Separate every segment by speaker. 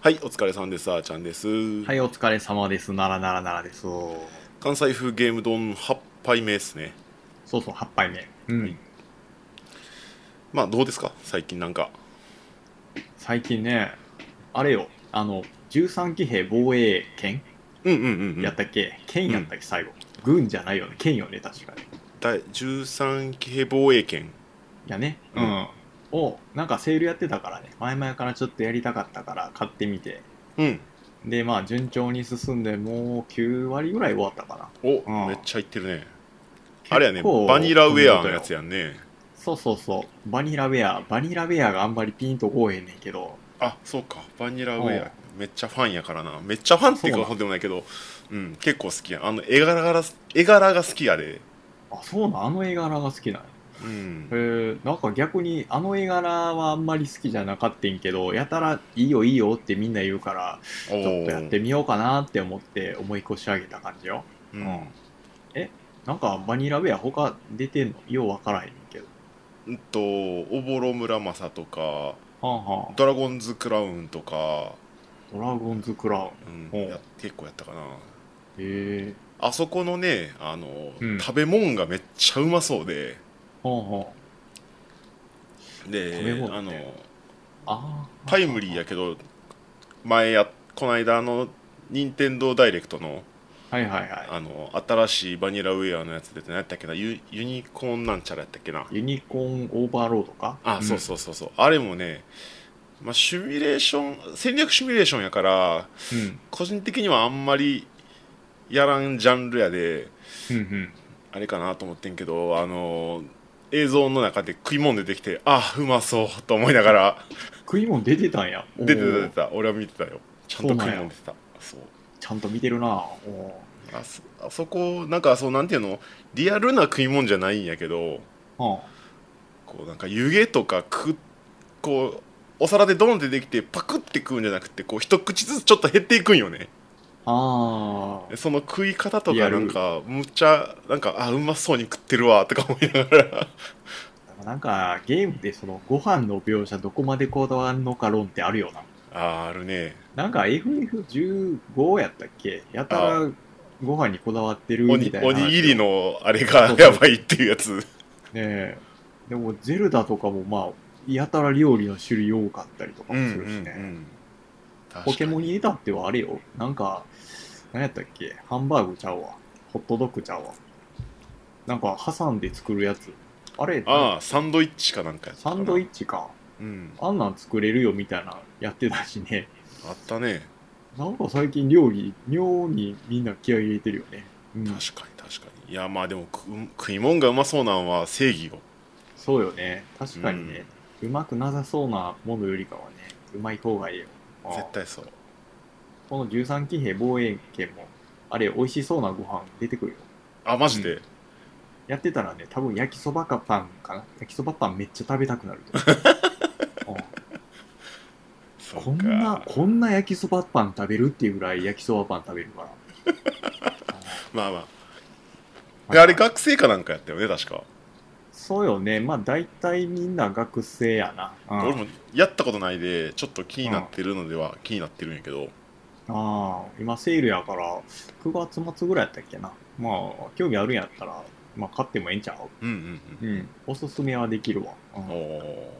Speaker 1: はい、お疲れさんです。あーちゃんです。
Speaker 2: はい、お疲れ様です。ならならならです。
Speaker 1: 関西風ゲーム丼8杯目ですね。
Speaker 2: そうそう、8杯目。うん。
Speaker 1: まあ、どうですか最近なんか。
Speaker 2: 最近ね、あれよ、あの、13騎兵防衛権
Speaker 1: うんうんうん、うん。
Speaker 2: やったっけ、剣やったっけ、最後。軍じゃないよね、剣よね、確かに。
Speaker 1: 第13騎兵防衛権。
Speaker 2: やね。
Speaker 1: う
Speaker 2: うんん。を、なんかセールやってたからね、前々からちょっとやりたかったから買ってみて。
Speaker 1: うん。
Speaker 2: で、まあ、順調に進んで、もう9割ぐらい終わったかな。
Speaker 1: お、
Speaker 2: うん
Speaker 1: めっちゃいってるね。あれやね、
Speaker 2: 結構
Speaker 1: バニラウェアのやつやんね。
Speaker 2: そうそうそう。バニラウェア、バニラウェアがあんまりピンとこうへんねんけど、
Speaker 1: あ、そうか。バニラウ
Speaker 2: う
Speaker 1: ェ
Speaker 2: ん
Speaker 1: ア。めっちゃファンやからな。めっちゃファンっていう
Speaker 2: そ
Speaker 1: か
Speaker 2: うな
Speaker 1: ほんでもないけど、うん、結構好きやん。あの、絵柄が、絵柄が好きやで。
Speaker 2: あ、そうなん、あの絵柄が好きなんや
Speaker 1: うん。
Speaker 2: えーなんか逆にあの絵柄はあんまり好きじゃなかったんけどやたらいいよいいよってみんな言うから
Speaker 1: お
Speaker 2: ちょっとやってみようかなって思って思い越し上げた感じよ、
Speaker 1: う。
Speaker 2: うんえなんかバニラウェア他出てんのようわからへんけど
Speaker 1: うんと、おぼろ村正とか、
Speaker 2: はんはん
Speaker 1: ドラゴンズクラウンとか、
Speaker 2: ドラゴンズクラウン
Speaker 1: うん
Speaker 2: おう
Speaker 1: や結構やったかな
Speaker 2: へえ
Speaker 1: あそこのねあの、
Speaker 2: うん
Speaker 1: 食べ物がめっちゃうまそうで
Speaker 2: はんはん
Speaker 1: で
Speaker 2: 食べ物
Speaker 1: あ
Speaker 2: っ
Speaker 1: の
Speaker 2: てあー
Speaker 1: タイムリーやけど前やこの間の任天堂ダイレクトの
Speaker 2: はいはいは
Speaker 1: あの新しいバニラウェアのやつで何やったっけなユユニコーンなんちゃらやったっけない
Speaker 2: ユニコーンオーバーロードか
Speaker 1: あ、そうそうそうそうあれもね、まあ、シミュレーション戦略シミュレーションやから
Speaker 2: うんうん
Speaker 1: 個人的にはあんまりやらんジャンルやで
Speaker 2: うんうん
Speaker 1: あれかなと思ってんけどあのー映像の中で食い物出てきてあうまそうと思いながら
Speaker 2: 食い物出てたんやおー
Speaker 1: 出てた出てた俺は見てたよちゃんと
Speaker 2: そうなん
Speaker 1: 食い
Speaker 2: や
Speaker 1: 物出てたそう
Speaker 2: ちゃんと見てるなおー
Speaker 1: あそあそこなんかそうなんていうのリアルな食い物じゃないんやけど
Speaker 2: はん
Speaker 1: こうなんか湯気とかくこうお皿でドンってできてパクって食うんじゃなくてこう一口ずつちょっと減っていくんよね
Speaker 2: あ
Speaker 1: でその食い方と
Speaker 2: リ
Speaker 1: か
Speaker 2: ア
Speaker 1: な
Speaker 2: ル
Speaker 1: んかむっちゃなんかあうまそうに食ってるわとか思いながら
Speaker 2: あ、なんかゲームでそのご飯の描写どこまでこだわるのか論ってあるよな。
Speaker 1: あーあるね
Speaker 2: なんか FF15 やったっけやた
Speaker 1: あ
Speaker 2: らご飯にこだわってる
Speaker 1: お
Speaker 2: み
Speaker 1: に
Speaker 2: たいな。
Speaker 1: おにぎり
Speaker 2: ね
Speaker 1: のあれがやばいっていうやつ
Speaker 2: え。でもゼルダとかもまあ、やたら料理の種類多かったりとかもするしね。ポケモン
Speaker 1: に
Speaker 2: に至ってはあれよ。なんか、何やったっけハンバーグちゃうわ。ホットドッグちゃうわ。なんか挟んで作るやつ。あれ、
Speaker 1: ああサンドイッチかなんかやったか
Speaker 2: サ
Speaker 1: な
Speaker 2: ンドイッチか。
Speaker 1: うん
Speaker 2: あんなん作れるよみたいなやってたしね。
Speaker 1: あったね
Speaker 2: なんか最近料理、妙にみんな気合い入れてるよね。うん、
Speaker 1: 確かに確かにいやまあでも食食い物がうまそうなんは正義よ
Speaker 2: そうよね。確かにね、うまくなさそうなものよりかはね、うまい方がいいよ。ああ
Speaker 1: 絶対そう
Speaker 2: この13騎兵防衛圏も、あれ、美味しそうなご飯出てくるよ。
Speaker 1: あマジで、
Speaker 2: やってたらね、多分焼きそばかパンかな。焼きそばパンめっちゃ食べた くなると思うあ
Speaker 1: そ
Speaker 2: あ
Speaker 1: う
Speaker 2: こん
Speaker 1: か
Speaker 2: な、こんな焼きそばパン食べるっていうぐらい焼きそばパン食べ るから。あ
Speaker 1: まあまあ
Speaker 2: あ
Speaker 1: であれ学生かなんかやったよね確か、
Speaker 2: そうよね。まあ大体みんな学生やな。うん
Speaker 1: 俺もやったことないでちょっと気になってるのでは気になってるんやけど
Speaker 2: ああ、今セールやから、9月末ぐらいやったっけな。まあ、興味あるんやったら、まあ、買ってもええんちゃ
Speaker 1: うんうん
Speaker 2: ううん。おすすめはできるわ。う
Speaker 1: うん
Speaker 2: ん。
Speaker 1: お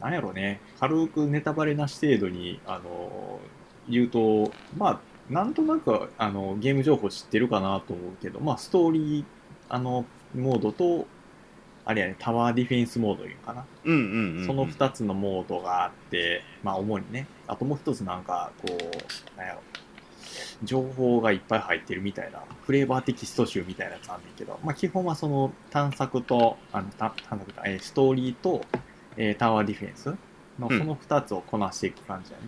Speaker 2: なんやろね、軽くネタバレなし程度に、あのー言うと、まあ、なんとなく、あの、ゲーム情報知ってるかなと思うけど、まあ、ストーリー、あの、モードと、あれやね、タワーディフェンスモードいうかな。
Speaker 1: ーうんうんうん
Speaker 2: その2つのモードがあって、まあ主にね、あともう1つなんか、こう、なんやろ、情報がいっぱい入ってるみたいな、フレーバーテキスト集みたいなやつあんねんけど、まあ基本はその探索と、あのた探索とえーストーリーと、えータワーディフェンスの
Speaker 1: うん
Speaker 2: この2つをこなしていく感じだね。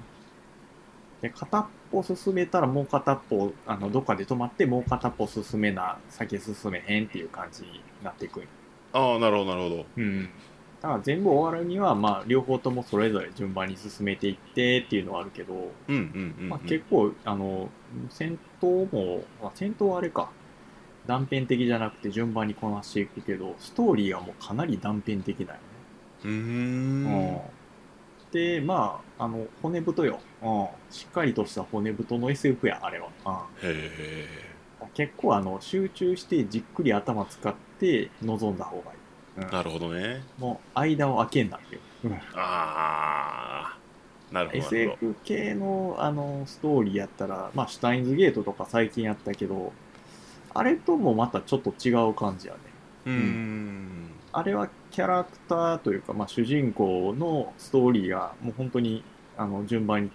Speaker 2: で、片っぽ進めたらもう片っぽ、あの、どっかで止まって、もう片っぽ進めな、先進めへんっていう感じになっていくんよ
Speaker 1: ああなるほどなるほど
Speaker 2: うん、だから全部終わるには、まあ、両方ともそれぞれ順番に進めていってっていうのはあるけど、
Speaker 1: うんうんうん、うん
Speaker 2: まあ、結構あの戦闘も、まあ、戦闘はあれか断片的じゃなくて順番にこなしていくけどストーリーはもうかなり断片的だよね。
Speaker 1: うーん
Speaker 2: うんで、まあ、あの、骨太よ。うん。しっかりとした骨太の SF や、あれは。う
Speaker 1: へ
Speaker 2: ん。結構、あの、集中してじっくり頭使って臨んだ方がいい。
Speaker 1: えなるほどね
Speaker 2: もう、間を空けんなっていう。うん
Speaker 1: ああなるほどなるほ
Speaker 2: SF 系のあのストーリーやったら、まあ、シュタインズゲートとか最近やったけど、あれともまたちょっと違う感じやね。
Speaker 1: どうん
Speaker 2: あれはキャラクターというか、まあ、主人公のストーリーが、もう本当にあの順番に、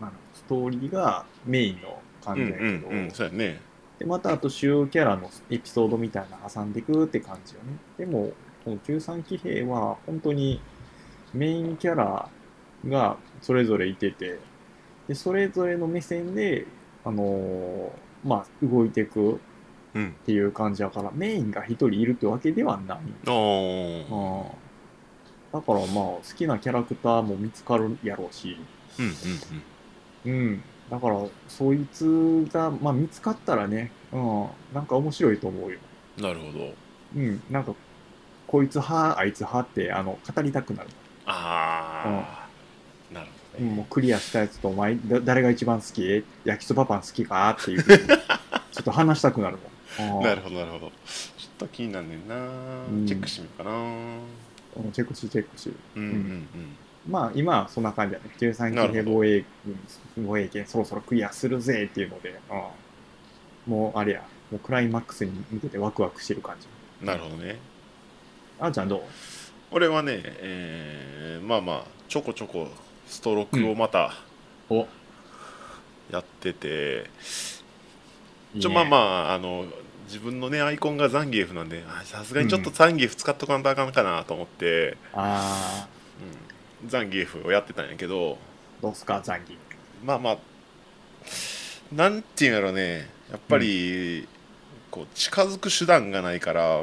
Speaker 2: あのストーリーがメインの感
Speaker 1: うん
Speaker 2: じ
Speaker 1: う
Speaker 2: や
Speaker 1: ん
Speaker 2: けど、
Speaker 1: うんそうやね
Speaker 2: でまたあと主要キャラのエピソードみたいなの挟んでいくって感じよね。でも、この13騎兵は本当にメインキャラがそれぞれいてて、でそれぞれの目線で、あのーまあ、動いていくっ
Speaker 1: うん
Speaker 2: ていう感じだから、メインが一人いるってわけではない。う
Speaker 1: ああ
Speaker 2: んだからまあ、好きなキャラクターも見つかるやろうし、
Speaker 1: うんうん
Speaker 2: うん。だから、そいつが、まあ見つかったらね、うん、なんか面白いと思うよ。
Speaker 1: うんなるほど
Speaker 2: うん、なんか、こいつ派、あいつ派って、あの、語りたくなる。
Speaker 1: ああなるほ
Speaker 2: う
Speaker 1: ど
Speaker 2: ん
Speaker 1: ね
Speaker 2: もうクリアしたやつと、お前、だ誰が一番好き焼きそばパン好きかっていうふうに。ちょっと話したくなるもん。う ん
Speaker 1: なるほどなるほどちょっと気になんねん
Speaker 2: うん
Speaker 1: なチェックしてみようかなうん
Speaker 2: うんチェックし、チェックし。
Speaker 1: うんうん
Speaker 2: まあ、今はそんな感じだね。
Speaker 1: な
Speaker 2: 13騎
Speaker 1: る
Speaker 2: 兵
Speaker 1: ほど
Speaker 2: 防衛軍、防衛権そろそろクリアするぜっていうので、うんもう、あれや、もうクライマックスに向けてワクワクしてる感じ。
Speaker 1: なるほどね
Speaker 2: あーちゃんどう
Speaker 1: 俺はね、えーまあまあちょこちょこストロークをまた
Speaker 2: お、
Speaker 1: やってて、
Speaker 2: いい
Speaker 1: ちょ
Speaker 2: ね
Speaker 1: まあまああの自分のねアイコンがザンギエフなんであさすがにちょっとザンギエフ使っとかんとあかんかなと思って、
Speaker 2: あ
Speaker 1: うんザンギエフをやってたんやけど
Speaker 2: ー、どうすか、ザンギ。
Speaker 1: まあまあなんていうんやろねやっぱり、こう近づく手段がないから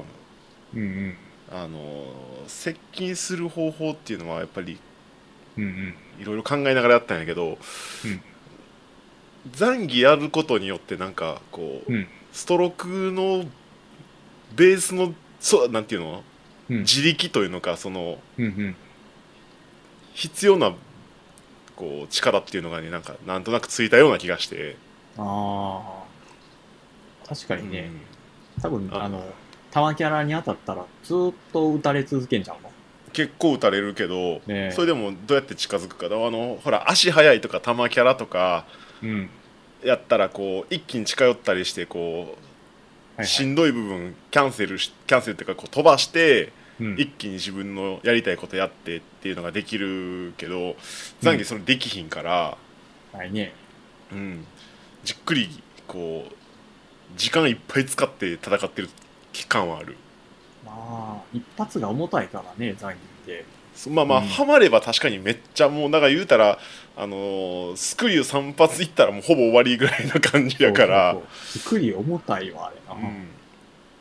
Speaker 2: うんうん。
Speaker 1: あの接近する方法っていうのはやっぱり
Speaker 2: うんうん。
Speaker 1: いろいろ考えながらやったんやけど、
Speaker 2: うん
Speaker 1: 残儀やることによってなんかこう、
Speaker 2: うん
Speaker 1: ストロークのベースのそうなんていうの、
Speaker 2: うん
Speaker 1: 自力というのかその
Speaker 2: うんうん。
Speaker 1: 必要なこう力っていうのがねなんかなんとなくついたような気がして、
Speaker 2: ああ。確かにね、多分、
Speaker 1: あ
Speaker 2: あの、タワキャラに当たったら、ずーっと打たれ続けんちゃうの
Speaker 1: 結構打たれるけど、
Speaker 2: ねえ
Speaker 1: それでもどうやって近づくかだあのほら足速いとか球キャラとか
Speaker 2: うん。はい
Speaker 1: やったらこう一気に近寄ったりしてこう、
Speaker 2: はい
Speaker 1: しんどい部分キャンセルしキャンセルっていうかこう飛ばして
Speaker 2: うん
Speaker 1: 一気に自分のやりたいことやってっていうのができるけど残
Speaker 2: う
Speaker 1: 機
Speaker 2: ん
Speaker 1: それできひんから、
Speaker 2: ないね。
Speaker 1: うんじっくりこう時間いっぱい使って戦ってる期間はある
Speaker 2: まあ、一発が重たいからね、ザンギって。
Speaker 1: そまあまあ、
Speaker 2: うん
Speaker 1: ハマれば確かにめっちゃもうだから言うたら、あのースクリュー3発いったらもうほぼ終わりぐらいな感じやから
Speaker 2: そうそうそう。作り重たいわ、あれな。
Speaker 1: うんだ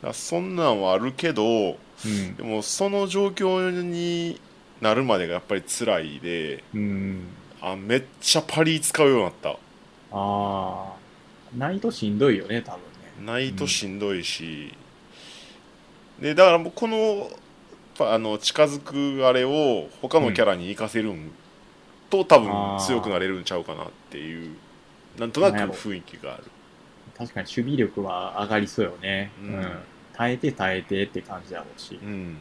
Speaker 1: からそんなんはあるけど
Speaker 2: うん
Speaker 1: でもその状況になるまでがやっぱり辛いで
Speaker 2: うん。
Speaker 1: あめっちゃパリ使うようになった
Speaker 2: ああ。ないとしんどいよね、多分ね。
Speaker 1: ないとしんどいし、でだからもうこのやっぱあの近づくあれを他のキャラに活かせるんと多
Speaker 2: あー
Speaker 1: 分強くなれるんちゃうかなっていうなんとなく
Speaker 2: なるほど
Speaker 1: 雰囲気がある
Speaker 2: 確かに守備力は上がりそうよね。
Speaker 1: うん
Speaker 2: うん。耐えて耐えてって感じだろうし
Speaker 1: う。ん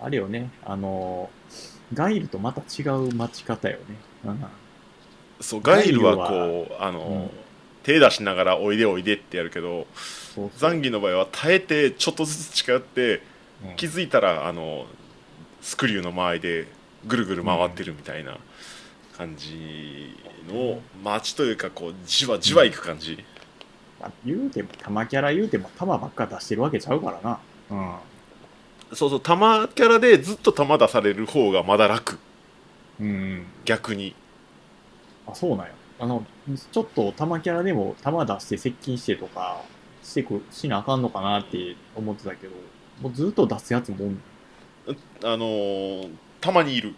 Speaker 2: あれよね、あの、ガイルとまた違う待ち方よね。うん
Speaker 1: そうガイルは
Speaker 2: ガイル
Speaker 1: こうあの、
Speaker 2: うん
Speaker 1: 手出しながらおいでおいでってやるけど
Speaker 2: そうそう
Speaker 1: ザンギの場合は耐えてちょっとずつ近寄って
Speaker 2: うん
Speaker 1: 気づいたらあのスクリューの間合いでぐるぐる回ってるみたいな感じの街というかこうじわじわいく感じ、
Speaker 2: まあ言うても、玉キャラ言うても、玉ばっか出してるわけちゃうからな。うん。
Speaker 1: そうそう弾キャラでずっと弾出される方がまだ楽
Speaker 2: うんうん。
Speaker 1: 逆に
Speaker 2: あ、そうなんや。あの、ちょっと玉キャラでも玉出して接近してとか、してく、しなあかんのかなって思ってたけど、もうずっと出すやつもおん
Speaker 1: あのーたまにいる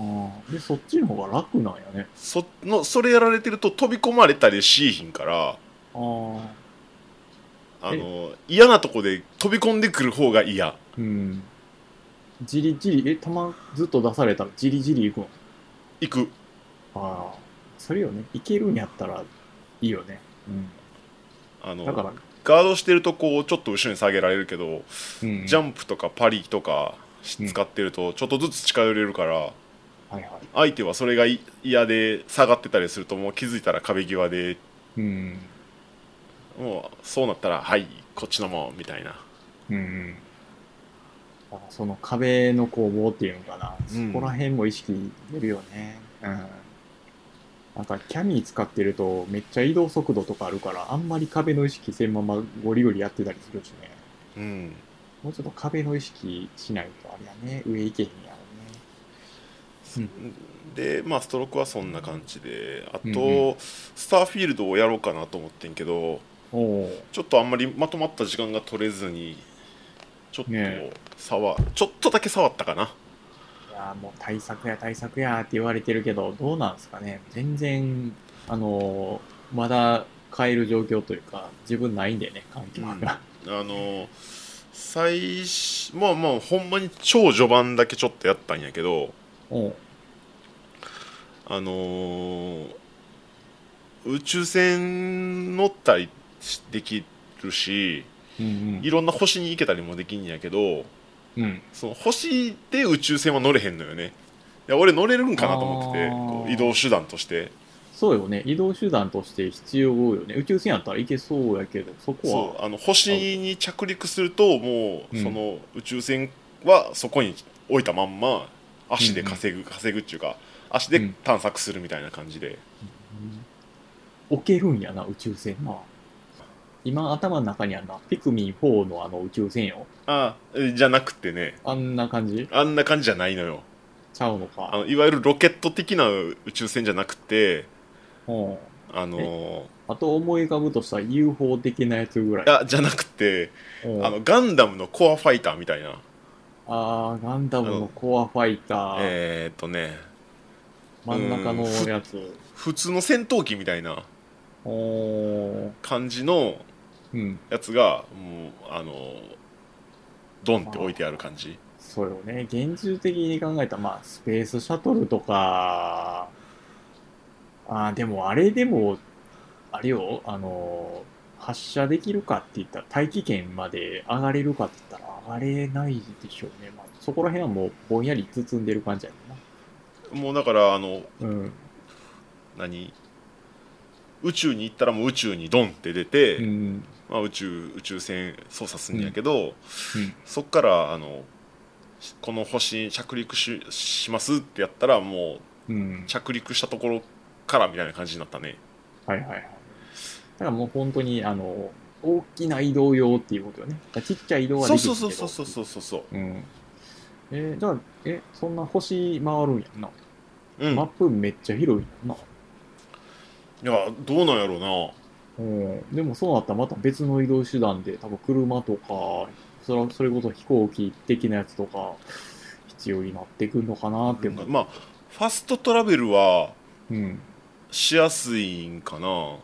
Speaker 2: のあーで、そっちの方が楽なんやね。
Speaker 1: そのそれやられてると飛び込まれたりしいひんから
Speaker 2: ああ。
Speaker 1: あのー嫌なとこで飛び込んでくる方が嫌
Speaker 2: うん。じりじり、え、玉ずっと出されたらじりじり行くの
Speaker 1: 行く
Speaker 2: ああ、それよね。いけるんやったらいいよね。うん。
Speaker 1: あの
Speaker 2: だから、
Speaker 1: ガードしてるとこうちょっと後ろに下げられるけど、
Speaker 2: うん
Speaker 1: ジャンプとかパリとか
Speaker 2: うん
Speaker 1: 使ってるとちょっとずつ近寄れるから、
Speaker 2: はいは
Speaker 1: 相手はそれがい嫌で下がってたりするともう気づいたら壁際で
Speaker 2: い。うん。
Speaker 1: もうそうなったらはいこっちのもんみたいな
Speaker 2: うん。だからその壁の攻防っていうのかな。
Speaker 1: うん
Speaker 2: そこら辺も意識出るよね。うん。なんか、キャミー使ってると、めっちゃ移動速度とかあるから、あんまり壁の意識せんままゴリゴリやってたりするしね。
Speaker 1: うん
Speaker 2: もうちょっと壁の意識しないと、あれやね、上行けへんやろね。
Speaker 1: でまあストロークはそんな感じであと、
Speaker 2: うん
Speaker 1: スターフィールドをやろうかなと思ってんけど
Speaker 2: おお。
Speaker 1: ちょっとあんまりまとまった時間が取れずにちょっと
Speaker 2: ね
Speaker 1: 触、ちょっとだけ触ったかない
Speaker 2: やーもう対策や対策やって言われてるけど、どうなんですかね。全然、あのーまだ変える状況というか、自分ないんでね、環境が。
Speaker 1: あの最初まあまあほんまに超序盤だけちょっとやったんやけど
Speaker 2: おう
Speaker 1: あのー宇宙船乗ったりしできるし
Speaker 2: うん
Speaker 1: いろんな星に行けたりもできんやけど
Speaker 2: うん。うん。
Speaker 1: その星で宇宙船は乗れへんのよねいや俺乗れるんかなと思ってて
Speaker 2: あー
Speaker 1: こう移動手段として
Speaker 2: そうよね。移動手段として必要よね。宇宙船やったらいけそうやけど、そこ
Speaker 1: そ
Speaker 2: は。
Speaker 1: うあの星に着陸するともう
Speaker 2: うん
Speaker 1: その宇宙船はそこに置いたまんま足で稼ぐ稼ぐっていうか足で探索するみたいな感じで
Speaker 2: うん置けるんやな、宇宙船な。今、頭の中にあるな、ピクミン4のあの宇宙船よ。
Speaker 1: あえじゃなくてね
Speaker 2: あんな感じ
Speaker 1: あんな感じじゃないのよ
Speaker 2: ちゃうの
Speaker 1: あ
Speaker 2: か。
Speaker 1: のいわゆるロケット的な宇宙船じゃなくて
Speaker 2: うん。
Speaker 1: あの
Speaker 2: あと思い浮かぶとしたら UFO 的なやつぐらい。
Speaker 1: あじゃなくて
Speaker 2: うん
Speaker 1: あのガンダムのコアファイターみたいな
Speaker 2: あーガンダムのコアファイター、
Speaker 1: えーっとね
Speaker 2: 真ん中のやつ。
Speaker 1: 普通の戦闘機みたいな
Speaker 2: おー
Speaker 1: 感じの
Speaker 2: うん、
Speaker 1: やつがもうあのドンって置いてある感じ
Speaker 2: そうよね。現実的に考えたら、まあ、スペースシャトルとか、あーでもあれでも、あれよ、あのー、発射できるかって言ったら、大気圏まで上がれるかって言ったら、上がれないでしょうね。まあ、そこら辺はもうぼんやり包んでる感じや
Speaker 1: もうだからあの
Speaker 2: な。うん。
Speaker 1: 何宇宙に行ったらもう宇宙にドンって出て、
Speaker 2: うん。
Speaker 1: まあ、宇宙宇宙船操作するんやけど、
Speaker 2: うん
Speaker 1: そっからあのしこの星に着陸ししますってやったらも
Speaker 2: うん
Speaker 1: う。着陸したところからみたいな感じになったね
Speaker 2: はいはいはい。だからもう本当に、あの、大きな移動用っていうことよね。だからちっちゃい移動は
Speaker 1: そ
Speaker 2: で
Speaker 1: う
Speaker 2: き
Speaker 1: そ
Speaker 2: る
Speaker 1: う
Speaker 2: けど。。
Speaker 1: そうそうそうそうそうそう
Speaker 2: ん。えーじゃあ、え、そんな星回るんやんな。
Speaker 1: う、うん、い
Speaker 2: マップめっちゃ広いんやんな。
Speaker 1: やどうなんやろうな
Speaker 2: うん。でもそうなったらまた別の移動手段で、多分車とか、それそれこそ飛行機的なやつとか、必要になってくるのかなって思う。
Speaker 1: まあファストトラベルは
Speaker 2: うん。
Speaker 1: しやすいんかな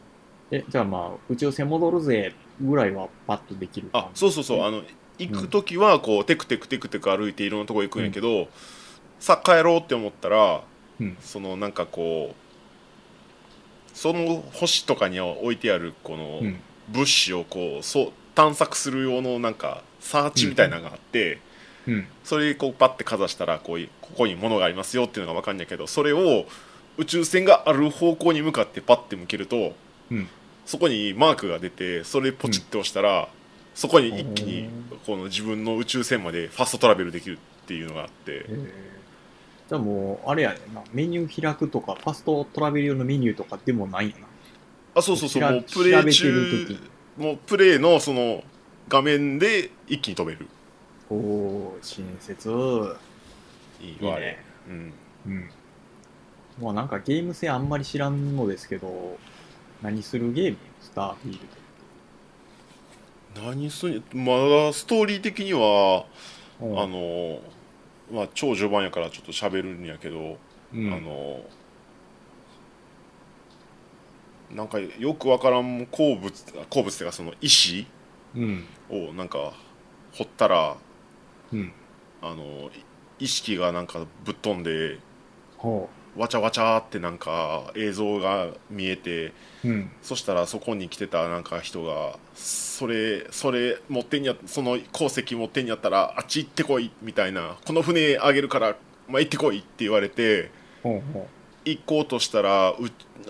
Speaker 2: え、じゃあまあ、宇宙船戻るぜ、ぐらいはパッとできる
Speaker 1: あ
Speaker 2: 感じ。
Speaker 1: そうそうそうあの行く時はこうテクテクテクテク歩いていろんなとこ行くんやけど、さあ帰ろうって思ったら、
Speaker 2: うん
Speaker 1: そのなんかこうその星とかに置いてあるこの
Speaker 2: うん。
Speaker 1: 物資をこうそう探索する用のなんかサーチみたいなのがあって、
Speaker 2: うん。
Speaker 1: それこうパッてかざしたらこういここに物がありますよっていうのが分かるんやけどそれを宇宙船がある方向に向かってパッて向けると、
Speaker 2: うん
Speaker 1: そこにマークが出てそれポチッと押したら、そこに一気にこの自分の宇宙船までファストトラベルできるっていうのがあって
Speaker 2: へーじゃあもう、あれやねんな、メニュー開くとか、ファストトラベル用のメニューとかでもないんやな。
Speaker 1: あそうそうそう
Speaker 2: 調
Speaker 1: もうプレイ
Speaker 2: 調べ
Speaker 1: 中
Speaker 2: てる時
Speaker 1: もうプレイのその画面で一気に飛べる
Speaker 2: おお親切。い
Speaker 1: いい
Speaker 2: い
Speaker 1: わあれ
Speaker 2: ね。
Speaker 1: うん
Speaker 2: うん。もうなんかゲーム性あんまり知らんのですけど、何するゲームスターフィール
Speaker 1: 何すんまだストーリー的には、
Speaker 2: ド。うん
Speaker 1: あ、のまあ超序盤やからちょっと喋るんやけど
Speaker 2: うん、
Speaker 1: あのなんかよくわからん鉱物鉱物っていうかその石
Speaker 2: うん。
Speaker 1: をなんか掘ったら
Speaker 2: うん。
Speaker 1: あのい意識がなんかぶっ飛んで
Speaker 2: ほ
Speaker 1: わちゃわちゃってなんか映像が見えて
Speaker 2: うん。
Speaker 1: そしたらそこに来てたなんか人がそれそれ持ってんやその鉱石持ってんやったらあっち行ってこいみたいなこの船あげるから、まあ、行ってこいって言われて
Speaker 2: ほうほ
Speaker 1: 行こうとしたらう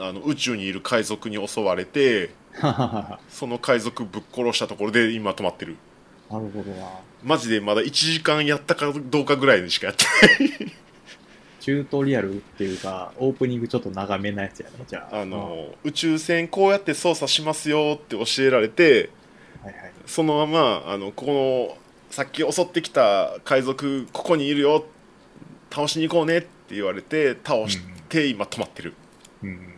Speaker 1: あの宇宙にいる海賊に襲われて
Speaker 2: う。はははは。
Speaker 1: その海賊ぶっ殺したところで今止まってる
Speaker 2: なるほどな。
Speaker 1: マジでまだ1時間やったかどうかぐらいにしかやって
Speaker 2: チュートリアルっていうか、オープニングちょっと長めなやつやね、じゃあ。
Speaker 1: あの、宇宙船こうやって操作しますよって教えられて
Speaker 2: うん、はいはい。
Speaker 1: そのままあのこのさっき襲ってきた海賊ここにいるよ倒しに行こうねって言われて倒して今止まってる、
Speaker 2: うん。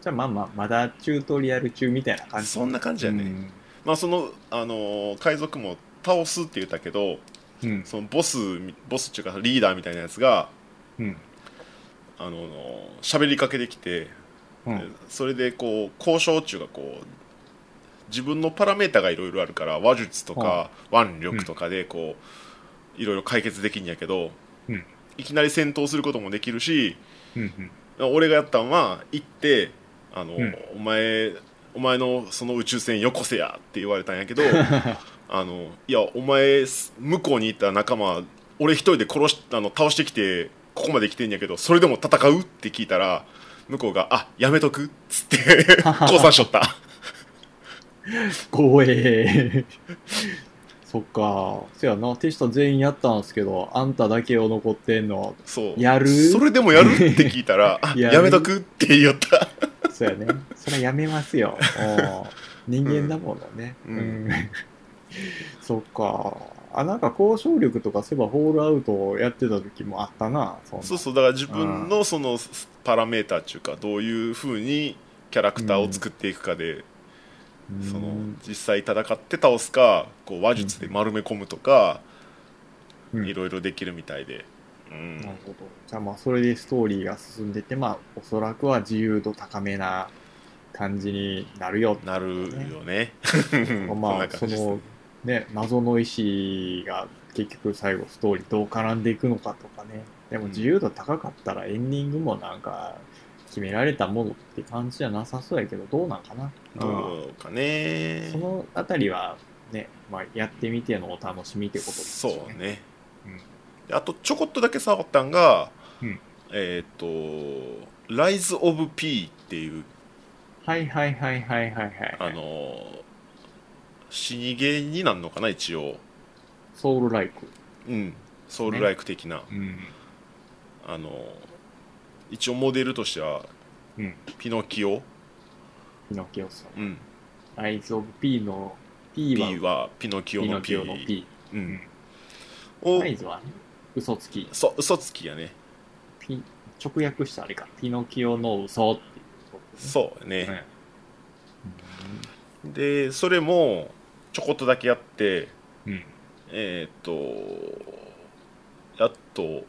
Speaker 2: じゃあまあまあ、まだチュートリアル中みたいな感じ。
Speaker 1: そんな感じやね、
Speaker 2: うん
Speaker 1: まあそのあの海賊も倒すって言ったけど
Speaker 2: うん。
Speaker 1: そのボスボスっていうかリーダーみたいなやつが
Speaker 2: うん。
Speaker 1: あの喋りかけてきて
Speaker 2: うん。
Speaker 1: それでこう交渉中がこう自分のパラメータがいろいろあるから話術とか腕力とかでこういろいろ解決できんやけど、
Speaker 2: うん
Speaker 1: いきなり戦闘することもできるし
Speaker 2: うん。
Speaker 1: 俺がやったんは行ってあの、
Speaker 2: うん
Speaker 1: お前お前のその宇宙船よこせやって言われたんやけ どあのいやお前向こうにいた仲間俺一人で殺しあの倒してきてここまで来てんやけどそれでも戦うって聞いたら向こうが「あやめとく」っつって 降参しとった
Speaker 2: 怖え。 そっか。そやな、手下全員やったんですけど、あんただけを残ってんの。
Speaker 1: そう
Speaker 2: やる
Speaker 1: それでもやるって聞いたら「あ
Speaker 2: や
Speaker 1: や
Speaker 2: る
Speaker 1: めとく」って言いよった
Speaker 2: そやね。 それはやめますよ。お人間だものね。
Speaker 1: うん
Speaker 2: うん そっか。あ、なんか交渉力とかそういえばホールアウトをやってた時もあったな。そんな
Speaker 1: そうそうだから自分のそのパラメーターっていうかどういうふうにキャラクターを作っていくかで、
Speaker 2: うん
Speaker 1: その実際戦って倒すかこう話術で丸め込むとか、
Speaker 2: うん
Speaker 1: いろいろできるみたいで、うん
Speaker 2: なるほど。じゃあまあそれでストーリーが進んでて、まあおそらくは自由度高めな感じになるよ。
Speaker 1: なるよね
Speaker 2: ま
Speaker 1: こ
Speaker 2: あそ
Speaker 1: んな感じです
Speaker 2: のね、謎の石が結局最後ストーリーどう絡んでいくのかとかね。でも自由度高かったらエンディングもなんか決められたものって感じじゃなさそうやけど、どうなんかな。うん
Speaker 1: どうかね
Speaker 2: そのあたりはね、まあやってみてのお楽しみってことですよ
Speaker 1: そう。ね、
Speaker 2: うん
Speaker 1: であとちょこっとだけ触ったんが、
Speaker 2: うん
Speaker 1: えっ、と「Rise of P」っていう
Speaker 2: はいはいはいはいはいはい。
Speaker 1: あのー死にゲーになんのかな一応、
Speaker 2: ソウルライク。
Speaker 1: うん、ソウルライク的な、
Speaker 2: うん。
Speaker 1: あのー一応モデルとしては
Speaker 2: うん。
Speaker 1: ピノキオ、
Speaker 2: ピノキオさん。
Speaker 1: うん、
Speaker 2: ライズ・オブ・ P の P は
Speaker 1: P はピノキオ
Speaker 2: ピ
Speaker 1: の
Speaker 2: ノ
Speaker 1: P,
Speaker 2: キオの P。
Speaker 1: うん、を
Speaker 2: ライズはね、嘘つき。
Speaker 1: そ嘘つきやね
Speaker 2: ピ直訳したあれか、ピノキオの嘘っていうことです
Speaker 1: そうね、
Speaker 2: ね。
Speaker 1: でそれもちょこっとだけやって
Speaker 2: うん。
Speaker 1: えーっとやっと、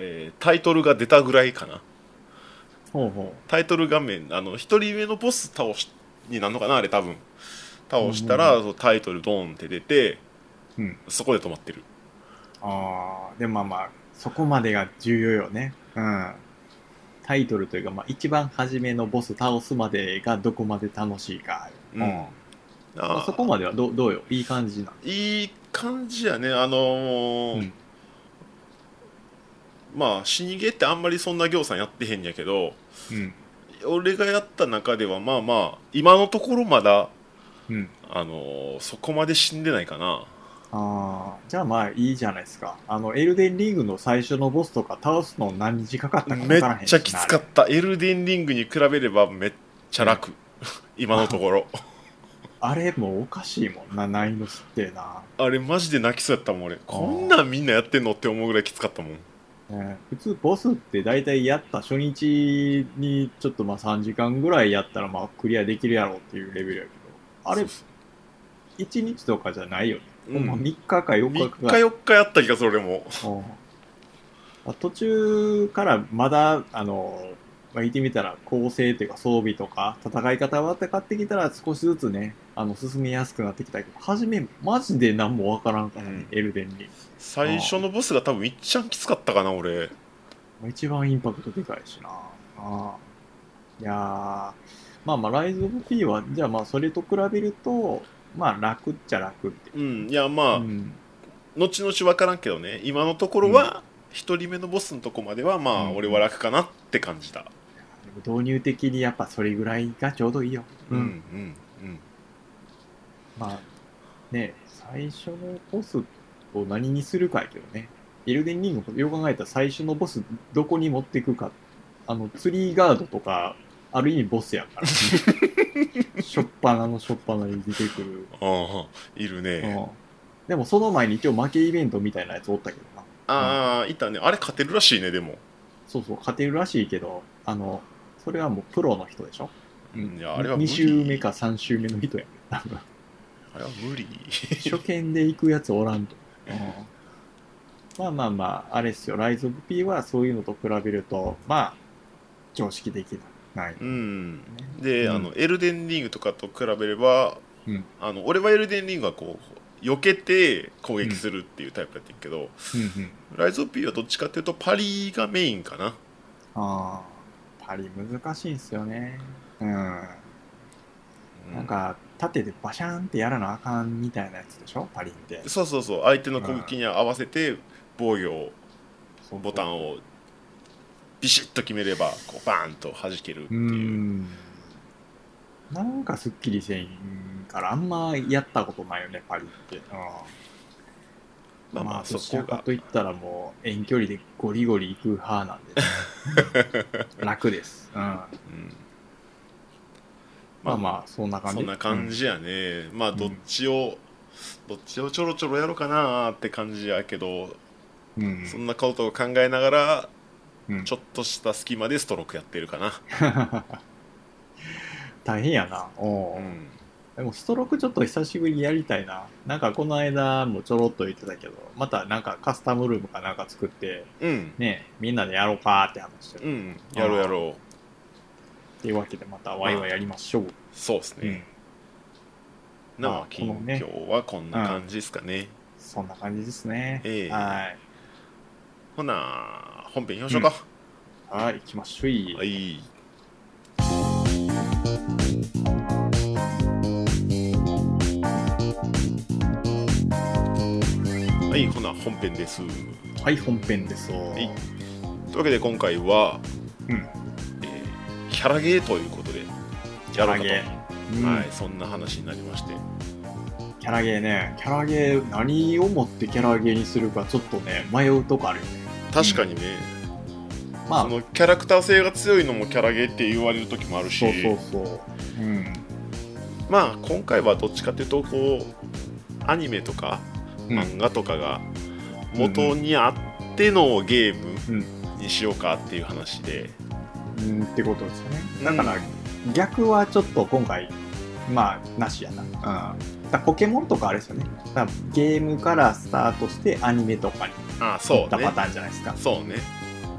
Speaker 1: えータイトルが出たぐらいかな
Speaker 2: ほうほ
Speaker 1: タイトル画面あの一人目のボス倒しになるのかなあれ多分倒したら、そうタイトルドーンって出て、
Speaker 2: うん
Speaker 1: そこで止まってる
Speaker 2: う。ああ、でもまあまあ、そこまでが重要よね。うん。タイトルというか、まあ、一番初めのボス倒すまでがどこまで楽しいか。
Speaker 1: うん
Speaker 2: まあ
Speaker 1: あ
Speaker 2: そこまではどうどうよ。いい感じな。
Speaker 1: いい感じやねあのー
Speaker 2: うん
Speaker 1: まあ死にゲーってあんまりそんな行さんやってへんやけど
Speaker 2: うん。
Speaker 1: 俺がやった中ではまあまあ今のところまだ
Speaker 2: うん。
Speaker 1: あのーそこまで死んでないかな
Speaker 2: ああ、じゃあまあいいじゃないですか。あの、エルデンリングの最初のボスとか倒すの何日かかったか
Speaker 1: め
Speaker 2: 分
Speaker 1: っ
Speaker 2: からへん
Speaker 1: ちゃきつかったエルデンリングに比べればめっちゃ楽、今のところ
Speaker 2: あれもうおかしいもんな、難易度知ってえな、
Speaker 1: あれマジで泣きそうやったもん俺こんなんみんなやってんのって思うぐらいきつかったもん
Speaker 2: ね普通ボスって大体やった初日にちょっとまあ3時間ぐらいやったらまあクリアできるやろうっていうレベルやけど、あれ
Speaker 1: そうそ
Speaker 2: 1日とかじゃないよね。
Speaker 1: う
Speaker 2: ほんま
Speaker 1: うん
Speaker 2: 3日か4日
Speaker 1: 3
Speaker 2: か
Speaker 1: 日4日やった気がする俺も
Speaker 2: うんあ途中からまだ、あの、まあ、言ってみたら構成というか装備とか戦い方は分かってきたら少しずつね、あの、進みやすくなってきたけど、初め、マジで何も分からんからね、
Speaker 1: うん
Speaker 2: エルデンに。
Speaker 1: 最初のボスが多分いっちゃんきつかったかな俺
Speaker 2: まあ一番インパクトでかいしな。あーいやー、まあまあ、ライズ・オブ・ピーは、じゃあまあ、それと比べると、まあ、楽っちゃ楽って。
Speaker 1: うんいやまあ、
Speaker 2: うん
Speaker 1: 後々分からんけどね今のところは1人目のボスのとこまではまあ
Speaker 2: うん
Speaker 1: 俺は楽かなって感じだ
Speaker 2: でも導入的にやっぱそれぐらいがちょうどいいよ。
Speaker 1: うんうん
Speaker 2: まあね、最初のボスを何にするかやけどね。エルデンリングよく考えたら最初のボスどこに持っていくか。あの、ツリーガードとか、ある意味ボスやから、ね。しょっぱなのしょっぱなに出てくる。
Speaker 1: ああいる
Speaker 2: う
Speaker 1: ね
Speaker 2: ん、でもその前に一応負けイベントみたいなやつおったけどな。
Speaker 1: ああいたねあれ勝てるらしいねでも
Speaker 2: そうそう、勝てるらしいけど、あの、それはもうプロの人でしょ
Speaker 1: うんいやあれは無
Speaker 2: 2
Speaker 1: 理
Speaker 2: 周目か3周目の人やね多分
Speaker 1: あれは無理
Speaker 2: 初見で行くやつおらんと。まあまあまあ、あれっすよ、ライズ・オブ・ピーはそういうのと比べると、まあ、常識的な。はい。
Speaker 1: うんで、
Speaker 2: うん
Speaker 1: あのエルデンリングとかと比べれば、
Speaker 2: うん
Speaker 1: あの俺はエルデンリングはこう避けて攻撃するっていうタイプやってるけど、
Speaker 2: うんうん
Speaker 1: ライズ・オブ・ピーはどっちかっていうとパリがメインかな
Speaker 2: ああ、パリ難しいんすよね。うん。なんか、縦でバシャーンってやらなあかんみたいなやつでしょパリって。
Speaker 1: そうそうそう相手の攻撃に合わせて防御をボタ
Speaker 2: ン。
Speaker 1: ンをビシッと決めればこうバーンと弾けるって
Speaker 2: う
Speaker 1: いう、
Speaker 2: ん。なんかすっきりせんから、あんまやったことないよね、パリって。うん。
Speaker 1: まあまあそ
Speaker 2: どち
Speaker 1: こ
Speaker 2: らか
Speaker 1: が
Speaker 2: といったらもう遠距離でゴリゴリ行く派なんで、 楽です、うん、ま
Speaker 1: うん
Speaker 2: あまあそんな感じ
Speaker 1: そんな感、じやね、まあどっちを、どっちをちょろちょろやろうかなーって感じやけど
Speaker 2: うんうん
Speaker 1: そんなことを考えながら
Speaker 2: うん
Speaker 1: ちょっとした隙間でストロークやってるかな、
Speaker 2: 大変やなおう
Speaker 1: うん
Speaker 2: でもストロークちょっと久しぶりにやりたいななんかこの間もちょろっと言ってたけどまたなんかカスタムルームかなんか作って
Speaker 1: うん
Speaker 2: ねみんなでやろうかって話してる、
Speaker 1: う
Speaker 2: っ
Speaker 1: んやろうやろう
Speaker 2: ていうわけでまたワイワイやりましょう、
Speaker 1: そうです
Speaker 2: うん
Speaker 1: ね、な
Speaker 2: ま
Speaker 1: あ
Speaker 2: あこ
Speaker 1: 近
Speaker 2: のね
Speaker 1: 況はこんな感じですかね、
Speaker 2: そんな感じですね、
Speaker 1: ええ
Speaker 2: はい
Speaker 1: ほな本編いきましょうか、
Speaker 2: はい行きましょい、
Speaker 1: はいはいほな本編です
Speaker 2: はい、本編です。
Speaker 1: いというわけで今回は、
Speaker 2: うん
Speaker 1: えーキャラゲーということで
Speaker 2: キャラゲー、
Speaker 1: は、
Speaker 2: はい
Speaker 1: そんな話になりまして
Speaker 2: い。キャラゲーね、キャラゲー、何をもってキャラゲーにするか、ちょっとね、迷うとこあるよね。
Speaker 1: 確かにね、
Speaker 2: まあ、
Speaker 1: そのキャラクター性が強いのもキャラゲーって言われる時もあるし
Speaker 2: そうそうそう。うん。
Speaker 1: まあ今回はどっちかというとこうアニメとか
Speaker 2: うん
Speaker 1: 漫画とかが元にあってのゲー
Speaker 2: うん
Speaker 1: ムにしようかっていう話で、
Speaker 2: うん、ってことですよね。
Speaker 1: う
Speaker 2: だ
Speaker 1: ん
Speaker 2: から、逆はちょっと今回、まあ、なしやな。うん。だからポケモンとかあれですよね。だからゲームからスタートして、アニメとかに
Speaker 1: ああ
Speaker 2: 行
Speaker 1: そ
Speaker 2: っ
Speaker 1: う
Speaker 2: た
Speaker 1: ね
Speaker 2: パターンじゃないですか。
Speaker 1: そうね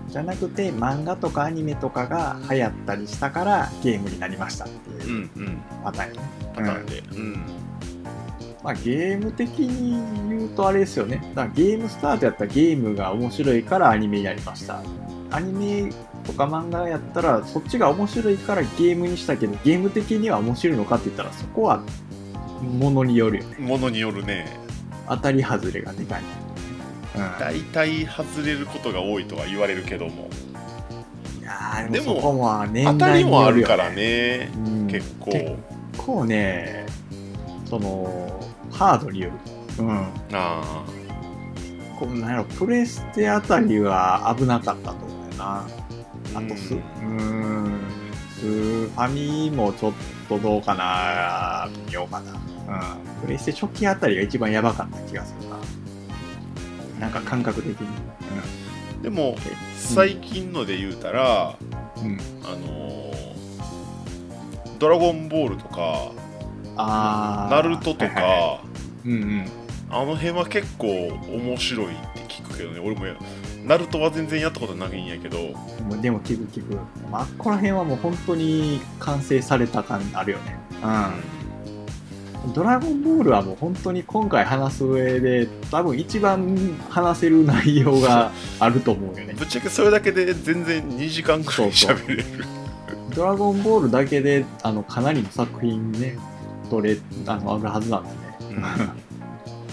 Speaker 2: じゃなくて、漫画とかアニメとかが流行ったりしたから、ゲームになりましたって
Speaker 1: う
Speaker 2: いうん
Speaker 1: うん
Speaker 2: パターンよね。
Speaker 1: パターンで、うん
Speaker 2: まあ、ゲーム的に言うとあれですよね。だからゲームスタートやったらゲームが面白いからアニメになりました。アニメとか漫画やったらそっちが面白いからゲームにしたけどゲーム的には面白いのかって言ったらそこはものによるよね。
Speaker 1: ものによるね
Speaker 2: 当たり外れがでかい。
Speaker 1: 大体外れることが多いとは言われるけども
Speaker 2: うん、いやー
Speaker 1: で
Speaker 2: で
Speaker 1: も
Speaker 2: もそこは年
Speaker 1: 当た
Speaker 2: 代
Speaker 1: り
Speaker 2: によ
Speaker 1: もあ
Speaker 2: よね
Speaker 1: るから。ね
Speaker 2: うん
Speaker 1: 結構
Speaker 2: 結構ね、そのハードによる。うん
Speaker 1: ああ
Speaker 2: こうなんやろプレステあたりは危なかったと思うよなあとスうーんスーファミもちょっとどうかな見ようかな、うん、プレステ初期あたりが一番やばかった気がするななんか感覚的に
Speaker 1: でも最近ので言うたら、
Speaker 2: うん、
Speaker 1: あのードラゴンボール」とか「
Speaker 2: ああ
Speaker 1: ナルト」とか、
Speaker 2: うんうん
Speaker 1: あの辺は結構面白いって聞くけどね俺もやナルトは全然やったことないんやけど
Speaker 2: もうでも聞く聞く、まあ、この辺はもう本当に完成された感あるよねうんドラゴンボールはもう本当に今回話す上で多分一番話せる内容があると思うよね
Speaker 1: ぶっちゃけそれだけで全然2時間くらい
Speaker 2: そうそう
Speaker 1: 喋れる
Speaker 2: ドラゴンボールだけであのかなりの作品ね取れあのあるはずなんでね
Speaker 1: うん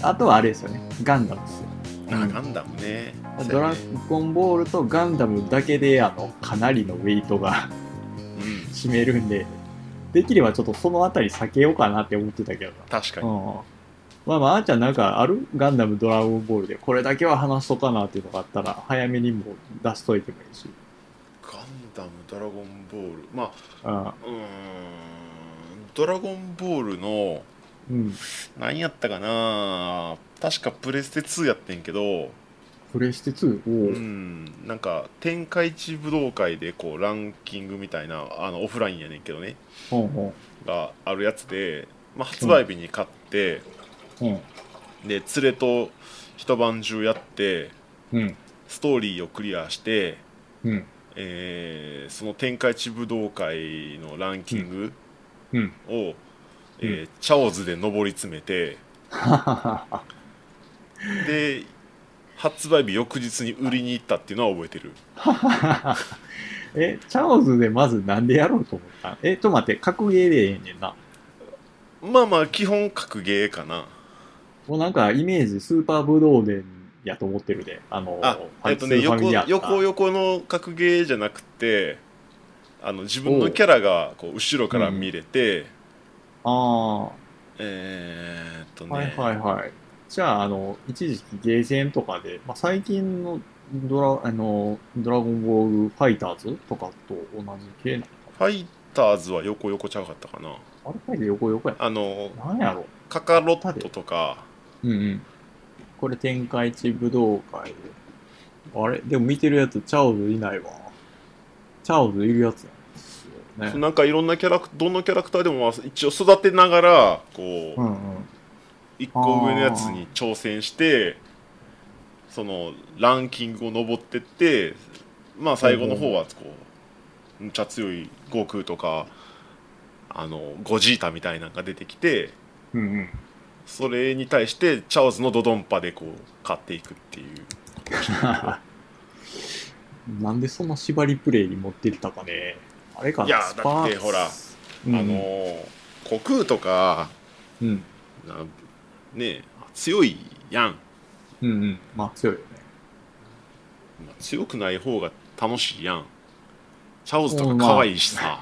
Speaker 2: あとはあれですよねガンダムですよ
Speaker 1: あ
Speaker 2: うん
Speaker 1: ガンダムね
Speaker 2: ドラ
Speaker 1: そう
Speaker 2: ゴンボールとガンダムだけであのかなりのウェイトが
Speaker 1: やねうん
Speaker 2: 占めるんでできればちょっとそのあたり避けようかなって思ってたけどな
Speaker 1: 確か
Speaker 2: う
Speaker 1: に
Speaker 2: んまあまあ、あーちゃんなんかあるガンダム、ドラゴンボールでこれだけは話しとかなっていうのがあったら、早めにもう出しといてもいいし。
Speaker 1: ガンダムドラゴンボールまあ
Speaker 2: うん。
Speaker 1: うーんドラゴンボールの
Speaker 2: うん。
Speaker 1: 何やったかな確かプレステ2やってんけど
Speaker 2: プレステ 2? お
Speaker 1: う
Speaker 2: お、
Speaker 1: んなんか天下一武道会でこうランキングみたいなあのオフラインやねんけどね
Speaker 2: ほんほ
Speaker 1: があるやつで、まあ、発売日に買って、
Speaker 2: ん。うん。
Speaker 1: で連れと一晩中やって
Speaker 2: うん。
Speaker 1: ストーリーをクリアして、
Speaker 2: うん。
Speaker 1: えーその天下一武道会のランキング
Speaker 2: うん。
Speaker 1: を、えーチャオズで上り詰めて
Speaker 2: はははは。
Speaker 1: で発売日翌日に売りに行ったっていうのは覚えてる
Speaker 2: え、チャオズでまずなんでやろうと思ったんえ、ちょっと待って、格ゲーでええねんな。
Speaker 1: まあまあ基本格ゲーかな
Speaker 2: もうなんかイメージスーパーブドウ伝やと思ってるで。あの、
Speaker 1: あえっとね
Speaker 2: スーファ
Speaker 1: 横
Speaker 2: ミにあった
Speaker 1: 横横の格ゲーじゃなくてあの自分のキャラがこう後ろから見れて、
Speaker 2: あ
Speaker 1: えーっと
Speaker 2: あ、
Speaker 1: ね、
Speaker 2: はいはいはい。じゃあ、あの、一時期ゲーセンとかで、まあ、最近のドラ、あの、ドラゴンボールファイターズとかと同じ系なのか
Speaker 1: ファイターズは横横ちゃうかったかな
Speaker 2: なあれファイター横横や
Speaker 1: あの
Speaker 2: な。なんやろ
Speaker 1: カカロットとか
Speaker 2: うんうん。これ天下一武道会で。あれでも見てるやつ、チャオズいないわ。チャオズいるやつなんですよね。
Speaker 1: なんかいろんなキャラクどのキャラクターでもまあ一応育てながらこ
Speaker 2: う
Speaker 1: うん
Speaker 2: うん。
Speaker 1: 一個上のやつに挑戦してそのランキングを上ってってまあ最後の方はこうむちゃ強い悟空とかあのゴジータみたいなのが出てきて
Speaker 2: うんうん。
Speaker 1: それに対してチャオズのドドンパでこう勝っていくっていう
Speaker 2: なんでそんな縛りプレイに持ってったかね。あれかな。
Speaker 1: いや
Speaker 2: スパ
Speaker 1: だ
Speaker 2: ー
Speaker 1: ってほら、
Speaker 2: うんうん
Speaker 1: あのー悟空とか
Speaker 2: うん。
Speaker 1: なねえ強いやん、
Speaker 2: うんうん。まあ強いよね。
Speaker 1: まあ強くない方が楽しいやんチャオズとか可愛いしさ、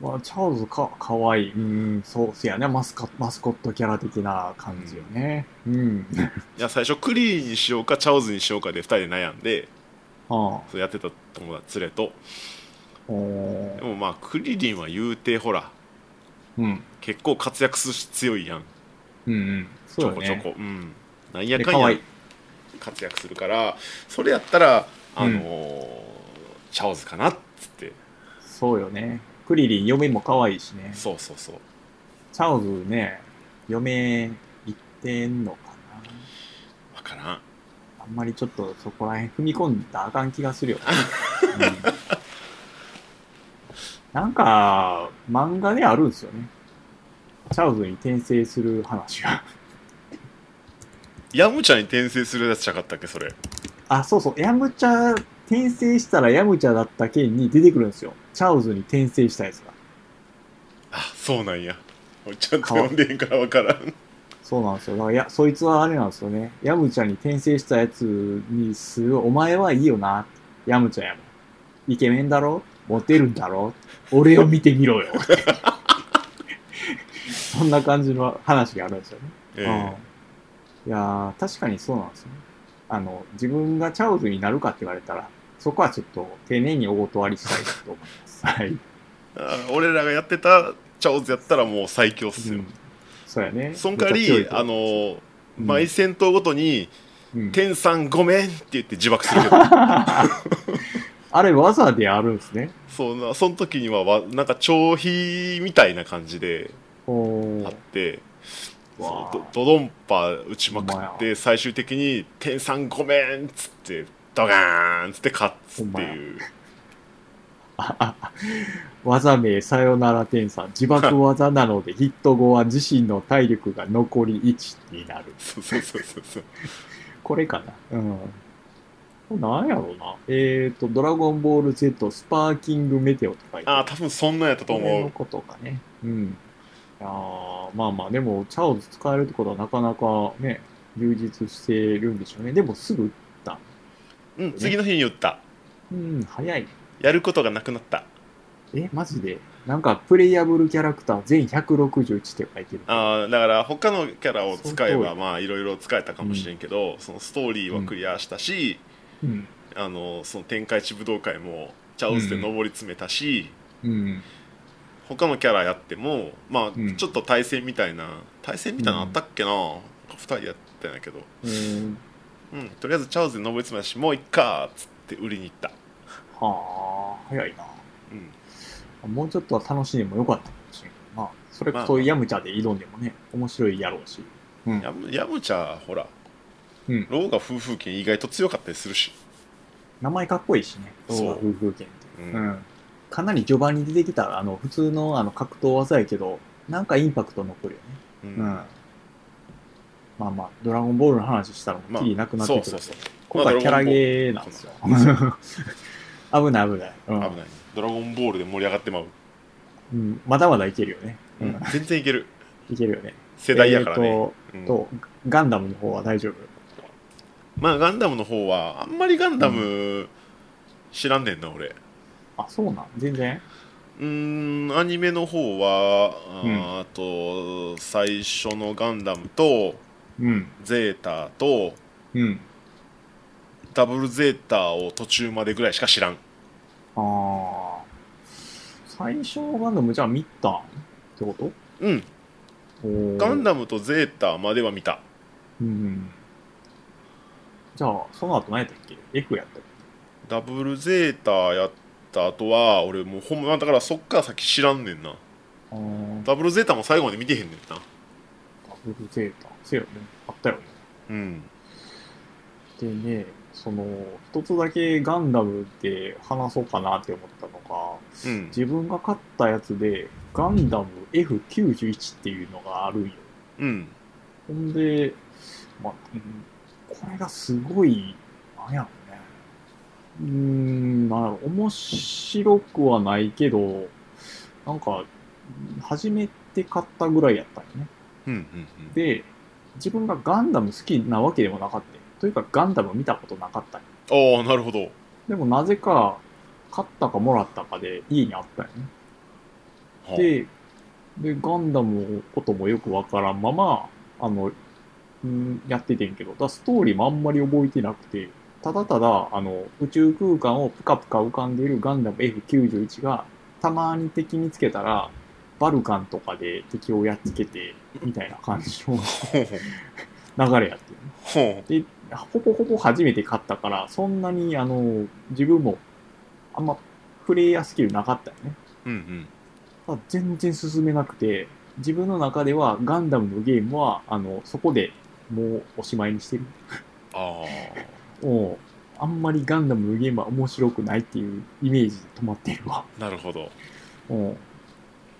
Speaker 2: まあチャオズか、かわいい。うん、そう、せやね。マスカマスコットキャラ的な感じよね。うん。
Speaker 1: いや最初クリーにしようかチャオズにしようかで2人で悩んで
Speaker 2: あ
Speaker 1: そうやってた友達連れと
Speaker 2: あ。お
Speaker 1: でもまあクリリンは言うてほら
Speaker 2: うん。
Speaker 1: 結構活躍するし強いやん、
Speaker 2: うんうん。
Speaker 1: ち
Speaker 2: そう
Speaker 1: ょ
Speaker 2: よ
Speaker 1: こ
Speaker 2: ね。
Speaker 1: ちょこうんなんや
Speaker 2: で
Speaker 1: かん
Speaker 2: 可愛
Speaker 1: や
Speaker 2: い
Speaker 1: 活躍するからそれやったらあのーチャオズかなっつって
Speaker 2: そうよね。クリリン、嫁も可愛いしね。
Speaker 1: そうそうそう
Speaker 2: チャオズね、嫁行ってんのか
Speaker 1: わからん
Speaker 2: な。あんまりちょっとそこら辺踏み込んだらあかん気がす るよね。うんなんか、漫画であるんですよね。チャオズに転生する話が。
Speaker 1: ヤムチャに転生するやつちゃかったっけそれ
Speaker 2: あ、そうそう、ヤムチャ、転生したらヤムチャだった件に出てくるんですよ。チャオズに転生したやつが。
Speaker 1: あそうなんや俺ちゃんと読んでへんからわからん
Speaker 2: そうなんですよ。だから、や、そいつはあれなんですよね。ヤムチャに転生したやつにする、お前はいいよな。ヤムチャやもん。イケメンだろモテるんだろ俺を見てみろよ。 そんな感じの話があるんですよね。
Speaker 1: え
Speaker 2: うんいやー確かにそうなんですね。あの、自分がチャオズになるかって言われたら、そこはちょっと丁寧にお断りしたいと思い ます。はい。
Speaker 1: えあ俺らがやってたチャオズやったらもう最強っすよ、
Speaker 2: うんそうやね。
Speaker 1: その代わ
Speaker 2: めっちゃ強い
Speaker 1: り、
Speaker 2: と
Speaker 1: あの、ー
Speaker 2: うん
Speaker 1: 毎戦闘ごとに、
Speaker 2: うん
Speaker 1: 天さんごめんって言って自爆 するけど、
Speaker 2: あれ技であるんですね。
Speaker 1: そうな、その時にはわ、なんか、長飛みたいな感じで
Speaker 2: お
Speaker 1: あって、
Speaker 2: わ
Speaker 1: そ
Speaker 2: あ
Speaker 1: うドドドンパ打ちまく
Speaker 2: ほんま
Speaker 1: って、最終的に、天さんごめんっつって、ドガーンっつって勝つっていう。
Speaker 2: あああ技名さよなら天さん、自爆技なのでヒット後は自身の体力が残り1になる。
Speaker 1: そうそうそうそうそう
Speaker 2: これかな。うん。なんやろうな。えっ、と、ドラゴンボール Z スパーキングメテオとか
Speaker 1: ああ多分そんなんやったと
Speaker 2: これ
Speaker 1: 思
Speaker 2: の
Speaker 1: う
Speaker 2: ことかね。うん。いやーまあまあ、でも、チャオズ使えるってことはなかなかね、充実してるんでしょうね。でも、すぐ、
Speaker 1: うん次の日に言った
Speaker 2: うん、早い。
Speaker 1: やることがなくなった
Speaker 2: え、マジでなんか、プレイヤブルキャラクター全161って書いてる。
Speaker 1: あーだから他のキャラを使え
Speaker 2: その通
Speaker 1: ば
Speaker 2: り
Speaker 1: まあいろいろ使えたかもしれんけど、そのストーリーはクリアしたし、
Speaker 2: うん。
Speaker 1: あのその天下一武道会もチャオスで上り詰めたし、
Speaker 2: うん。
Speaker 1: 他のキャラやってもま
Speaker 2: うん
Speaker 1: あちょっと対戦みたいな対戦みたいなのあったっけな、二2人やったんやけど、
Speaker 2: うん、
Speaker 1: うん、とりあえずチャオズで上り詰めたしもういっかっつって売りに行った、
Speaker 2: はあ、早いな。
Speaker 1: うん、
Speaker 2: もうちょっとは楽しんでもよかったかもしれんけどな。それこ
Speaker 1: まあま
Speaker 2: そ、
Speaker 1: あ
Speaker 2: ヤムチャで挑んでもね、面白いやろうし。うん。
Speaker 1: やむやむちゃほら、
Speaker 2: うん
Speaker 1: ローが夫婦権意外と強かったりするし、
Speaker 2: 名前かっこいいしね、
Speaker 1: そう
Speaker 2: ローガ夫婦剣って。
Speaker 1: うん
Speaker 2: うんかなり序盤に出てきたあの普通のあの格闘技やけど、なんかインパクト残るよね。
Speaker 1: うん
Speaker 2: まあまあ、ドラゴンボールの話したらもう
Speaker 1: まあ
Speaker 2: きりなくなっ
Speaker 1: そ
Speaker 2: て
Speaker 1: う
Speaker 2: く
Speaker 1: そ
Speaker 2: る
Speaker 1: う。そう
Speaker 2: 今回キャラゲーなんですよ。 危ない危ない。うん
Speaker 1: 危ないドラゴンボールで盛り上がってまう、
Speaker 2: うんまだまだいけるよね。う
Speaker 1: うん
Speaker 2: ん、
Speaker 1: 全然いける
Speaker 2: いけるよね。
Speaker 1: 世代やから
Speaker 2: え
Speaker 1: ね、
Speaker 2: ー
Speaker 1: うん
Speaker 2: ととガンダムの方は大丈夫。
Speaker 1: まあガンダムの方はあんまりガンダム知らんねんな俺
Speaker 2: あ、そうなん全然
Speaker 1: うーんアニメの方はあーあと最初のガンダムと
Speaker 2: うん。
Speaker 1: ゼータと
Speaker 2: うん。
Speaker 1: ダブルゼータを途中までぐらいしか知らん
Speaker 2: ああ。最初のガンダムじゃあ見たんってこと
Speaker 1: うんガン
Speaker 2: ム
Speaker 1: ダムとゼータまでは見た
Speaker 2: うん。じゃあ、その後何やったっけ ?F やったっ
Speaker 1: ダブルゼータやった後は俺もうほんまだからそっから先知らんねんな
Speaker 2: けあー
Speaker 1: ダブルゼータも最後まで見てへんねんな
Speaker 2: ダブルゼータ。せやね。あったよね。
Speaker 1: うん
Speaker 2: でね、その、一つだけガンダムで話そうかなって思ったのが、
Speaker 1: うん
Speaker 2: 自分が買ったやつで、ガンダム F91 っていうのがあるんよ。
Speaker 1: うん
Speaker 2: ほんで、まあ、うんこれがすごい、なんやろね。うーん、なんやろ、面白くはないけど、なんか、初めて買ったぐらいやったんよね。
Speaker 1: うんうんうん
Speaker 2: で、自分がガンダム好きなわけでもなかったよ。というか、ガンダム見たことなかったんよ。
Speaker 1: ああなるほど
Speaker 2: でも、なぜか、買ったかもらったかで家にあったんよね。
Speaker 1: はあ
Speaker 2: で、で、ガンダムのこともよくわからんまま、あの、うん、やっててんけど、だからストーリーもあんまり覚えてなくて、ただただ、あの、宇宙空間をぷかぷか浮かんでいるガンダム F91 が、たまに敵見つけたら、バルカンとかで敵をやっつけて、みたいな感じの
Speaker 1: ほう ほう
Speaker 2: 流れやってる。
Speaker 1: ほ
Speaker 2: で、ほぼほぼ初めて勝ったから、そんなに、あの、自分も、あんま、プレイヤースキルなかったよね。
Speaker 1: ううん
Speaker 2: ただ全然進めなくて、自分の中ではガンダムのゲームは、あの、そこでもうおしまいにしてる。
Speaker 1: あ
Speaker 2: もう、あんまりガンダムのゲームは面白くないっていうイメージで止まってるわ。
Speaker 1: あなるほど
Speaker 2: もう、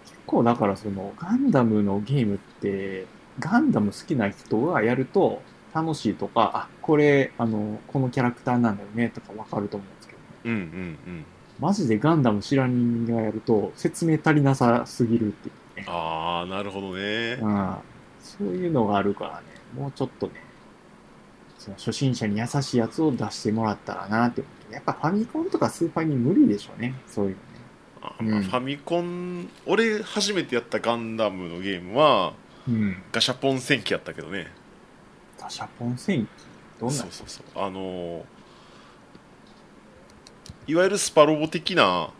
Speaker 2: 結構だからその、ガンダムのゲームって、ガンダム好きな人がやると楽しいとか、あ、これ、あの、このキャラクターなんだよねとかわかると思うんですけど、
Speaker 1: うんうんうん
Speaker 2: マジでガンダム知らん人間がやると説明足りなさすぎるっていうね。
Speaker 1: ああなるほどね
Speaker 2: うん、そういうのがあるからね、もうちょっとね、その初心者に優しいやつを出してもらったらなって思って、やっぱファミコンとかスーパーに無理でしょうね、そういうの
Speaker 1: あま
Speaker 2: ね。
Speaker 1: あ
Speaker 2: うん
Speaker 1: ファミコン俺初めてやったガンダムのゲームは
Speaker 2: うん。
Speaker 1: ガシャポン戦記やったけどね
Speaker 2: ガシャポン戦記、どんな
Speaker 1: そうそうそうあのーいわゆるスパロボ的な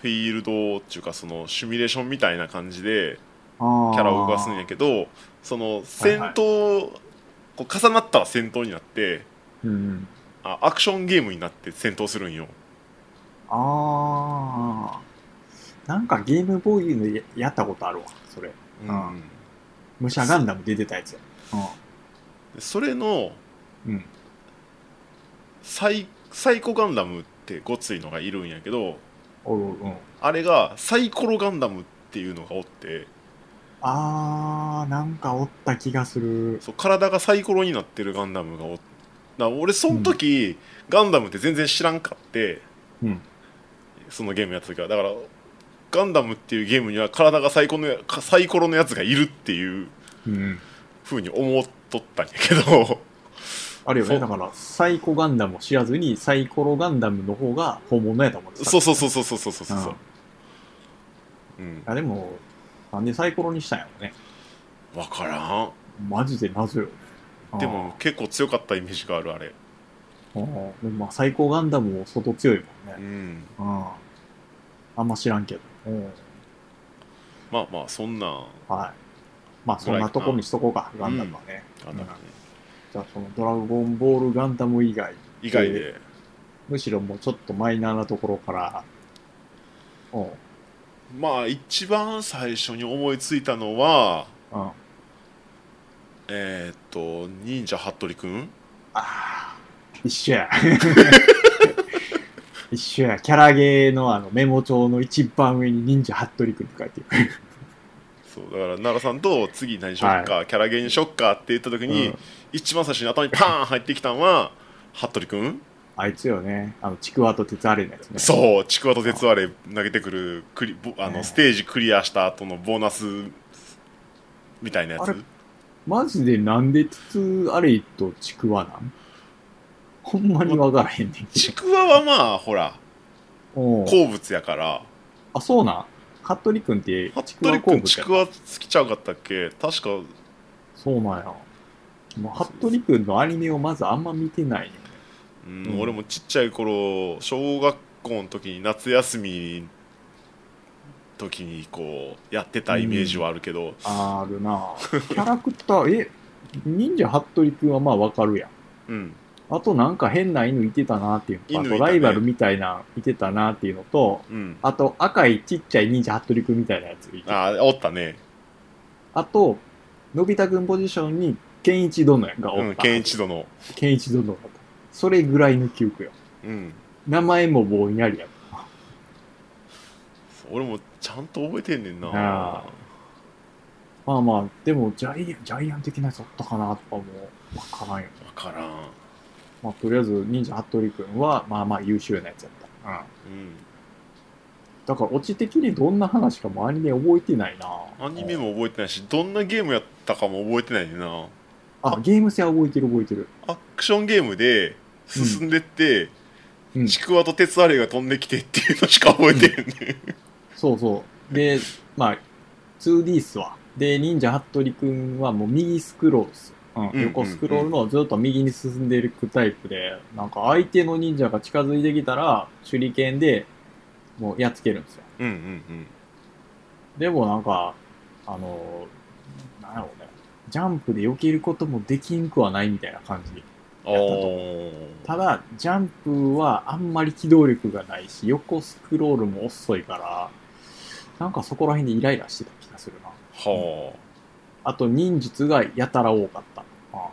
Speaker 1: フィールドっていうかそのシミュレーションみたいな感じで
Speaker 2: キャ
Speaker 1: キャラを動かすんやけどその戦闘、こう重なったら戦闘になって
Speaker 2: うん。
Speaker 1: あアクションゲームになって戦闘するんよ
Speaker 2: あー。なんかゲームボーイでやったことあるわ、それ。うん
Speaker 1: うん
Speaker 2: 武者ガンダム出てたやつや。
Speaker 1: でそれの
Speaker 2: うん。うん。
Speaker 1: サイサイコガンダムってごついのがいるんやけど
Speaker 2: おるおるうん。
Speaker 1: あれがサイコロガンダムっていうのがおって
Speaker 2: あー、なんかおった気がする。
Speaker 1: そう体がサイコロになってるガンダムがおっだ俺その時、ガンダムって全然知らんかって、
Speaker 2: うん
Speaker 1: そのゲームやった時はだからガンダムっていうゲームには体がサイコロのやサイコロのやつがいるっていう
Speaker 2: うん。
Speaker 1: ふうに思っとったんやけど
Speaker 2: あるよ
Speaker 1: そ
Speaker 2: ね。
Speaker 1: う
Speaker 2: だから、サイコガンダムを知らずに、サイコロガンダムの方が本物やと思ってた。
Speaker 1: そう
Speaker 2: そ
Speaker 1: そうそうそうそうそうそうそう、うん、
Speaker 2: あでも、なんでサイコロにしたんやろね。
Speaker 1: 分からん
Speaker 2: マジで謎よ。あー
Speaker 1: でも、結構強かったイメージがあるあれ
Speaker 2: あーでもまあ、サイコガンダムも相当強いもん
Speaker 1: う
Speaker 2: ね。
Speaker 1: ん
Speaker 2: うん。あんま知らんけど。うん。
Speaker 1: まあまあそんな
Speaker 2: はい。まあ、そんなとこにしとこうか、ガンダムはね。
Speaker 1: ガンダムね
Speaker 2: じゃあ、そのドラゴンボールガンダム以外、
Speaker 1: 以外で、
Speaker 2: むしろもうちょっとマイナーなところから、うん。うん。
Speaker 1: まあ一番最初に思いついたのは
Speaker 2: あ
Speaker 1: えーっと忍者服部くん
Speaker 2: あー、一緒や。 一緒や。キャラゲーのあのメモ帳の一番上に忍者ハットリくんって書いてる。
Speaker 1: そうだから奈良さんと次何しよっか、キャラゲーにしよっかって言った時に、
Speaker 2: うん
Speaker 1: 一番最初に頭にパーン入ってきたのは服部くん
Speaker 2: あいつよね。あの、ちくわと鉄アレのやつね。う。
Speaker 1: そうちくわと鉄割れ投げてくるクリボあの、
Speaker 2: ね
Speaker 1: ステージクリアした後のボーナスみたいなや
Speaker 2: あれ
Speaker 1: つ
Speaker 2: マジでなんで鉄アレとちくわなんほんまにわからへんねんけ
Speaker 1: ちくわはまあほら
Speaker 2: ど。おう
Speaker 1: 好物やから
Speaker 2: あ、そうなんハットリくんってちく
Speaker 1: 服
Speaker 2: わ
Speaker 1: 部
Speaker 2: 好
Speaker 1: 君
Speaker 2: 物
Speaker 1: ち
Speaker 2: や
Speaker 1: くわ好きちゃうかったっけ確か
Speaker 2: そうなんや。まあ、服部君のアニメをまずあんま見てないね。
Speaker 1: うん
Speaker 2: うん
Speaker 1: 俺もちっちゃい頃小学校の時に夏休み時にこうやってたイメージはあるけど、
Speaker 2: あるなぁキャラクター、え、忍者服部君はまあわかるやん。
Speaker 1: うん
Speaker 2: あとなんか変な犬いてたなっていうのと、
Speaker 1: 犬いたね
Speaker 2: あとライバルみたいな、いてたなっていうのと、
Speaker 1: うん
Speaker 2: あと赤いちっちゃい忍者服部君みたいなやついてあ
Speaker 1: あおったね
Speaker 2: と、のび太くんポジションに健一殿がお
Speaker 1: う
Speaker 2: っ
Speaker 1: ん
Speaker 2: た。
Speaker 1: 健一殿
Speaker 2: 健一殿だった。それぐらいの記憶よ。
Speaker 1: うん
Speaker 2: 名前もぼんやりや
Speaker 1: 俺もちゃんと覚えてんねんな
Speaker 2: あまあまあ、でもジャイアン、ジャイアン的なやつおったかなとかもわからんよね。
Speaker 1: 分からん
Speaker 2: まあ、とりあえず忍者服部君はまあまあ優秀なやつやった、
Speaker 1: うん
Speaker 2: だからオチ的にどんな話かもアニメ覚えてないな
Speaker 1: アニメも覚えてないしどんなゲームやったかも覚えてないねんな
Speaker 2: あゲーム性は覚えてる覚えてる
Speaker 1: アクションゲームで進んでって、
Speaker 2: うん
Speaker 1: ちくわと鉄アレイが飛んできてっていうのしか覚えてへんね、
Speaker 2: そうそうでまあ 2D っすわで忍者服部君はもう右スクロールっす、うん
Speaker 1: うん
Speaker 2: 横スクロールのずっと右に進んでいくタイプでなんか相手の忍者が近づいてきたら手裏剣でもうやっつけるんですよ
Speaker 1: うんうん
Speaker 2: でもなんか、あのー、なんやろうね、ジャンプで避けることもできんくはないみたいな感じ。
Speaker 1: うんおー
Speaker 2: ただ、ジャンプはあんまり機動力がないし、横スクロールも遅いから、なんかそこら辺でイライラしてた気がするな。
Speaker 1: は
Speaker 2: あと、忍術がやたら多かった。あ
Speaker 1: あ、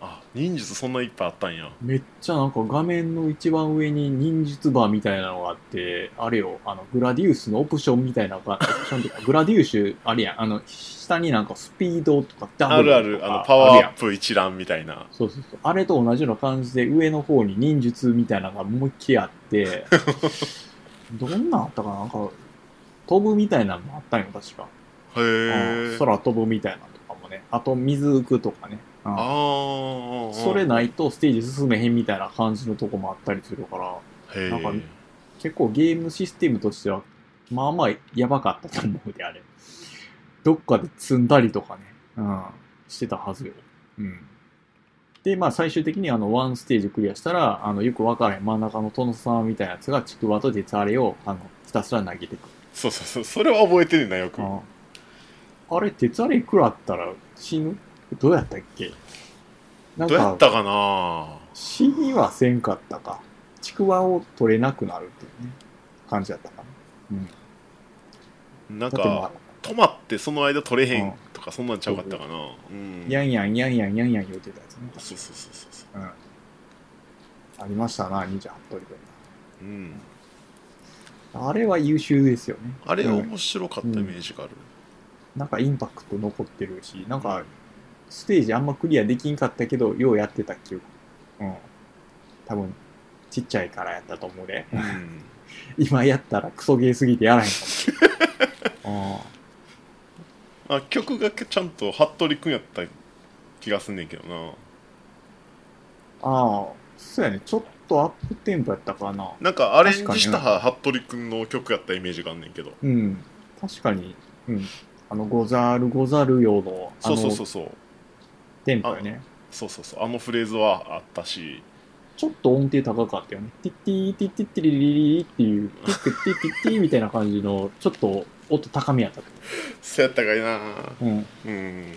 Speaker 1: あ忍術そんないっぱいあったんや
Speaker 2: めっちゃなんか画面の一番上に忍術バーみたいなのがあって、あれよ、あの、グラディウスのオプションみたいなのが、オプションっていうか、グラディウス、あれやん、あの、下になんかスピードとかダ
Speaker 1: あ
Speaker 2: ブル
Speaker 1: るあ
Speaker 2: と
Speaker 1: る
Speaker 2: か
Speaker 1: あのパワ
Speaker 2: る
Speaker 1: ー
Speaker 2: や
Speaker 1: ア
Speaker 2: ん
Speaker 1: ップ一覧みたいな
Speaker 2: そうそうそう。あれと同じような感じで、上の方に忍術みたいなのが思いっきり あって、どんなんあったかななんか、飛ぶみたいなのもあったんよ、確か。
Speaker 1: へ
Speaker 2: う
Speaker 1: え
Speaker 2: ん空飛ぶみたいなのとかもね。あと、水浮くとかね。うん
Speaker 1: あー
Speaker 2: それないとステージ進めへんみたいな感じのとこもあったりするから、
Speaker 1: へ
Speaker 2: なんか
Speaker 1: え
Speaker 2: 結構ゲームシステムとしては、まあまあやばかったと思うで、あれ。どっかで積んだりとかね、うん、してたはずよ。うん。で、まあ最終的にあの、ワンステージクリアしたら、あの、よくわからへん真ん中の殿様みたいなやつがちくわと鉄あれを、あの、ひたすら投げてく
Speaker 1: そうそうそうそれは覚えてるんだよく
Speaker 2: る。あれ、鉄あれ食らったら死ぬどうやったっけなん
Speaker 1: どうや
Speaker 2: か
Speaker 1: っ、たかな
Speaker 2: 死にはせんかったか。ちくわを取れなくなるっていうね、感じだったか
Speaker 1: なん
Speaker 2: な。だってまあ
Speaker 1: か、止まってその間取れへんとかそんなんちゃうかったかなうん
Speaker 2: やんやんやんやんやんやん言うてたやつね。
Speaker 1: そうそうそうそうそ
Speaker 2: ありましたな、兄ちゃん、服部君。
Speaker 1: ううん
Speaker 2: あれは優秀ですよね。
Speaker 1: あれ
Speaker 2: うん
Speaker 1: 面白かったイメージがある、
Speaker 2: なんかインパクト残ってるし、なんかステージあんまクリアできんかったけど、ようやってた記憶。うん。多分、ちっちゃいからやったと思うで。
Speaker 1: うん
Speaker 2: 今やったらクソゲーすぎてやらへんかも。
Speaker 1: あ曲がちゃんと服部君やった気がすんねんけどな
Speaker 2: ああ、そうやね。ちょっとアップテンポやったかな。
Speaker 1: なんかアレンジした
Speaker 2: 確
Speaker 1: 服部君の曲やったイメージがあんねんけど
Speaker 2: うん。確かに、うん。あの、ござるござるよの、あ
Speaker 1: そうそうそ
Speaker 2: の
Speaker 1: うそう
Speaker 2: テンポやね。
Speaker 1: そうそうそうあのフレーズはあったし
Speaker 2: ちょっと音程高かったよね。ティッティーティッティッティリリリリリっていう、ティッティッティッティッティみたいな感じの、ちょっと音高めやったけ
Speaker 1: そうやったかいな
Speaker 2: ど。うん。
Speaker 1: うん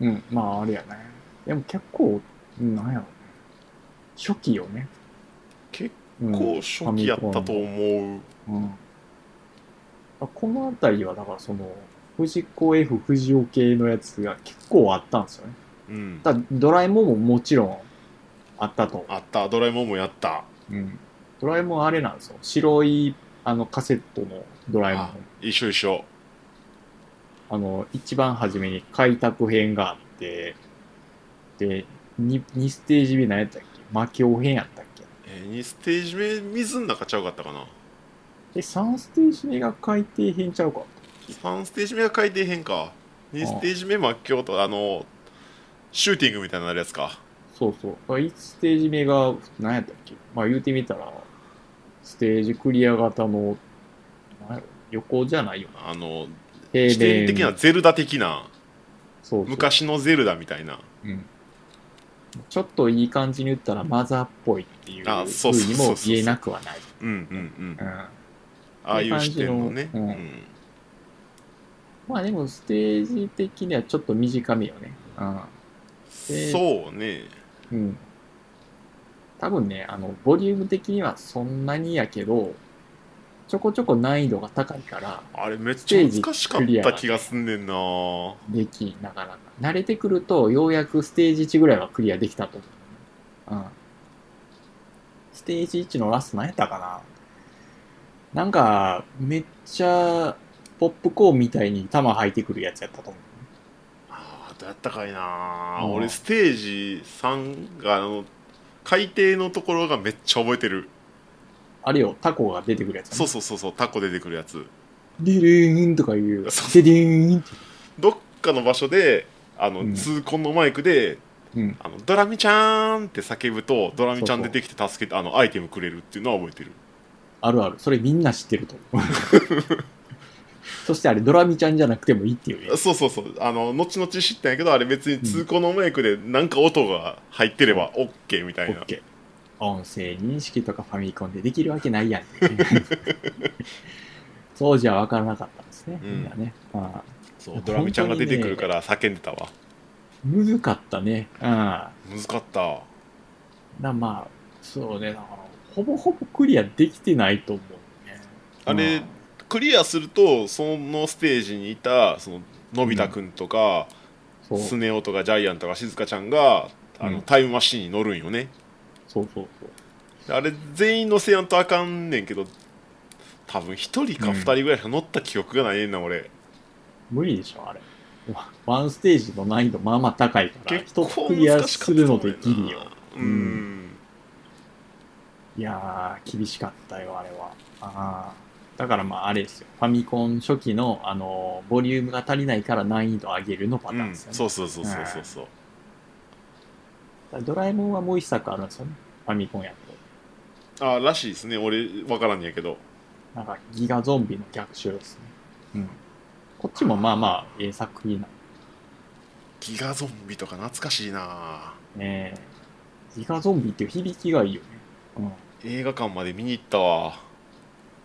Speaker 2: うん。まあ、あれやね。でも結構、うんなんやろね。初期よね。
Speaker 1: 結
Speaker 2: うん
Speaker 1: 構初期やったと思う
Speaker 2: うんあこの辺りは、だからその、藤子 F 不二雄系のやつが結構あったんですよね。
Speaker 1: うん
Speaker 2: ただ、ドラえもんももちろんあったと。
Speaker 1: あったドラえもんもやった
Speaker 2: うん。ドラえもんあれなんですよ。白い、あの、カセットのドラえもん。
Speaker 1: あ一緒一緒
Speaker 2: あの、一番初めに開拓編があって、で、2, 2ステージ目何やったっけ魔境編やったっけ
Speaker 1: えー、2ステージ目水の中ちゃうかったかな
Speaker 2: で、3ステージ目が海底編ちゃうか。
Speaker 1: 3ステージ目は海底編か2ステージ目は今日とあのシューティングみたいになるやつか
Speaker 2: そうそう。1ステージ目が何やったっけまあ言うてみたら、ステージクリア型の、なんやろ横じゃないよな。
Speaker 1: あの
Speaker 2: 平
Speaker 1: 視点
Speaker 2: 面
Speaker 1: 的なゼルダ的な
Speaker 2: そうそう。
Speaker 1: 昔のゼルダみたいな
Speaker 2: うんちょっといい感じに打ったらマザーっぽいっていう
Speaker 1: あ
Speaker 2: ふ
Speaker 1: そううそう
Speaker 2: に
Speaker 1: そうそう
Speaker 2: も言えなくはない。
Speaker 1: うんうんうん
Speaker 2: うん
Speaker 1: ああいう視点のね
Speaker 2: いい感じのうんまあでもステージ的にはちょっと短めよね。うん。
Speaker 1: うんそうね
Speaker 2: うん。多分ね、あの、ボリューム的にはそんなにやけど、ちょこちょこ難易度が高いから、
Speaker 1: あれめっちゃ難しかった気がすんねんな
Speaker 2: できなかなか。慣れてくると、ようやくステージ1ぐらいはクリアできたと思う。うん。ステージ1のラスト何やったかななんか、めっちゃ、ポップコーンみたいに弾吐いてくるやつやったと思う。
Speaker 1: あーどうやったかいな、
Speaker 2: うん
Speaker 1: 俺ステージ3があの海底のところがめっちゃ覚えてる
Speaker 2: あれよ、タコが出てくるやつ、
Speaker 1: そうそうそうそうタコ出てくるやつ
Speaker 2: ディルーンとかいう、
Speaker 1: そう
Speaker 2: ディルーンって。
Speaker 1: どっかの場所であの、
Speaker 2: うん
Speaker 1: 痛恨のマイクで
Speaker 2: うん
Speaker 1: 「あのドラミちゃん!」って叫ぶとドラミちゃん出てきて助けてあのアイテムくれるっていうのは覚えてる
Speaker 2: あるある。それみんな知ってると 思う。そしてあれ、ドラミちゃんじゃなくてもいいっていうね。
Speaker 1: そうそうそうあの後々知ったんやけどあれ別に痛恨のマイクでなんか音が入ってれば OK みた
Speaker 2: オ
Speaker 1: いな
Speaker 2: ッ、ケー。音声認識とかファミコンでできるわけ ないやん。当時は分からなかったんですね。
Speaker 1: う
Speaker 2: み
Speaker 1: ん
Speaker 2: んなね。ああ
Speaker 1: そうドラミちゃんが出てくるから叫んでたわ
Speaker 2: むずかったね。ああ
Speaker 1: 難かった
Speaker 2: だまあ、そうね。だから、ほぼほぼクリアできてないと思うね。
Speaker 1: あれ
Speaker 2: うん
Speaker 1: クリアするとそのステージにいたそののび太くんとか、
Speaker 2: そう
Speaker 1: ス
Speaker 2: そう
Speaker 1: ネ夫とかジャイアンとか静香ちゃんがあの、
Speaker 2: うん
Speaker 1: タイムマシンに乗るんよね
Speaker 2: そうそう。
Speaker 1: あれ全員乗せやんとあかんねんけど多分1人か
Speaker 2: うん
Speaker 1: 2人ぐらいしか乗った記憶がないねんな俺、
Speaker 2: 無理でしょ、あれ。ワワンステージの難易度まあまあ高いから、
Speaker 1: 結構
Speaker 2: 一クリアするのできるよ。
Speaker 1: うん、
Speaker 2: いやー、厳しかったよ、あれは。あーだからまあ、あれですよ。ファミコン初期の、あのーボリュームが足りないから難易度上げるのパターンですよね。
Speaker 1: そうそうそうそうそうそう
Speaker 2: だからドラえもんはもう一作あるんですよね。ファミコンやと。
Speaker 1: あらしいですね俺分からんやけど
Speaker 2: なんか、ギガゾンビの逆襲ですね。うん。こっちもまあまあ、ええ作品なん
Speaker 1: ギガゾンビとか懐かしいな
Speaker 2: でね。ギガゾンビっていう響きがいいよね。
Speaker 1: 映画館まで見に行ったわ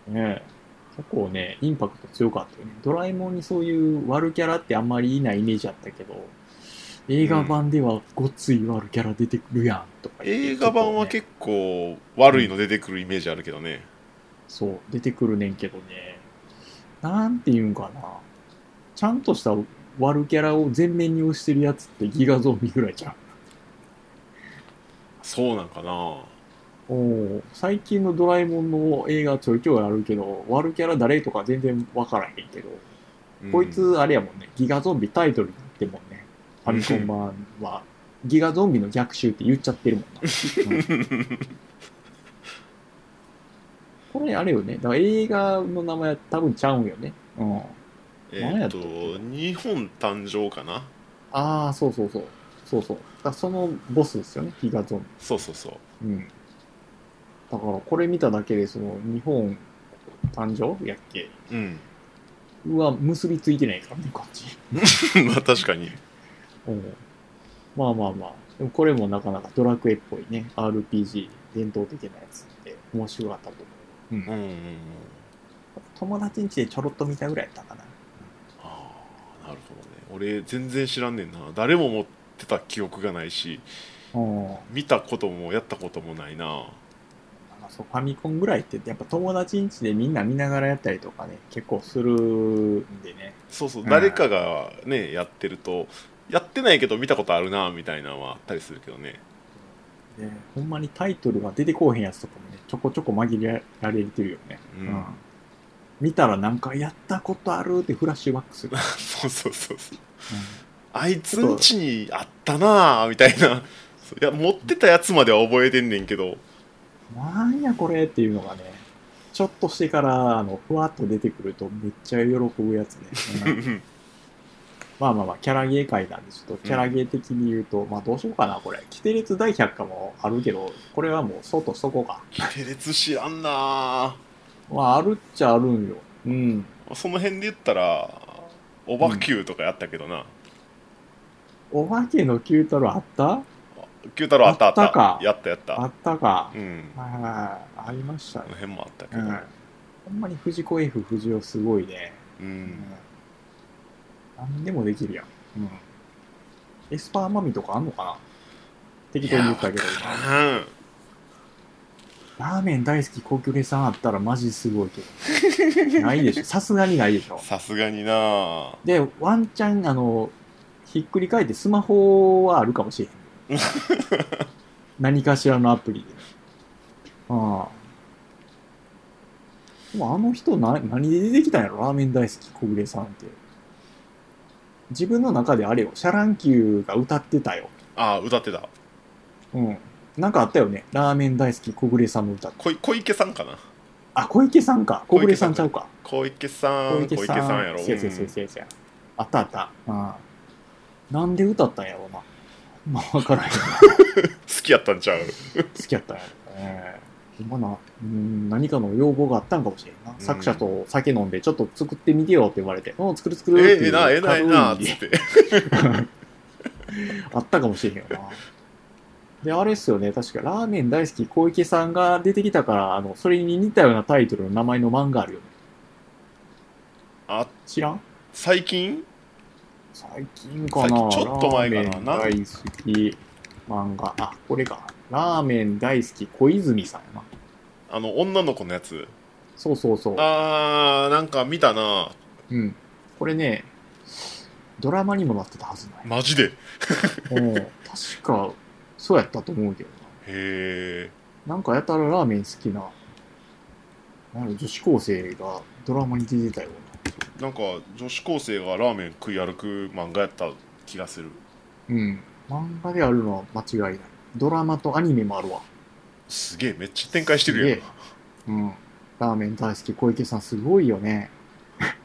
Speaker 2: うん。ねえ結構ね、インパクト強かったよね。ドラえもんにそういう悪キャラってあんまりいないイメージあったけど、映画版ではごっつい悪キャラ出てくるやんとか言って、
Speaker 1: 映画版は
Speaker 2: 結
Speaker 1: 結構悪いの出てくるイメージあるけどね、
Speaker 2: 構ね、そう、出てくるねんけどね、なんていうんかな、ちゃんとした悪キャラを全面に押してるやつってギガゾンビぐらいじゃん。
Speaker 1: そうなんかな
Speaker 2: おー最近のドラえもんの映画ちょいちょいあるけど、悪キャラ誰とか全然わからへんけど、
Speaker 1: うん
Speaker 2: こいつあれやもんね、ギガゾンビタイトルになってんもんね、ファミコン版は、ギガゾンビの逆襲って言っちゃってるもんな。うんこれあれよね、だから映画の名前は多分ちゃうんよね。うん。
Speaker 1: えー
Speaker 2: 何や
Speaker 1: っ
Speaker 2: ったっけ
Speaker 1: と日本誕生かな
Speaker 2: ああ、そうそうそう。そうそう。だからそのボスですよね、ギガゾンビ。
Speaker 1: そうそうそう
Speaker 2: うん。だからこれ見ただけで、その日本誕生やっけ
Speaker 1: うん、
Speaker 2: は結びついてないからね、こっち。
Speaker 1: まあ確かに
Speaker 2: うんまあまあまあ。でもこれもなかなかドラクエっぽいね、RPG、伝統的なやつって面白かったと思う。うん
Speaker 1: うんうんうん
Speaker 2: 友達ん家でちょろっと見たぐらいやったかな。
Speaker 1: ああなるほどね俺全然知らんねんな誰も持ってた記憶がないし
Speaker 2: うん。なん
Speaker 1: 見たこともやったこともないな
Speaker 2: かそうファミコンぐらいって、やっぱ友達ん家でみんな見ながらやったりとかね、結構するんでね。
Speaker 1: そうそう
Speaker 2: うん
Speaker 1: 誰かがねやってるとやってないけど見たことあるなみたいなのはあったりするけどね
Speaker 2: でほんまにタイトルが出てこうへんやつとかもね、ちょこちょこ紛れられてるよね。
Speaker 1: うん、
Speaker 2: うん見たらなんかやったことあるってフラッシュバックする。
Speaker 1: そうそうそうそう
Speaker 2: うん
Speaker 1: あいつんちにあったなあみたいなそういや持ってたやつまでは覚えてんねんけど
Speaker 2: なんやこれっていうのがね、ちょっとしてから、あの、ふわっと出てくるとめっちゃ喜ぶやつね。 うんまあまあまあ、キャラゲー界なんで、ちょっとキャラゲー的に言うと、まあどうしようかな、これ。キテレツ第100巻もあるけど、これはもうそうとしとこうか。
Speaker 1: 系列知らんな
Speaker 2: まああるっちゃあるんよ。うん。
Speaker 1: あその辺で言ったらおばきゅうとかやったけどな、
Speaker 2: お化けの Q 太郎あった
Speaker 1: 九太郎あったあった
Speaker 2: あったか
Speaker 1: やったやった
Speaker 2: あったか
Speaker 1: う。ん
Speaker 2: はいはいはい、ありました
Speaker 1: こ
Speaker 2: ね
Speaker 1: の。辺もあったけ
Speaker 2: う
Speaker 1: ど
Speaker 2: ん。ほんまに藤子 F 不二雄すごいね。
Speaker 1: うん、
Speaker 2: 何でもできるやん。エスパーマミとかあんのかな適
Speaker 1: い
Speaker 2: 当に
Speaker 1: や
Speaker 2: 言ったけど、
Speaker 1: わからん
Speaker 2: ラーメン大好き高級レさんあったらマジすごいけど。ないでしょ。さすがにないでしょ。
Speaker 1: さすがにな
Speaker 2: で、ワンチャン、あの、ひっくり返ってスマホはあるかもしれへん。何かしらのアプリで。ああ。でもあの人な、何で出てきたんやろラーメン大好き小暮さんって。自分の中であれよ、シャランキューが歌ってたよ。
Speaker 1: あ歌ってた
Speaker 2: うん。なんかあったよね。ラーメン大好き小暮さんの歌。
Speaker 1: こい小池さんかな
Speaker 2: あ、小池さんか。小暮さんちゃうか。
Speaker 1: 小池さん小池さんやろ
Speaker 2: せやせやせやせやせやあったあった。うん。なんで歌ったんやろうな。まあ、わからへん。好
Speaker 1: うん好きやったんちゃう
Speaker 2: きやったんやろうね。ほんまな、うん、何かの要望があったんかもしれんな。
Speaker 1: ん
Speaker 2: 作者と酒飲んで、ちょっと作ってみてよって言われて、うん、作る作る
Speaker 1: ええ
Speaker 2: って
Speaker 1: え
Speaker 2: い
Speaker 1: え
Speaker 2: う
Speaker 1: なええなええなっ
Speaker 2: 軽い
Speaker 1: つって
Speaker 2: あったかもしれへんよな。で、あれっすよね、確か、ラーメン大好き小池さんが出てきたから、あの、それに似たようなタイトルの名前の漫画あるよね。
Speaker 1: あ
Speaker 2: 知らん
Speaker 1: 最近
Speaker 2: 最近か
Speaker 1: 最近
Speaker 2: な
Speaker 1: ちょっと前かな
Speaker 2: ラーメン大好き漫画。あ、これか。ラーメン大好き小泉さんやな。
Speaker 1: あの女の子のやつ
Speaker 2: そうそうそう。
Speaker 1: あーなんか見たな
Speaker 2: うん。これね、ドラマにもなってたはず ない。
Speaker 1: マジでへ
Speaker 2: うん確か、そうやったと思うけど
Speaker 1: え
Speaker 2: な。なんかやたらラーメン好きな、なんか女子高生がドラマに出てたよ
Speaker 1: なんか女子高生がラーメン食い歩く漫画やった気がする
Speaker 2: うな。うん。漫画であるのは間違いない。ドラマとアニメもあるわ。
Speaker 1: すげえめっちゃ展開してるやん
Speaker 2: うん。ラーメン大好き小池さんすごいよね。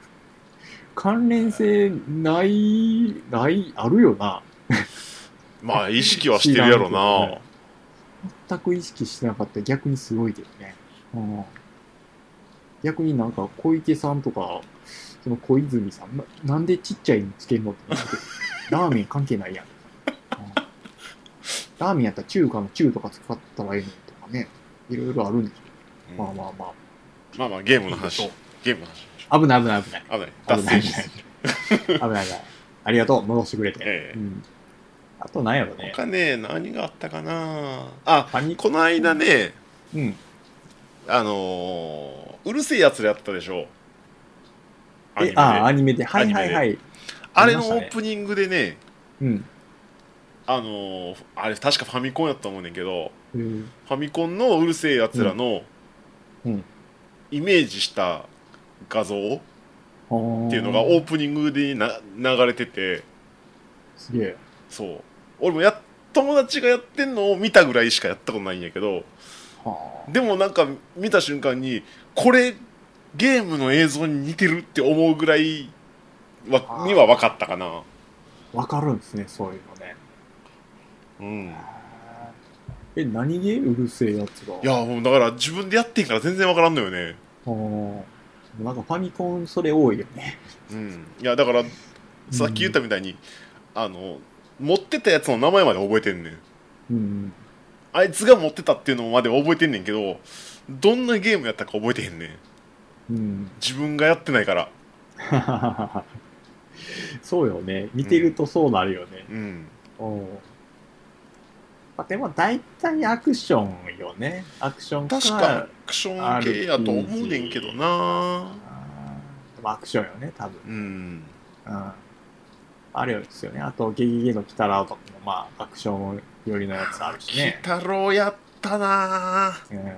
Speaker 2: 関連性ない、ない、あるよな。
Speaker 1: まあ意識はしてる やろな
Speaker 2: 全く意識してなかったら逆にすごいけどね。うん。逆になんか小池さんとか、その小泉さん、ななんでちっちゃいのつけんのっ て思うけどラーメン関係ないやん。うんラーメンやったら中華の中とか使ったらええのにとかね。いろいろあるんでしょ
Speaker 1: う
Speaker 2: うんまあまあまあ。
Speaker 1: まあまあゲームの話ゲームの話
Speaker 2: 危ない危ない危ない。
Speaker 1: 危ない脱線しない
Speaker 2: 危ない危ない。ありがとう、戻してくれて。
Speaker 1: ええ
Speaker 2: うん、あと何やろね。
Speaker 1: 他ね何があったかなあ
Speaker 2: パニック。
Speaker 1: この間ね
Speaker 2: うん。
Speaker 1: あのーうるせえやつらやったでしょアニメ
Speaker 2: え、
Speaker 1: で
Speaker 2: ああ、アニメで。はいはいはい。
Speaker 1: あれの
Speaker 2: あり
Speaker 1: オ
Speaker 2: ましたね
Speaker 1: ープニングでね
Speaker 2: うん。
Speaker 1: あのーあれ確かファミコンやったと思うねんけど
Speaker 2: うん。
Speaker 1: ファミコンのうるせえやつらの
Speaker 2: うんうん
Speaker 1: イメージした画像っ
Speaker 2: って
Speaker 1: いうのがオープニングでな流れてて
Speaker 2: すげえ。
Speaker 1: そう俺もや友達がやってんのを見たぐらいしかやったことないんやけど
Speaker 2: はあ。
Speaker 1: でもなんか見た瞬間にこれゲームの映像に似てるって思うぐらい
Speaker 2: あ
Speaker 1: は
Speaker 2: ー
Speaker 1: には分かったかな
Speaker 2: わかるんですね、そういうのね。
Speaker 1: うん
Speaker 2: え、何でうるせえやつが
Speaker 1: いやもうだから自分でやってんから全然分からんのよね
Speaker 2: あーなんかファミコンそれ多いよね。
Speaker 1: うんいやだからさっき言ったみたいに、あの持ってたやつの名前まで覚えてんねん
Speaker 2: うん。
Speaker 1: あいつが持ってたっていうのまで覚えてんねんけどどんなゲームやったか覚えてへんねん
Speaker 2: うん。
Speaker 1: 自分がやってないから
Speaker 2: そうよね。見てるとそうなるよね。
Speaker 1: うん
Speaker 2: うん。まあ、でも大体アクションよね。アクションか
Speaker 1: 確かアクション系やと思うねんけどな
Speaker 2: あーでもアクションよね、多分。
Speaker 1: うん
Speaker 2: うん。あれよですよね。あと、ゲゲゲの鬼太郎とかも、まあ、アクション寄りのやつあるしね。
Speaker 1: 鬼太郎やったなぁ
Speaker 2: うん。鬼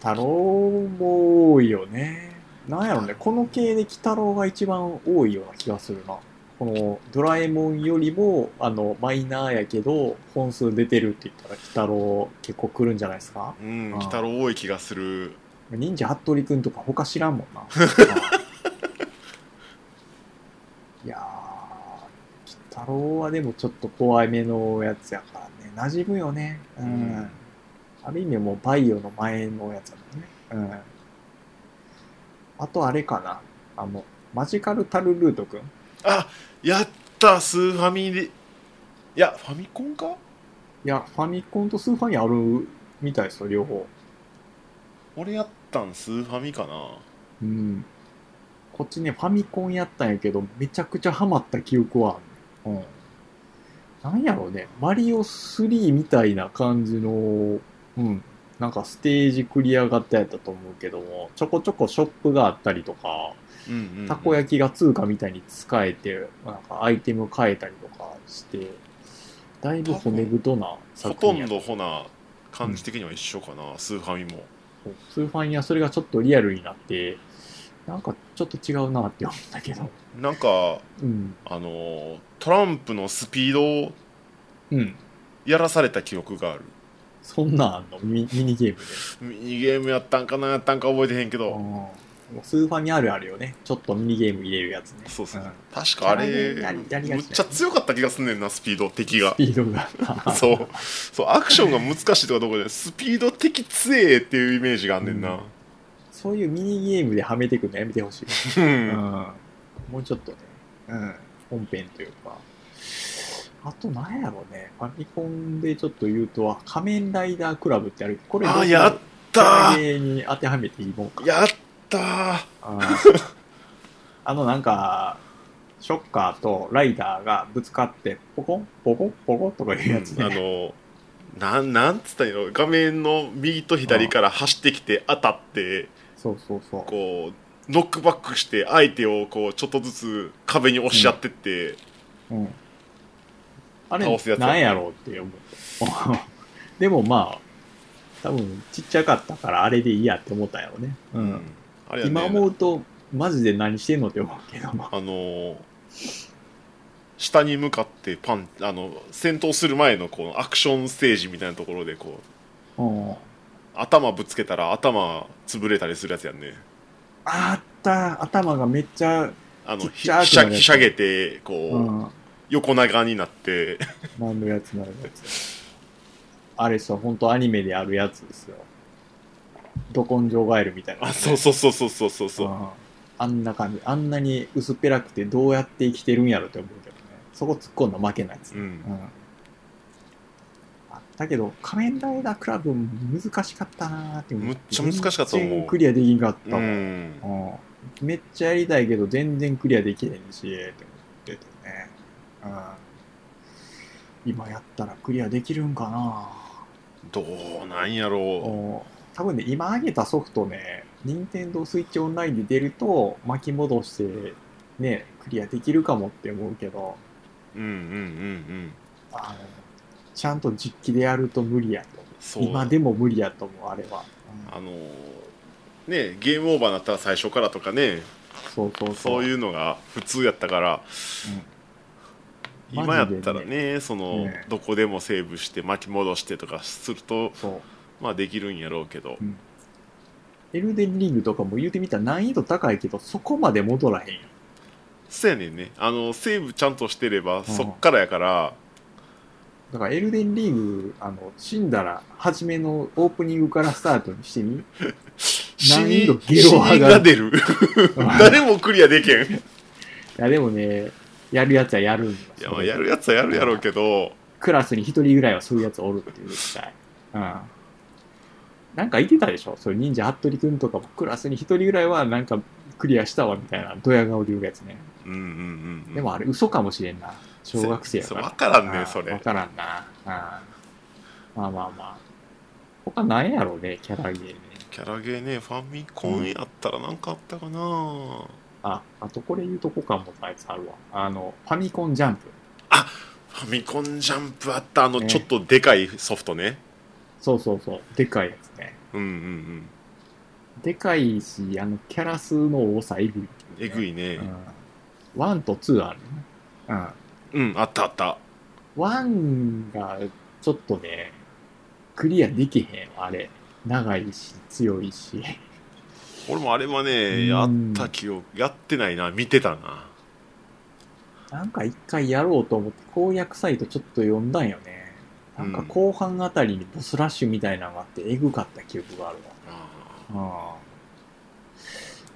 Speaker 2: 太郎も多いよね。なんやろね。この系で鬼太郎が一番多いような気がするな。このドラえもんよりも、あの、マイナーやけど、本数出てるって言ったら、鬼太郎結構来るんじゃないですか
Speaker 1: うん
Speaker 2: あー
Speaker 1: 鬼太郎多い気がする
Speaker 2: 忍者服部くんとか他知らんもんな。 いやー、鬼太郎はでもちょっと怖い目のやつやからね、馴染むよね。うん。
Speaker 1: うん
Speaker 2: ある意味もうバイオの前のやつだもんね。うん。あとあれかな。あの、マジカルタルルートくん。
Speaker 1: あやったスーファミでいやファミコンか
Speaker 2: いや、ファミコンとスーファミあるみたいですよ、両方。
Speaker 1: 俺やったんスーファミかな
Speaker 2: うん。こっちね、ファミコンやったんやけど、めちゃくちゃハマった記憶はあんねん。うん。なんやろうね、マリオ3みたいな感じの、うん、なんかステージクリア型やったと思うけども、ちょこちょこショップがあったりとか、
Speaker 1: うんうんうん
Speaker 2: たこ焼きが通貨みたいに使えて、なんかアイテム変えたりとかして、だいぶ骨太な
Speaker 1: ほ
Speaker 2: 作
Speaker 1: と
Speaker 2: 品や
Speaker 1: ん
Speaker 2: った
Speaker 1: どほな感じ的には一緒かな、スーファミも
Speaker 2: そうスーファミはそれがちょっとリアルになって、なんかちょっと違うなって思ったけど。
Speaker 1: なんか
Speaker 2: うん。
Speaker 1: あのートランプのスピードを
Speaker 2: うん。
Speaker 1: やらされた記憶がある
Speaker 2: そんなんあんのミミニゲームで。
Speaker 1: ミニゲームやったんかなやったんか覚えてへんけど、
Speaker 2: もうスーファミあるあるよね。ちょっとミニゲーム入れるやつね。
Speaker 1: そうそう、
Speaker 2: ん
Speaker 1: 確かあれ
Speaker 2: キャラになりがちだよね
Speaker 1: むっちゃ強かった気がすんねんなスピード敵が
Speaker 2: スピードが。
Speaker 1: そうそうアクションが難しいとかどこでスピード的強えっていうイメージがあんねんな、
Speaker 2: そういうミニゲームではめていくのやめてほしい。
Speaker 1: う
Speaker 2: うん
Speaker 1: ん、
Speaker 2: もうちょっとね。うん。本編というか。あと何やろうね。ファミコンでちょっと言うとは、仮面ライダークラブってある。これ
Speaker 1: あやったー
Speaker 2: ゲに当てはめていいもんか。
Speaker 1: やったー
Speaker 2: うん あのなんか、ショッカーとライダーがぶつかって、ポコン、ポコン、ポコンとかいうやつね。
Speaker 1: あのなんなんつったらいいの画面の右と左から走ってきて当たって
Speaker 2: そうそうそう。
Speaker 1: こうノックバックして相手をこうちょっとずつ壁に押し合ってって、
Speaker 2: うん、あ
Speaker 1: 倒すや
Speaker 2: れ、
Speaker 1: つ
Speaker 2: なんやろうって思って。でもまあ、多分ちっちゃかったからあれでいいやって思ったんやろうね。う。
Speaker 1: うんんあれやね
Speaker 2: 今思うと、マジで何してんのって思うけど。
Speaker 1: あの下に向かってパンあの戦闘する前のこうアクションステージみたいなところでこう
Speaker 2: うん、
Speaker 1: 頭ぶつけたら頭潰れたりするやつやんね
Speaker 2: あった、頭がめっちゃ、
Speaker 1: あの
Speaker 2: ちっ
Speaker 1: ひ
Speaker 2: ちゃくなるやつ
Speaker 1: ひしゃひしゃげてこう、
Speaker 2: うん、
Speaker 1: 横長になって
Speaker 2: なんのやつなのやつ。あれさ、ほんとアニメであるやつですよ。ド根性ガエルみたいな、
Speaker 1: あそうそうそうそうそうそうそううん
Speaker 2: あんな感じ。あんなに薄っぺらくてどうやって生きてるんやろって思うけどね。そこ突っ込んだ負けないです
Speaker 1: う
Speaker 2: ね。
Speaker 1: ん
Speaker 2: うん。あだけど、仮面ライダークラブ難しかったなーって思う
Speaker 1: むっちゃ難しかったと思う
Speaker 2: 全然クリアできんかった
Speaker 1: う
Speaker 2: もん。
Speaker 1: ん
Speaker 2: うんめっちゃやりたいけど、全然クリアできへんし、って思っててね。うん。今やったらクリアできるんかな
Speaker 1: どうなんやろ
Speaker 2: お多分ね、今上げたソフトね、任天堂スイッチオンラインで出ると巻き戻して、ね、クリアできるかもって思うけど、
Speaker 1: う、うんうんうん
Speaker 2: あのちゃんと実機でやると無理やと思
Speaker 1: そう
Speaker 2: う今でも無理やと思うあれは、うん
Speaker 1: あのーねゲームオーバーになったら最初からとかね
Speaker 2: そうそうそう
Speaker 1: そういううのが普通やったから、
Speaker 2: うん
Speaker 1: 今やったらねその
Speaker 2: ね
Speaker 1: どこでもセーブして巻き戻してとかすると
Speaker 2: そう
Speaker 1: まあできるんやろうけど、
Speaker 2: エルデンリングとかも言うてみたら難易度高いけどそこまで戻らへんよ
Speaker 1: そうやねんねあのセーブちゃんとしてればそっからやから、
Speaker 2: だからエルデンリングあの死んだら初めのオープニングからスタートにしてみ
Speaker 1: 死
Speaker 2: 難易
Speaker 1: に
Speaker 2: 度ゲ
Speaker 1: 死
Speaker 2: ロ上がる
Speaker 1: にが出る 誰もクリアできへんい
Speaker 2: いやでもねやるやつはやるんだ
Speaker 1: やまあやるやつはやるやろうけど
Speaker 2: クラスに一人ぐらいはそういうやつおるっていう絶対うんなんか言ってたでしょそういう忍者服部くんとかもクラスに一人ぐらいはなんかクリアしたわみたいなドヤ顔で言うやつね、
Speaker 1: うんうんうんうん
Speaker 2: でもあれ嘘かもしれんな小学生やから
Speaker 1: 分からん
Speaker 2: あ
Speaker 1: ね
Speaker 2: ー
Speaker 1: それ
Speaker 2: わからんな。あーまあまあまあ。他なんやろうね、キャラゲーね。
Speaker 1: キャラゲーねファミコンやったらなんかあったかな、
Speaker 2: あ、あとこれ言うとこかもあいつあるわ。あの、ファミコンジャンプ。
Speaker 1: ファミコンジャンプあったあの
Speaker 2: ね
Speaker 1: ちょっとでかいソフトね
Speaker 2: そうそうそう。でかいやつね。
Speaker 1: うんうんうん
Speaker 2: でかいし、あの、キャラ数の多さえぐい、
Speaker 1: えぐいね、
Speaker 2: うん。ワンとツーあるね。うん。
Speaker 1: うん、あったあった。
Speaker 2: ワンがちょっとね、クリアできへんわあれ。長いし、強いし。
Speaker 1: 俺もあれはね、や
Speaker 2: うん
Speaker 1: った記憶、やってないな、見てたな。
Speaker 2: なんか一回やろうと思って攻略サイトちょっと読んだんよね。なんか後半あたりにボスラッシュみたいなのがあってエグかった記憶があるわ。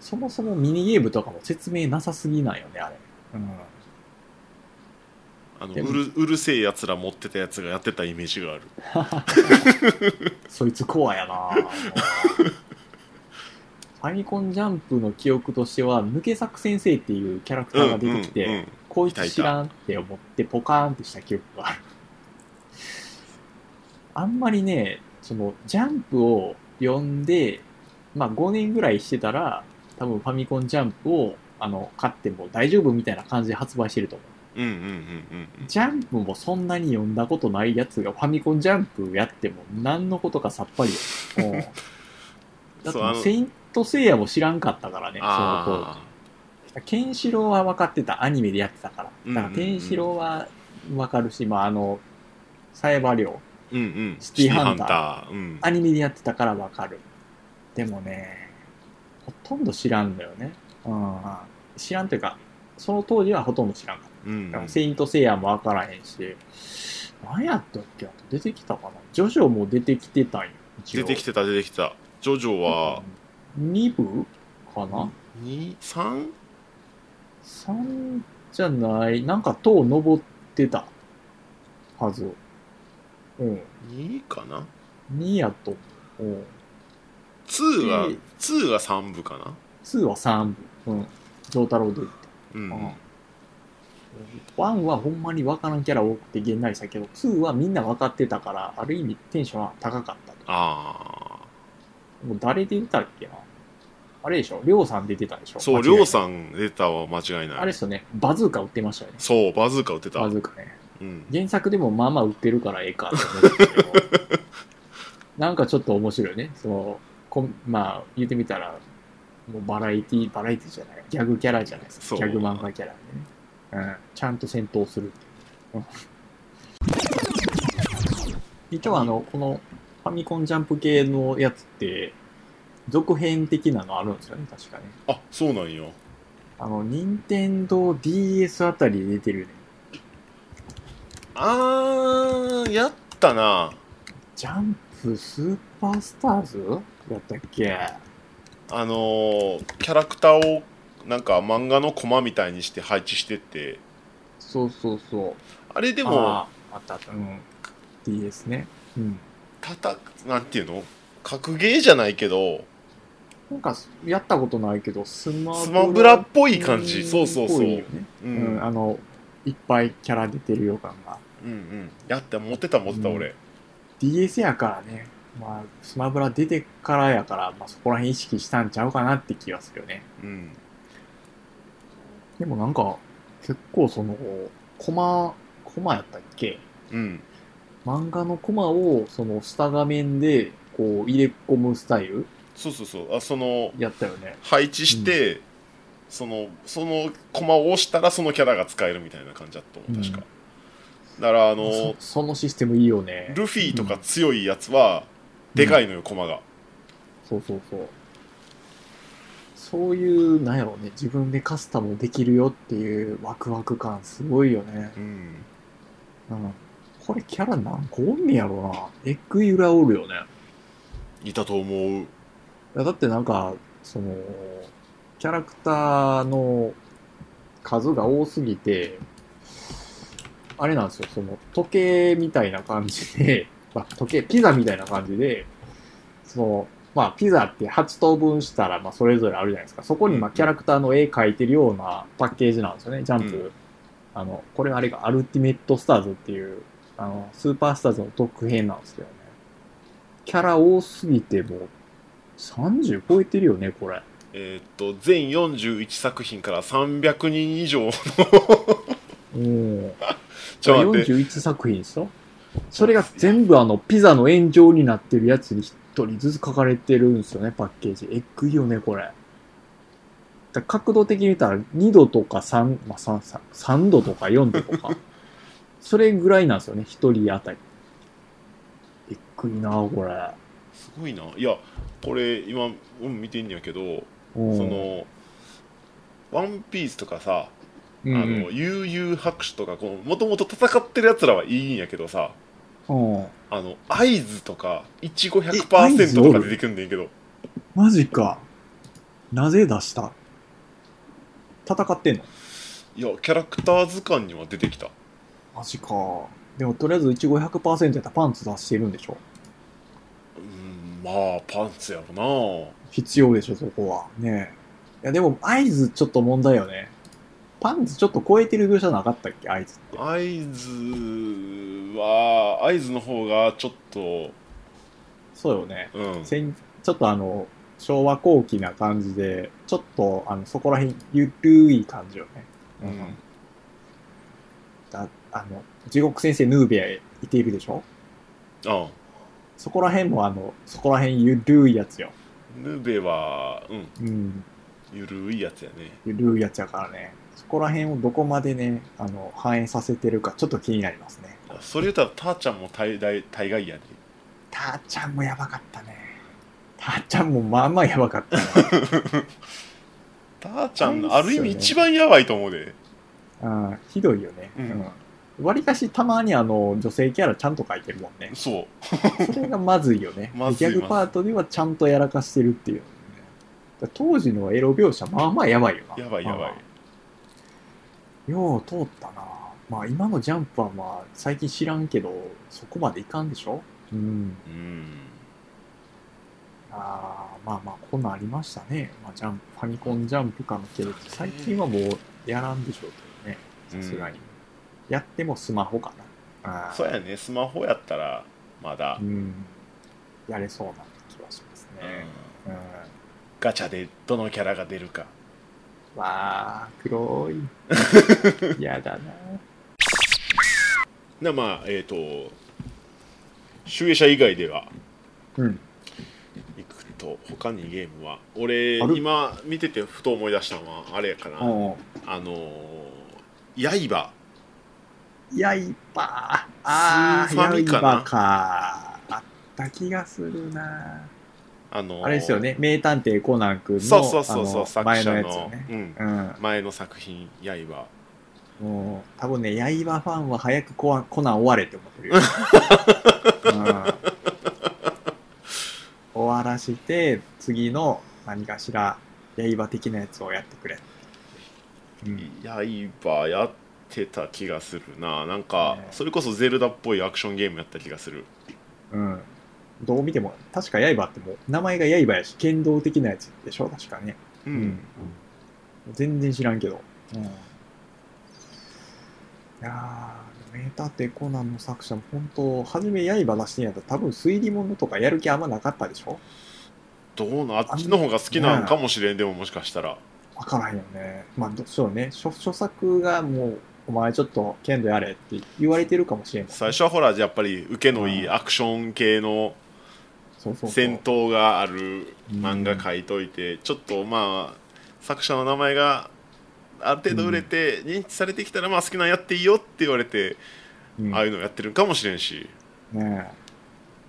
Speaker 2: そもそもミニゲームとかも説明なさすぎなんよね、あれ。うん。
Speaker 1: あのう
Speaker 2: でも
Speaker 1: るうるせえやつら持ってたやつがやってたイメージがある。
Speaker 2: そいつコアやなも うファミコンジャンプの記憶としては、抜け作先生っていうキャラクターが出てきて、
Speaker 1: うんうんうん
Speaker 2: こいつ知らんって思ってポカーンってした記憶がある。あんまりね、そのジャンプを読んで、まあ5年ぐらいしてたら、多分ファミコンジャンプをあの買っても大丈夫みたいな感じで発売してると思う。
Speaker 1: うんうんうんうんうん。
Speaker 2: ジャンプもそんなに読んだことないやつがファミコンジャンプやっても何のことかさっぱりよ。うんだ って
Speaker 1: そう
Speaker 2: も
Speaker 1: あ
Speaker 2: う
Speaker 1: の
Speaker 2: セイントセイヤも知らんかったからね、その頃。
Speaker 1: あ
Speaker 2: ケンシロウは分かってた、アニメでやってたか
Speaker 1: うん
Speaker 2: ら。だから、ケンシロウは分かるし、まあ、あの、サイバー寮、
Speaker 1: ーうんうん。
Speaker 2: シティハンター
Speaker 1: ー。うん。
Speaker 2: アニメでやってたから分かる。でもね、ほとんど知らんだよね。うん。知らんというか、その当時はほとんど知らんかっ
Speaker 1: うん
Speaker 2: た。セイントセイヤも分からへんし、何やったっけあと出てきたかなジョジョも出てきてたんよ。
Speaker 1: 出てき
Speaker 2: た
Speaker 1: てた出てきてた。ジョジョは、
Speaker 2: 2部かな、
Speaker 1: 二三
Speaker 2: 3じゃない、なんか塔登ってたはず。うん。
Speaker 1: 二かな
Speaker 2: 2やと思う。うん。
Speaker 1: ツーが
Speaker 2: で、
Speaker 1: ツーが三部かな
Speaker 2: 2は3部。うん。上太郎で言って。
Speaker 1: うん。
Speaker 2: うん1はほんまにわからんキャラ多くてげんなりしたけど、2はみんな分かってたから、ある意味テンションは高かったと。
Speaker 1: あ
Speaker 2: もう誰出てたっけなあれでしょりょうさん出てたでしょ
Speaker 1: あ。そう、り
Speaker 2: 間違い
Speaker 1: ょ
Speaker 2: な
Speaker 1: う
Speaker 2: い
Speaker 1: さん出たは間違いない。
Speaker 2: あれですよね。バズーカ売ってましたよね。
Speaker 1: そう、バズーカ打ってた。
Speaker 2: バズーカね。
Speaker 1: うん。
Speaker 2: 原作でもまあまあ売ってるからええかと思ってたけどなんかちょっと面白いよねそのこんまあ言ってみたらもうバラエティバラエティじゃないギャグキャラじゃないです
Speaker 1: そ
Speaker 2: か
Speaker 1: う
Speaker 2: ギャグ漫画キャラでね、うん、ちゃんと戦闘するっていううん一応あのこのファミコンジャンプ系のやつって続編的なのあるんですよね確かね
Speaker 1: あ、そうなんよ。
Speaker 2: あの任天堂 d s あたりで出てるね
Speaker 1: あー、やったな。
Speaker 2: ジャンプスーパースターズやったっけ
Speaker 1: あのーキャラクターをなんか漫画のコマみたいにして配置してって、
Speaker 2: そうそうそう。
Speaker 1: あれで
Speaker 2: で
Speaker 1: も、
Speaker 2: あーあったあった。うん。DS ね。うん。
Speaker 1: たた、なんていうの格ゲーじゃないけど、
Speaker 2: なんか、やったことないけど、スマ
Speaker 1: スマブラっぽい感じ。
Speaker 2: ん
Speaker 1: そうそうそう。
Speaker 2: ぽ
Speaker 1: う
Speaker 2: い
Speaker 1: ん
Speaker 2: よね。
Speaker 1: う
Speaker 2: うんん、あの、いっぱいキャラ出てる予感が。
Speaker 1: うん。やった、持ってた持ってた
Speaker 2: うん
Speaker 1: 俺。
Speaker 2: DS やからね。まあ、スマブラ出てからやから、まあ、そこら辺意識したんちゃうかなって気がするよね。
Speaker 1: うん。
Speaker 2: でもなんか、結構その、コマ、コマやったっけ
Speaker 1: うん
Speaker 2: 漫画のコマを、その、下画面で、こう、入れ込むスタイル
Speaker 1: そうそうそうあその
Speaker 2: やったよね。
Speaker 1: 配置して、そのその駒を押したらそのキャラが使えるみたいな感じだったと思う確か、だからあの
Speaker 2: そそのシステムいいよね。
Speaker 1: ルフィとか強いやつはでかいのよ駒が、
Speaker 2: そうそうそう。そういう、なんやろうね、自分でカスタムできるよっていうワクワク感すごいよね。
Speaker 1: うん
Speaker 2: うん。これキャラ何個おんねやろな。えっぐい裏おるよね。
Speaker 1: いたと思う
Speaker 2: いやだってなんか、その、キャラクターの数が多すぎて、あれなんですよ、その、時計みたいな感じで、 まあ、時計、ピザみたいな感じで、その、まあ、ピザって8等分したら、まあ、それぞれあるじゃないですか。そこに、まあ、キャラクターの絵描いてるようなパッケージなんですよね、ジャンプ。
Speaker 1: うん
Speaker 2: あの、これあれが、アルティメットスターズっていう、あの、スーパースターズの特編なんですけどね。キャラ多すぎて、もう、30超えてるよね、これ。
Speaker 1: えーっと全41作品から300人以 上
Speaker 2: うん。
Speaker 1: ちょっと待って
Speaker 2: 41作品でしょそれが全部あの、ピザの炎上になってるやつに一人ずつ書かれてるんですよね、パッケージ。えっぐいよね、これ。だ角度的に見たら2度とか3、まあ3、3 3度とか4度 とか。それぐらいなんですよね、一人当たり。えっぐいな、これ。
Speaker 1: すごいないやこれ今、うん、見てんやけど、
Speaker 2: うん
Speaker 1: そ、の「ワンピースとかさ「
Speaker 2: うん
Speaker 1: あの悠々白書」とかもともと戦ってるやつらはいいんやけどさ
Speaker 2: うん。
Speaker 1: あの合図とかいちご
Speaker 2: え合図
Speaker 1: 100%
Speaker 2: お
Speaker 1: と
Speaker 2: る
Speaker 1: か出てくんねんけど
Speaker 2: マジか。なぜ出した戦ってんの
Speaker 1: いやキャラクター図鑑には出てきた
Speaker 2: マジか。でもとりあえず1 5 0やったらパンツ出してるんでしょ
Speaker 1: うんまあパンツやろな
Speaker 2: 必要でしょ、そこは。ねえ。いやでも合図ちょっと問題よね。パンツちょっと超えてる描写なかったっけ合図って。
Speaker 1: 合図は合図の方がちょっと
Speaker 2: そうよね。
Speaker 1: うん
Speaker 2: 戦ちょっとあの、昭和後期な感じで、ちょっとあの、そこら辺ゆるい感じよね。
Speaker 1: うん
Speaker 2: だあの、地獄先生ヌーベアへいているでしょ
Speaker 1: あ
Speaker 2: そこら辺もあの、そこら辺ゆるいやつよ。
Speaker 1: ヌベはうん
Speaker 2: うん。
Speaker 1: ゆるいやつやね
Speaker 2: ゆるいやつやからね。そこら辺をどこまでね、あの、反映させてるかちょっと気になりますね。
Speaker 1: それ言ったらターちゃんも大大大概やね
Speaker 2: たーちゃんもやばかったね。たーちゃんもまあまあやば かったね。
Speaker 1: ターちゃん
Speaker 2: あ
Speaker 1: あ
Speaker 2: れ
Speaker 1: る
Speaker 2: っす
Speaker 1: 意
Speaker 2: よね
Speaker 1: 味一番やばいと思うで
Speaker 2: うん、ひどいよね。
Speaker 1: うん
Speaker 2: うん。わりかしたまにあの、女性キャラちゃんと書いてるもんね。
Speaker 1: そう
Speaker 2: それがまずいよね。
Speaker 1: まずい
Speaker 2: ギャグパートではちゃんとやらかしてるっていう、ね。だから当時のエロ描写、まあまあやばいよな。
Speaker 1: やばいやばい
Speaker 2: うん。よう通ったな。まあ今のジャンプはまあ最近知らんけど、そこまでいかんでしょうん。
Speaker 1: うん
Speaker 2: あーまあまあこんなんありましたね、まあ、ジャンプファミコンジャンプかもけど最近はもうやらんでしょうけどねさすがに、やってもスマホかなあー
Speaker 1: そうやねスマホやったらまだ、
Speaker 2: うんやれそうな気はしますね、
Speaker 1: うん
Speaker 2: うん
Speaker 1: ガチャでどのキャラが出るか
Speaker 2: わあ黒 いやだな
Speaker 1: なまあえっ、と集英社以外では
Speaker 2: うん
Speaker 1: いくと他にゲームは俺
Speaker 2: ある
Speaker 1: 今見ててふと思い出したのはあれやかな、
Speaker 2: お
Speaker 1: あのー刃
Speaker 2: やいぱあ
Speaker 1: スーファ
Speaker 2: ー
Speaker 1: ミ
Speaker 2: や
Speaker 1: かな
Speaker 2: いばかあった気がするな
Speaker 1: あのー
Speaker 2: あれですよね名探偵コナン君の
Speaker 1: そうそうそうそう
Speaker 2: あの
Speaker 1: 作
Speaker 2: 前
Speaker 1: 者
Speaker 2: の
Speaker 1: の
Speaker 2: やつよね
Speaker 1: うん、
Speaker 2: うん
Speaker 1: 前の作品刃
Speaker 2: もう、多分ね、刃ファンは早くコアコナン終われって思ってるよ。うん、終わらして、次の何かしら、刃的なやつをやってくれ。うん、
Speaker 1: 刃やってた気がするななんか、
Speaker 2: ね
Speaker 1: それこそゼルダっぽいアクションゲームやった気がする
Speaker 2: うん。どう見ても、確か刃ってもう、名前が刃やし、剣道的なやつでしょ確かね。
Speaker 1: う、
Speaker 2: うん全然知らんけど。うん。いやー、名探偵コナンの作者も本当、初め刃出してんやったら多分推理物とかやる気あんまなかったでしょ
Speaker 1: どうなあっちの方が好きなのかもしれんでももしかしたら
Speaker 2: わからへんよね。まあ、どそうね。諸諸作がもうお前ちょっと剣道やれって言われてるかもしれんもん
Speaker 1: 最初はほらやっぱり受けのいいアクション系の
Speaker 2: そうそうそう
Speaker 1: 戦闘がある
Speaker 2: うん
Speaker 1: 漫画書いといてちょっとまあ作者の名前がある程度売れて認知されてきたらまあ好きなんやっていいよって言われて
Speaker 2: うん
Speaker 1: ああいうのやってるかもしれんし
Speaker 2: ねえ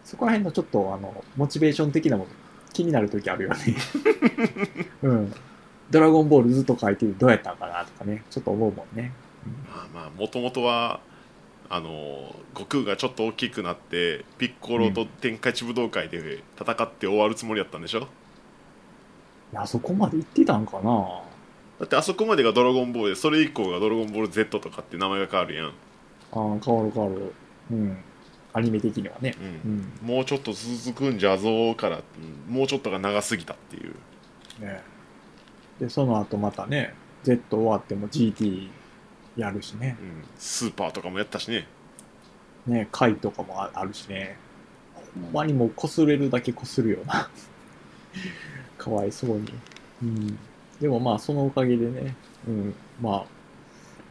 Speaker 2: そこら辺のちょっとあのモチベーション的なもの気になる時あるよ ねうんドラゴンボールずっと書いてるどうやったんかなとかねちょっと思うもんね
Speaker 1: まあまあもともとはあの悟空がちょっと大きくなってピッコロと天下一武道会で戦って終わるつもりやったんでしょ
Speaker 2: いやそこまで行ってたんかな
Speaker 1: だってあそこまでが「ドラゴンボール」でそれ以降が「ドラゴンボール Z」とかって名前が変わるやん、
Speaker 2: ああ変わる変わるうんアニメ的にはね
Speaker 1: うん
Speaker 2: うん
Speaker 1: もうちょっと続くんじゃぞーからうんもうちょっとが長すぎたっていう
Speaker 2: ねでその後またね Z 終わっても GT やるしね
Speaker 1: うんスーパーとかもやったしね
Speaker 2: ね回とかもああるしねほんまにもう擦れるだけ擦るよな かわいそうに、うん、でもまあそのおかげでね、うん、まあ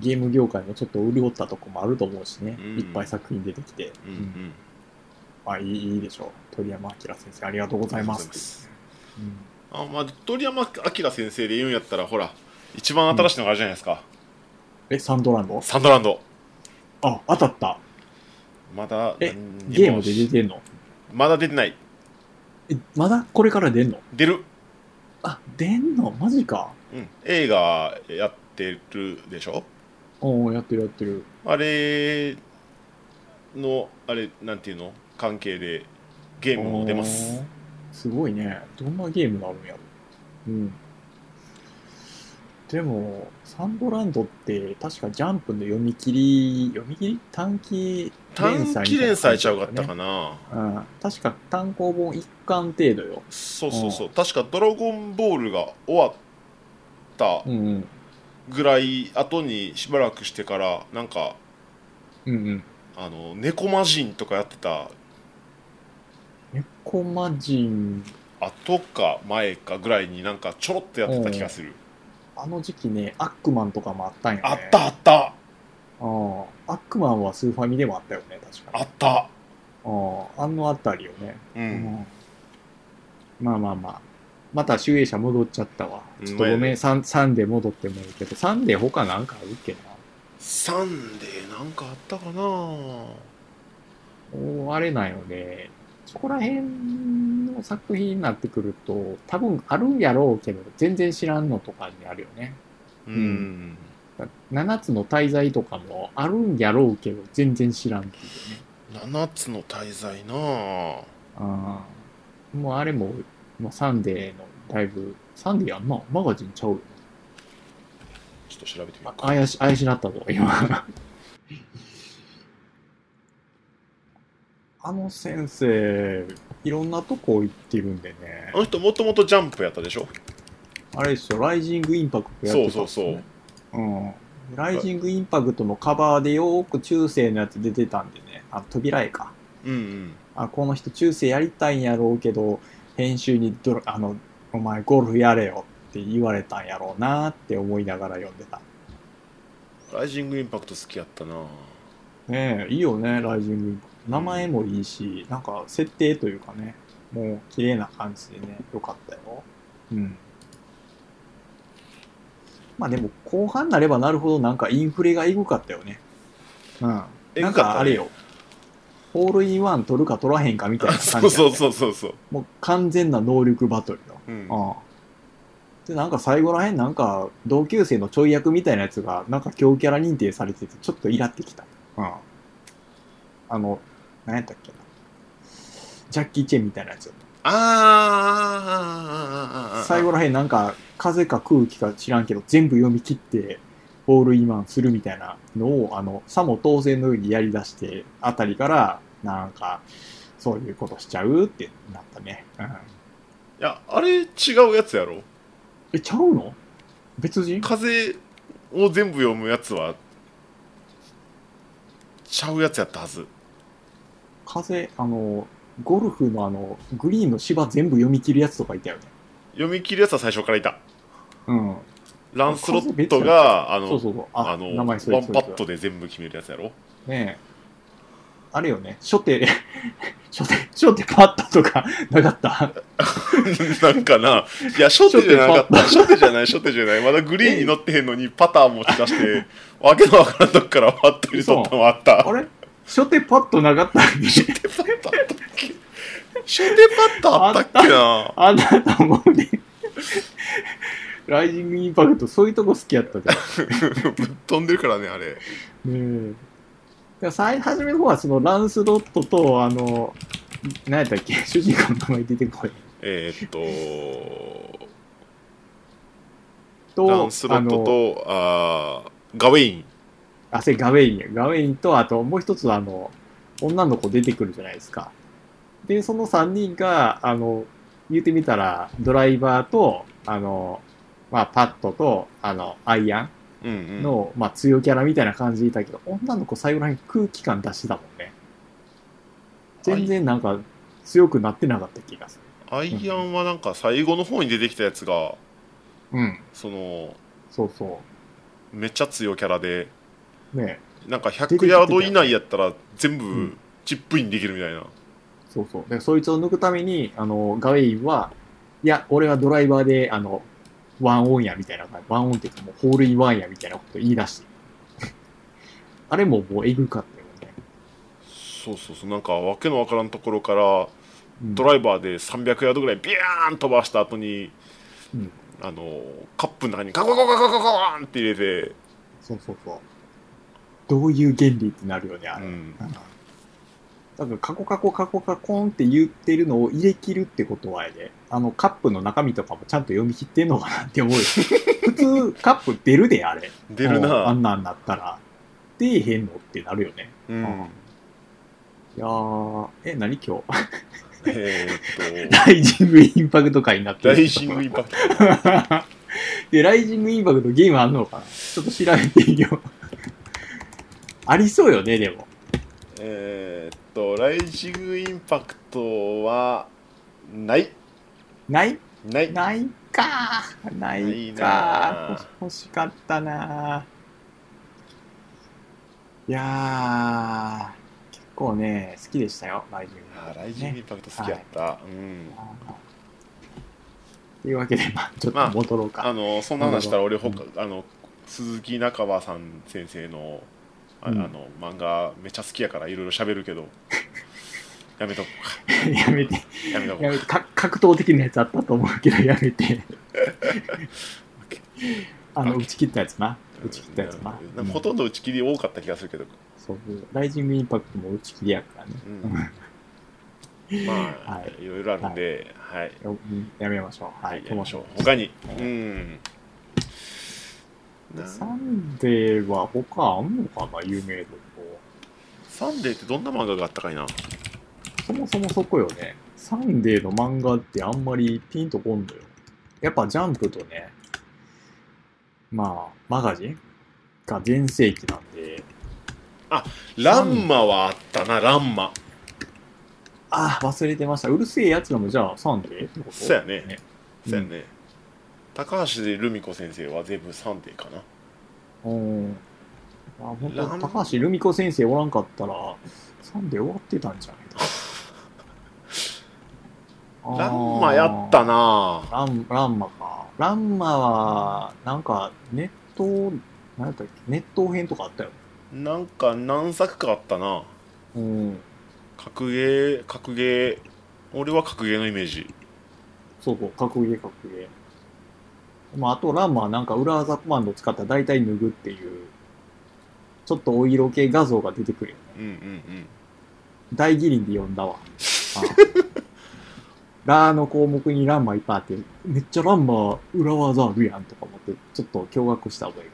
Speaker 2: ゲーム業界もちょっと潤ったとこもあると思うしね、
Speaker 1: うん
Speaker 2: いっぱい作品出てきて、
Speaker 1: うんう
Speaker 2: うん
Speaker 1: ん
Speaker 2: まあいいいいでしょう鳥山明先生ありがとうございます、うん
Speaker 1: あまあ鳥山明先生で言うんやったらほら一番新しいのがあるじゃないですか、
Speaker 2: えサンドランド
Speaker 1: サンドランド
Speaker 2: あ当たった
Speaker 1: まだ
Speaker 2: え
Speaker 1: 何にも
Speaker 2: ゲームで出てんの
Speaker 1: まだ出てない
Speaker 2: えまだこれから出んの
Speaker 1: 出る、
Speaker 2: あ出んのマジか
Speaker 1: うん、映画やってるでしょ
Speaker 2: おおやってるやってる
Speaker 1: あれのあれなんていうの関係でゲームも出ます
Speaker 2: おーすごいねどんなゲームがあるんやろうんでもサンドランドって確かジャンプの読み切り読み切り短期連載みたいな
Speaker 1: 短期連載ちゃうかったか
Speaker 2: ね
Speaker 1: な、
Speaker 2: うん、確か単行本一巻程度よ
Speaker 1: そうそうそう、確か「ドラゴンボール」が終わった
Speaker 2: うんうん
Speaker 1: ぐらい後にしばらくしてからなんか
Speaker 2: うんうん
Speaker 1: あの猫魔人とかやってた
Speaker 2: 猫魔人
Speaker 1: 後か前かぐらいになんかちょろっとやってた気がする、
Speaker 2: あの時期ねアックマンとかもあったんよ、ね、
Speaker 1: あったあった
Speaker 2: ああアックマンはスーファミでもあったよね確か
Speaker 1: あ
Speaker 2: に
Speaker 1: った
Speaker 2: あああのあたりよね
Speaker 1: うん、
Speaker 2: まあまあまあ。また集英社戻っちゃったわ。
Speaker 1: うん
Speaker 2: ちょっとご
Speaker 1: まあ
Speaker 2: めん、
Speaker 1: ね
Speaker 2: サンサンデー戻ってもいいけど、サンデー他なんかあるっけな。
Speaker 1: サンデーなんかあったかな
Speaker 2: もうあれなんよね。そこら辺の作品になってくると、多分あるんやろうけど、全然知らんのとかにあるよね。
Speaker 1: うん、
Speaker 2: ん7つの滞在とかもあるんやろうけど、全然知らんっていうね。
Speaker 1: 7つの大罪なあ
Speaker 2: ああ。もうあれも、もうサンデーのだいぶ、サンデーやんな、マガジンちゃうよな
Speaker 1: ちょっと調べてみよ
Speaker 2: あ
Speaker 1: うか
Speaker 2: 怪し、怪しなったぞ、今。あの先生、いろんなとこ行ってるんでね
Speaker 1: あ。の人もともとジャンプやったでしょ
Speaker 2: あれですよ、ライジングインパクトやってたんですよ、ね。
Speaker 1: そうそう
Speaker 2: うん。ライジングインパクトのカバーでよーく中世のやつ出てたんでね。あ、扉絵か。
Speaker 1: うんうん
Speaker 2: あ、この人中世やりたいんやろうけど、編集にドラあの、お前ゴルフやれよって言われたんやろうなーって思いながら読んでた。
Speaker 1: ライジングインパクト好きやったな
Speaker 2: ねえ、いいよね、ライジングインパクト。名前もいいし、なんか設定というかね、もう綺麗な感じでね、よかったよ。うん。まあでも、後半になればなるほどなんかインフレがエグかったよね。うん。
Speaker 1: エ
Speaker 2: な
Speaker 1: グかったね
Speaker 2: んかあれよ。ホールインワン取るか取らへんかみたいな感じ、
Speaker 1: そう そうそうそうそう、
Speaker 2: もう完全な能力バトルよ。
Speaker 1: うん、
Speaker 2: ああでなんか最後らへんなんか同級生のちょい役みたいなやつがなんか強キャラ認定されててちょっとイラってきた、うん、あの何やったっけなジャッキー・チェンみたいなやつ
Speaker 1: あーあーあーあーあーあー
Speaker 2: 最後らへんなんか風か空気か知らんけど全部読み切ってオールインワンするみたいなのをあのさも当然のようにやりだしてあたりからなんかそういうことしちゃうってなったね、うん、
Speaker 1: いやあれ違うやつやろ
Speaker 2: えちゃうの別人
Speaker 1: 風を全部読むやつはちゃうやつやったはず
Speaker 2: 風、あの、ゴルフのあの、グリーンの芝全部読み切るやつとかいたよね。
Speaker 1: 読み切るやつは最初からいた
Speaker 2: うん。
Speaker 1: ランスロットがあ
Speaker 2: そ
Speaker 1: の
Speaker 2: うそうそう。あ、
Speaker 1: あの
Speaker 2: 名
Speaker 1: ワ
Speaker 2: 前
Speaker 1: ン
Speaker 2: それ
Speaker 1: パットで全部決めるやつやろ
Speaker 2: ねえ。あれよね、初手、 初手、初手パッドとか なかった。
Speaker 1: なんかな、いや、初手じゃなかった、初手じゃない、初手じゃない、まだグリーンに乗ってへんのに、パターン持ち出して、わけのわからんとこからパッと入れとったのもあった。
Speaker 2: あれ初手パッドなかった のに
Speaker 1: 初手パッターあったっけ初手パッターあったっけな
Speaker 2: あんなと思うね。 ライジングインパクト、そういうとこ好き やったじゃ
Speaker 1: ぶっ飛んでるからね、あれ。
Speaker 2: ん。ねえ。最初めの方は、そのランスロットと、あの、何やったっけ、主人公の名前出てこい。
Speaker 1: えーっと、
Speaker 2: と、
Speaker 1: ランスロッ
Speaker 2: あ
Speaker 1: ト
Speaker 2: の
Speaker 1: と、あーガウェイン。
Speaker 2: あ、それガウェインや。ガウェインと、あともう一つあの、女の子出てくるじゃないですか。で、その三人が、あの、言ってみたら、ドライバーと、あの、まあ、パッドと、あの、アイア
Speaker 1: うん
Speaker 2: ン
Speaker 1: うん。
Speaker 2: の、まあ、強キャラみたいな感じでいたけど、女の子最後らへん空気感出してたもんね。全然なんか、強くなってなかった気がす
Speaker 1: アイアンはなんか最後の方に出てきたやつが、
Speaker 2: る。うん。
Speaker 1: その、
Speaker 2: そうそ
Speaker 1: めっちゃ強いキャラで、
Speaker 2: う。ね
Speaker 1: なんか100ヤード以内やったら全部チップインできるみたいな。
Speaker 2: そうそう。で、そいつを抜くために、あの、ガウェインは、いや、俺はドライバーで、あの、ワンオンやみたいな感じ、ワンオンっていうかもうホールインワンやみたいなこと言い出して。 あれももうエグかったよね。
Speaker 1: そうそうそうなんかわけのわからんところから
Speaker 2: うん
Speaker 1: ドライバーで300ヤードぐらいビヤーン飛ばした後に、
Speaker 2: うん
Speaker 1: あのカップの中にガコガコガコガコーンって入れて、
Speaker 2: そうそうそう。どういう原理ってなるよね、あ
Speaker 1: う
Speaker 2: れ。
Speaker 1: ん、
Speaker 2: 多分カコカコカコカコンって言ってるのを入れ切るってことはあれで、あのカップの中身とかもちゃんと読み切ってんのかなって思うよ。 普通カップ出るで、あれ。
Speaker 1: 出る
Speaker 2: うんあ
Speaker 1: な、
Speaker 2: んなんなったら。出えへんのってなるよね。
Speaker 1: うん
Speaker 2: うんいやー、え、何今日
Speaker 1: えーっと
Speaker 2: ライジングインパクト会になって
Speaker 1: ラ
Speaker 2: る
Speaker 1: イジングインパクト
Speaker 2: で、ライジングインパクトゲームあんのかなちょっと調べてみよう。 ありそうよね、でも。
Speaker 1: えーっとライジングインパクトはない
Speaker 2: ない
Speaker 1: ない
Speaker 2: ないかーない
Speaker 1: ないな
Speaker 2: か
Speaker 1: ー
Speaker 2: ー欲し欲しかったなーいやー、結構ね、好きでしたよ、ライジングインパ
Speaker 1: あー
Speaker 2: クト
Speaker 1: ラ
Speaker 2: ね
Speaker 1: イジングインパクト好きやった、うん
Speaker 2: というわけで、まあ、ちょっ
Speaker 1: ま
Speaker 2: と
Speaker 1: あ
Speaker 2: 戻ろうか。
Speaker 1: あのそんな話したら俺ほか、あの鈴木中和さん先生のあ,、
Speaker 2: うん
Speaker 1: あの漫画めっちゃ好きやからいろいろ喋るけ どやめとこう
Speaker 2: やめて。
Speaker 1: かやめとこ
Speaker 2: やめてか格闘的なやつあったと思うけどや めて あの打ち切ったやつな
Speaker 1: う
Speaker 2: 打ち切ったやつな、
Speaker 1: うんほとんど打ち切り多かった気がするけど、
Speaker 2: そうライジングインパクトも打ち切りやからね、
Speaker 1: うん まあ、、
Speaker 2: はい
Speaker 1: ろいろあるんで、はい
Speaker 2: ややめましょうはい
Speaker 1: や
Speaker 2: 行
Speaker 1: り
Speaker 2: き
Speaker 1: ま
Speaker 2: ま
Speaker 1: し
Speaker 2: し
Speaker 1: ょ
Speaker 2: ょ
Speaker 1: う
Speaker 2: う
Speaker 1: 他に、
Speaker 2: はい
Speaker 1: うんな
Speaker 2: サンデーは他あんのかな有名度
Speaker 1: サンデーってどんな漫画があったかいな
Speaker 2: そもそもそこよねサンデーの漫画ってあんまりピンとこんのよやっぱジャンプとねまあマガジンが全盛期なんで
Speaker 1: ランマはあったなランマ
Speaker 2: ああ忘れてましたうるせえやつらもじゃあサンデーってこと
Speaker 1: そうやねそうや
Speaker 2: ん
Speaker 1: ね、高橋留美子先生は全部サンデーかな
Speaker 2: うん。あ、本
Speaker 1: ラ
Speaker 2: 当
Speaker 1: ン
Speaker 2: 高橋留美子先生おらんかったら、サンデー終わってたんじゃないか。あー
Speaker 1: ランマやった。な
Speaker 2: ラン、ランマか。ランマは、なんか、ネット、何やったっけネット編とかあったよ。
Speaker 1: なんか何作かあったな
Speaker 2: うん。
Speaker 1: 格ゲー格ゲー俺は格ゲーのイメージ
Speaker 2: そうそう、格ゲー格ゲー。まあ、あとランマはなんか裏技コマンド使ったら大体脱ぐっていう、ちょっとお色系画像が出てくるよね。
Speaker 1: うんうんうん
Speaker 2: 大義林で読んだわ。あラーの項目にランマいっぱいあって、めっちゃランマ裏技あるやんとか思って、ちょっと驚愕した覚え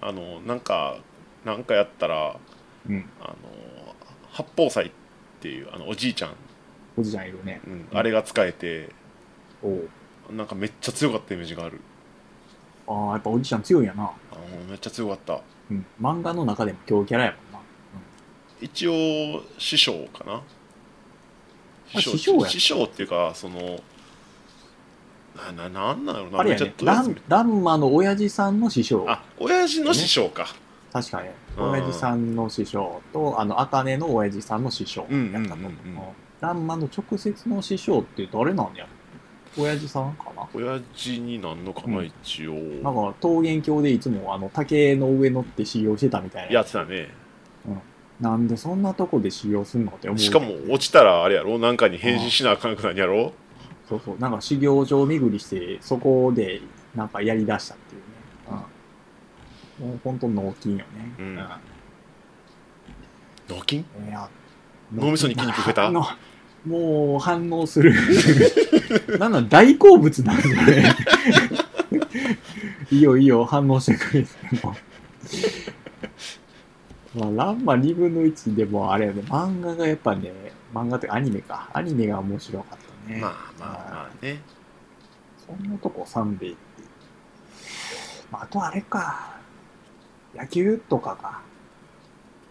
Speaker 2: が。
Speaker 1: あのなんかなんかやったら
Speaker 2: うん。
Speaker 1: あの八宝菜っていうあのおじいちゃん、
Speaker 2: おじちゃんいるね。
Speaker 1: うんあれが使えて
Speaker 2: おう
Speaker 1: なんかめっちゃ強かったイメージがある
Speaker 2: ああ、やっぱおじちゃん強いんやな。
Speaker 1: あのめっちゃ強かった
Speaker 2: うん。漫画の中でも強キャラやもんな。
Speaker 1: 一応師匠かな
Speaker 2: あ師匠や
Speaker 1: 師匠っていうかそのなななんなんやろな
Speaker 2: あれや
Speaker 1: めっ
Speaker 2: ね
Speaker 1: ちゃ
Speaker 2: ランランマの親父さんの師匠
Speaker 1: あ親父の師匠か、
Speaker 2: 確かね
Speaker 1: うん
Speaker 2: 親父さんの師匠とあの茜の親父さんの師匠やったと
Speaker 1: う
Speaker 2: 思う,、
Speaker 1: んうんうんうん
Speaker 2: ランマの直接の師匠って誰なんやろ親父さんかな
Speaker 1: 親父になんのかな、
Speaker 2: うん
Speaker 1: 一応
Speaker 2: なんか桃源郷でいつもあの竹の上乗って修行してたみたいな
Speaker 1: やってたね
Speaker 2: なんでそんなとこで修行すんのって思う
Speaker 1: しかも落ちたらあれやろなんかに返信しなあかんくなんやろ
Speaker 2: そうそうなんか修行場巡りしてそこでなんかやりだしたっていうね、うん、もう本当脳筋よね、
Speaker 1: うん脳筋
Speaker 2: いや
Speaker 1: 脳みそに筋肉増えた
Speaker 2: あのもう反応する なんなん大好物なんだね いいよいいよ反応してくれてもまあ、ランマ2分の1でもあれやね漫画がやっぱね漫画ってかアニメかアニメが面白かったね、
Speaker 1: まあまあまあね
Speaker 2: そんなとこ三兵衛って。まあ、あとあれか。野球とかか。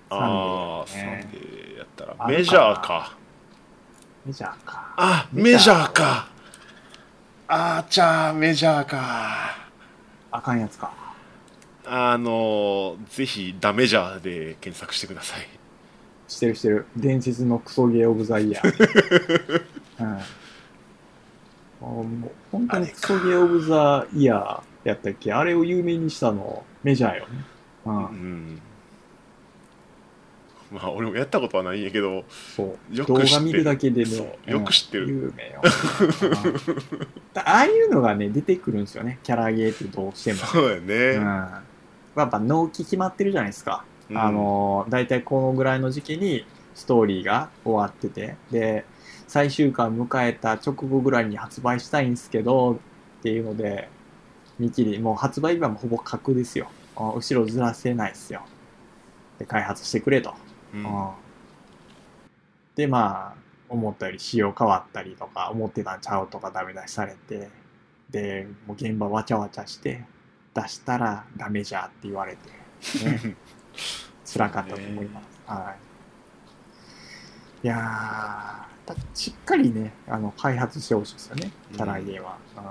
Speaker 1: ああサ
Speaker 2: サンデーやね
Speaker 1: ンデーやったら
Speaker 2: あるかな
Speaker 1: メジャーか
Speaker 2: メジャーか。
Speaker 1: あメ
Speaker 2: メ
Speaker 1: ジ
Speaker 2: ジ
Speaker 1: ャ
Speaker 2: ャ
Speaker 1: ー
Speaker 2: ー
Speaker 1: か
Speaker 2: か
Speaker 1: あーちゃーメジャーか
Speaker 2: あかんやつか。
Speaker 1: あのーぜひダメジャーで検索してください
Speaker 2: してるしてる。伝説のクソゲーオブザイヤー。 うん。もう本当にクソゲーオブザイヤーやったっけあれを有名にしたのメジャーよね。う。
Speaker 1: うんんまあ俺もやったことはないんやけど
Speaker 2: そう。
Speaker 1: よ
Speaker 2: 動
Speaker 1: く知ってる
Speaker 2: 画見るだけでね
Speaker 1: そう。よく知ってる
Speaker 2: うん有名よ。うんだああいうのがね、出てくるんですよね。キャラゲーってどうしても。
Speaker 1: そうや
Speaker 2: うん
Speaker 1: ね、
Speaker 2: やっぱ納期決まってるじゃないですか、
Speaker 1: うん
Speaker 2: あの大体このぐらいの時期にストーリーが終わっててで最終回迎えた直後ぐらいに発売したいんですけどっていうので見切りもう発売日はもうほぼ確ですよあ後ろずらせないですよで開発してくれと、
Speaker 1: うん
Speaker 2: うんでまあ思ったより仕様変わったりとか思ってたんちゃうとかダメ出しされてでもう現場わちゃわちゃして出したらダメじゃって言われて、ね、辛かったと思い ます。はい、いやーだしっかりねあの開発してほしいですよねキャラゲーは。うん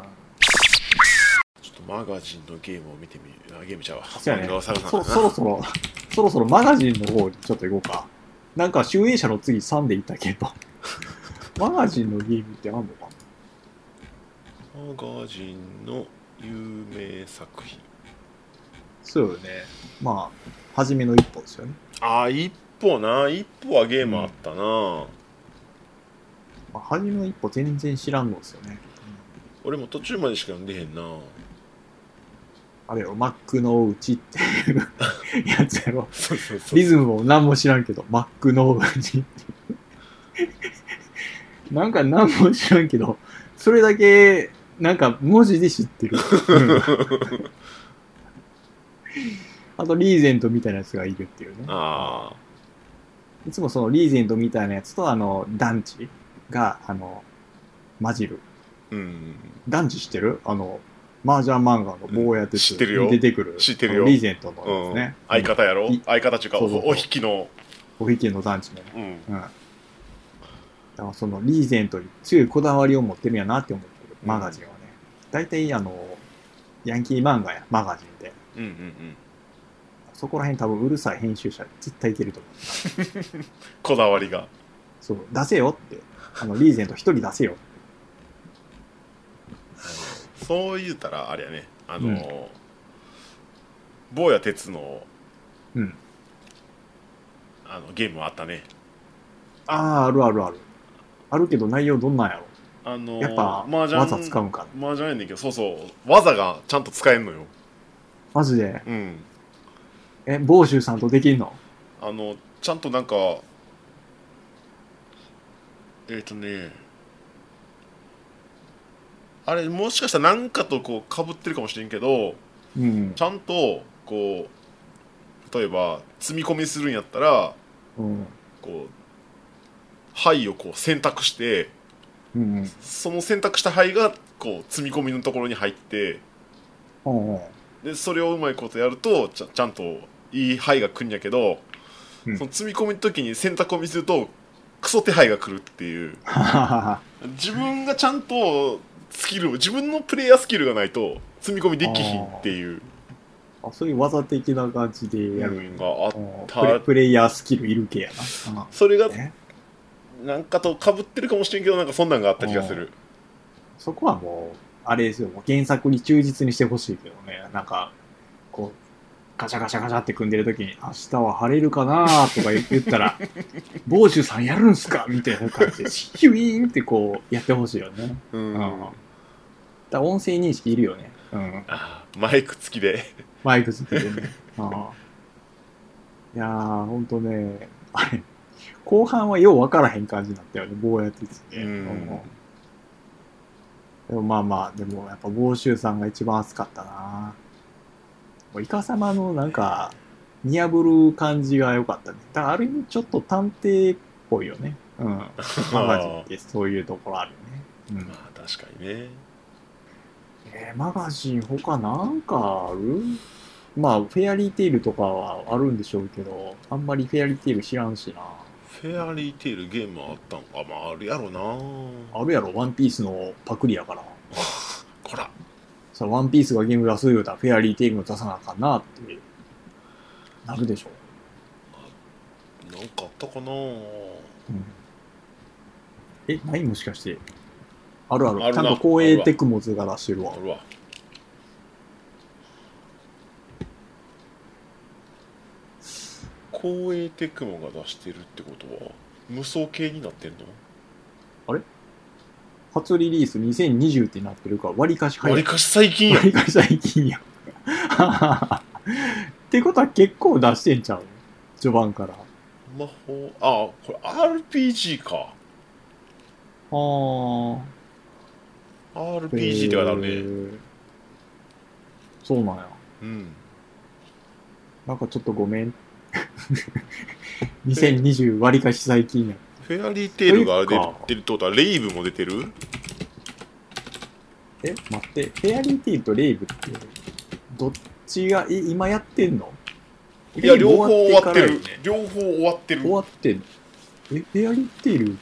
Speaker 1: ちょっとマガジンのゲームを見てみるあゲームちゃうわ
Speaker 2: そうやね
Speaker 1: 漫画を探さな
Speaker 2: そそろそろそろそろマガジンの方にちょっと行こうか。なんか集英社の次3でいった けどマガジンのゲームってあんのか
Speaker 1: マガジンの有名作品
Speaker 2: そうよね。まあ初めの一歩ですよね。
Speaker 1: あー一歩な一歩はゲームあったな、
Speaker 2: まあ、初めの一歩全然知らんのですよね。
Speaker 1: 俺も途中までしか読んでへんな
Speaker 2: あれよ、マックのうちっていう やつやろ。
Speaker 1: そうそうそ
Speaker 2: リズムも何も知らんけど、マックのうち なんか何も知らんけど、それだけ、なんか文字で知ってる。あと、リーゼントみたいなやつがいるっていうね。
Speaker 1: あ
Speaker 2: いつもそのリーゼントみたいなやつと、あの、団地が、あの、混じる。
Speaker 1: あうん
Speaker 2: ダンチ知ってるあの、麻雀漫画の坊や
Speaker 1: 知ってるよ
Speaker 2: 出てくる。
Speaker 1: 知ってるよ
Speaker 2: あのリーゼント
Speaker 1: う
Speaker 2: のや
Speaker 1: ん
Speaker 2: つね。
Speaker 1: 相方やろ
Speaker 2: い
Speaker 1: 相方っていうか
Speaker 2: そうそうそう
Speaker 1: お引きの
Speaker 2: うん。おひきの団地もね。
Speaker 1: うん
Speaker 2: うん。だからそのリーゼントに強いこだわりを持ってるんやなって思ってる。
Speaker 1: うん
Speaker 2: マガジンはね。大体あの、ヤンキー漫画や、マガジンで。
Speaker 1: うんうんうん
Speaker 2: そこら辺多分うるさい編集者絶対いけると思う。
Speaker 1: こだわりが
Speaker 2: そう、出せよって。あの、リーゼント一人出せよ。
Speaker 1: そう言うたらあれやねあのー坊や鉄の
Speaker 2: うん
Speaker 1: あのゲームはあったね
Speaker 2: ああ、あるあるある。あるけど内容どんなんやろ。
Speaker 1: あのー
Speaker 2: やっぱ、
Speaker 1: 麻雀
Speaker 2: 技使うんか。
Speaker 1: 麻雀やねんけどそうそう技がちゃんと使えんのよ
Speaker 2: マジで。
Speaker 1: うん
Speaker 2: え、房州さんとできんの
Speaker 1: あのちゃんとなんかえっ、とねあれもしかしたら何かとこうかぶってるかもしれんけど
Speaker 2: うん
Speaker 1: ち。ゃんとこう例えば積み込みするんやったら
Speaker 2: うん。
Speaker 1: こう牌をこう選択して
Speaker 2: うんうん。
Speaker 1: その選択した牌がこう積み込みのところに入って
Speaker 2: うんうん
Speaker 1: でそれをうまいことやるとちゃちゃんといい牌が来るんやけど、
Speaker 2: うん
Speaker 1: その積み込みの時に選択を見するとクソ手牌が来るっていう
Speaker 2: はははは
Speaker 1: 自分がちゃんとスキルを自分のプレイヤースキルがないと積み込みできひんっていう
Speaker 2: あそういう技的な感じでや
Speaker 1: 部
Speaker 2: る、
Speaker 1: 分があっ
Speaker 2: うん
Speaker 1: た
Speaker 2: プレプレイヤースキルいるけやな、
Speaker 1: それが
Speaker 2: ね
Speaker 1: なんかと被ってるかもしれんけどなんかそんなんがあった気がする
Speaker 2: そこはもうあれですよもう原作に忠実にしてほしいけどねなんかこうガシャガシャガシャって組んでる時に「明日は晴れるかな?」とか言言っ たら「房州さんやるんすか?」みたいな感じでヒュイーンってこうやってほしいよね、
Speaker 1: うん
Speaker 2: うんだから音声認識いるよね、うん、
Speaker 1: あーマイク付きで
Speaker 2: マイクつけてね。ああいやー、ほんとね、あれ、後半はようわからへん感じになったよね、坊や鉄ね。
Speaker 1: うん
Speaker 2: でもまあまあ、でもやっぱ房州さんが一番熱かったな。もうイカ様のなんか、見破る感じが良かったね。だからある意味ちょっと探偵っぽいよね。うん。マガジンってそういうところあるよね。うん
Speaker 1: ま。あ確かにね
Speaker 2: えーマガジン他なんかあるまあ、フェアリーテイルとかはあるんでしょうけど、あんまりフェアリーテイル知らんしな。
Speaker 1: フェアリーテイルゲームあったんかまああるやろな
Speaker 2: あるやろ、ワンピースのパクリやから。
Speaker 1: こら
Speaker 2: さ、ワンピースがゲーム出す言うたらフェアリーテイルも出さなあかんなって、なるでしょ
Speaker 1: なんかあったかな
Speaker 2: う。うん、え、ないもしかして。あるある。
Speaker 1: ある
Speaker 2: ち
Speaker 1: な
Speaker 2: ゃんと公
Speaker 1: ある
Speaker 2: 営
Speaker 1: わ
Speaker 2: テクモズが出してるわ
Speaker 1: あ。るわ光栄テクモが出してるってことは無双系になってんの
Speaker 2: 初リリース2020ってなってるから、割りかし
Speaker 1: わ
Speaker 2: 早い
Speaker 1: りかし最近や
Speaker 2: 割りかし最近や。ってことは結構出してんちゃう序盤から。あ
Speaker 1: 魔法あこれ RPG か
Speaker 2: あ。
Speaker 1: RPG って書いてあるね、
Speaker 2: ね。そうなんや。
Speaker 1: うん
Speaker 2: なんかちょっとごめん。2020割りかし最近や。
Speaker 1: フェアリーテイルがあれで
Speaker 2: それか
Speaker 1: 出るってことはレイブも出てる
Speaker 2: え、待って、フェアリーティーとレイブって、どっちが、え、今やってんの
Speaker 1: いや両方終わって
Speaker 2: レイ
Speaker 1: る
Speaker 2: ブ
Speaker 1: 両方終わってる
Speaker 2: 終わってんのえ、フェアリーティール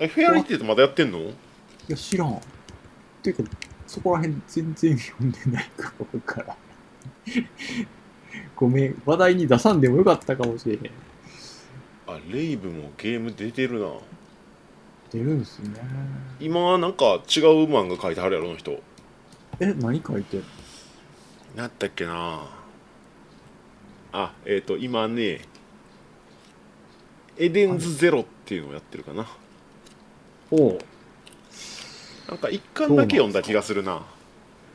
Speaker 1: えフェアリーテイルまだやってんの
Speaker 2: いや、知らん。ていうか、そこら辺全然読んでないかもから。 ごめん、話題に出さんでもよかったかもしれへん。
Speaker 1: あレイブもゲーム出てるな
Speaker 2: 出るんすね。
Speaker 1: 今なんか違う漫画書いてはるやろあの人
Speaker 2: え、何書いてんの
Speaker 1: なったっけなあえっ、と今ねエデンズゼロっていうのをやってるかな
Speaker 2: おう。
Speaker 1: なんか一巻だけ読んだ気がするな
Speaker 2: う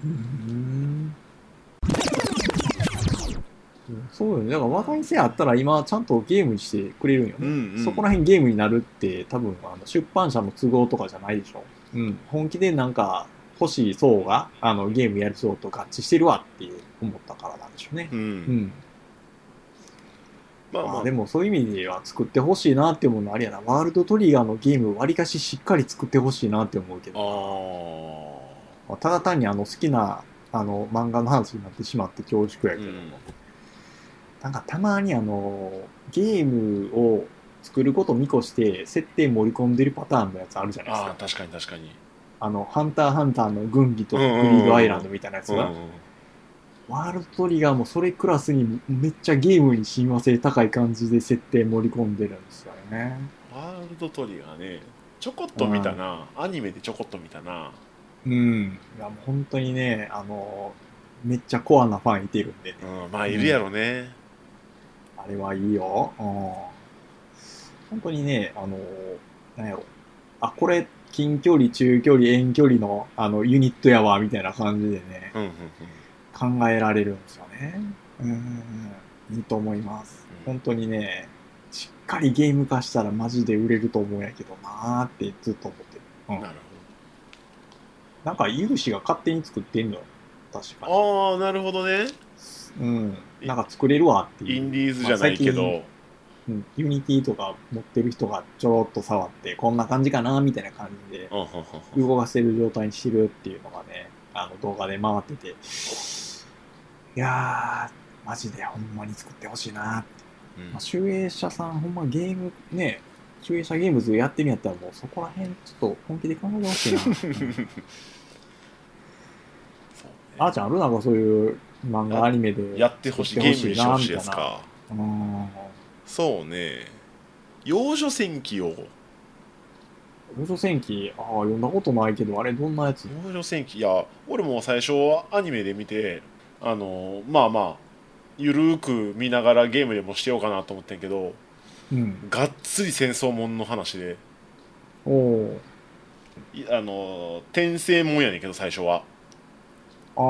Speaker 2: ーん。そうよね。だから話題性あったら今ちゃんとゲームにしてくれるんよね。
Speaker 1: うんうん
Speaker 2: そこら辺ゲームになるって多分あの出版社の都合とかじゃないでしょ。うん。本気でなんか欲しい層があのゲームやる層と合致してるわって思ったからなんでしょうね。
Speaker 1: うん、
Speaker 2: うん。
Speaker 1: まあま
Speaker 2: ま
Speaker 1: あ
Speaker 2: あでもそういう意味では作ってほしいなって思うのはあれやな。ワールドトリガーのゲーム割かししっかり作ってほしいなって思うけ
Speaker 1: あ
Speaker 2: ど。
Speaker 1: ー
Speaker 2: まあただ単にあの好きなあの漫画の話になってしまって恐縮やけども、
Speaker 1: うん
Speaker 2: なんかたまにあのゲームを作ることを見越して設定盛り込んでるパターンのやつあるじゃないです
Speaker 1: あ
Speaker 2: か
Speaker 1: ー確かに確かに
Speaker 2: あの「ハンターハンター」の軍技と
Speaker 1: う
Speaker 2: グ
Speaker 1: ん
Speaker 2: リ
Speaker 1: うんうん
Speaker 2: ードアイランドみたいなやつ
Speaker 1: うん
Speaker 2: が、ワールドトリガーもそれクラスにめっちゃゲームに親和性高い感じで設定盛り込んでるんですよね
Speaker 1: ワールドトリガーねちょこっと見たなアニメでちょこっと見たな
Speaker 2: うんいやもう本当にねあのめっちゃコアなファンいてるんでね
Speaker 1: うんまあいるやろね、
Speaker 2: あれはいいよ。うん。本当にね、あの、なんやろ。あ、これ、近距離、中距離、遠距離の、あの、ユニットやわ、みたいな感じでね、
Speaker 1: うんうんうん
Speaker 2: 考えられるんですよね。うん。いいと思います。本当にね、しっかりゲーム化したらマジで売れると思うんやけどなーってずっと思ってる。うん
Speaker 1: なる
Speaker 2: なんか、有志が勝手に作ってんのよ。確か
Speaker 1: ほどああなるほどね
Speaker 2: に。うん。なんか作れるわっていう。
Speaker 1: インディーズじゃないけど、
Speaker 2: うん、ユニティとか持ってる人がちょろっと触って、こんな感じかな、みたいな感じで、
Speaker 1: うんうんうんうん
Speaker 2: 動かせる状態にしてるっていうのがね、あの動画で回ってて、いやー、マジでほんまに作ってほしいなって。まあ、集英社さん、ほんまゲーム、ね、 集英社ゲームズやってるんやったらもうそこら辺ちょっと本気で考えてほしいな。
Speaker 1: うん
Speaker 2: あーちゃんあるなんかそういう漫画アニメで
Speaker 1: やってほしい
Speaker 2: 作
Speaker 1: ゲ
Speaker 2: っ
Speaker 1: ームにして
Speaker 2: な
Speaker 1: ほしいですか
Speaker 2: みたいなうん
Speaker 1: そうね幼女戦記を
Speaker 2: 幼女戦記ああ読んだことないけどあれどんなやつ
Speaker 1: 幼女戦記いや俺も最初アニメで見てあのまあまあゆるーく見ながらゲームでもしてようかなと思ってんけど
Speaker 2: うん
Speaker 1: がっつり戦争もんの話で
Speaker 2: おお
Speaker 1: いあの転生もんやねんけど最初は
Speaker 2: ああ
Speaker 1: あ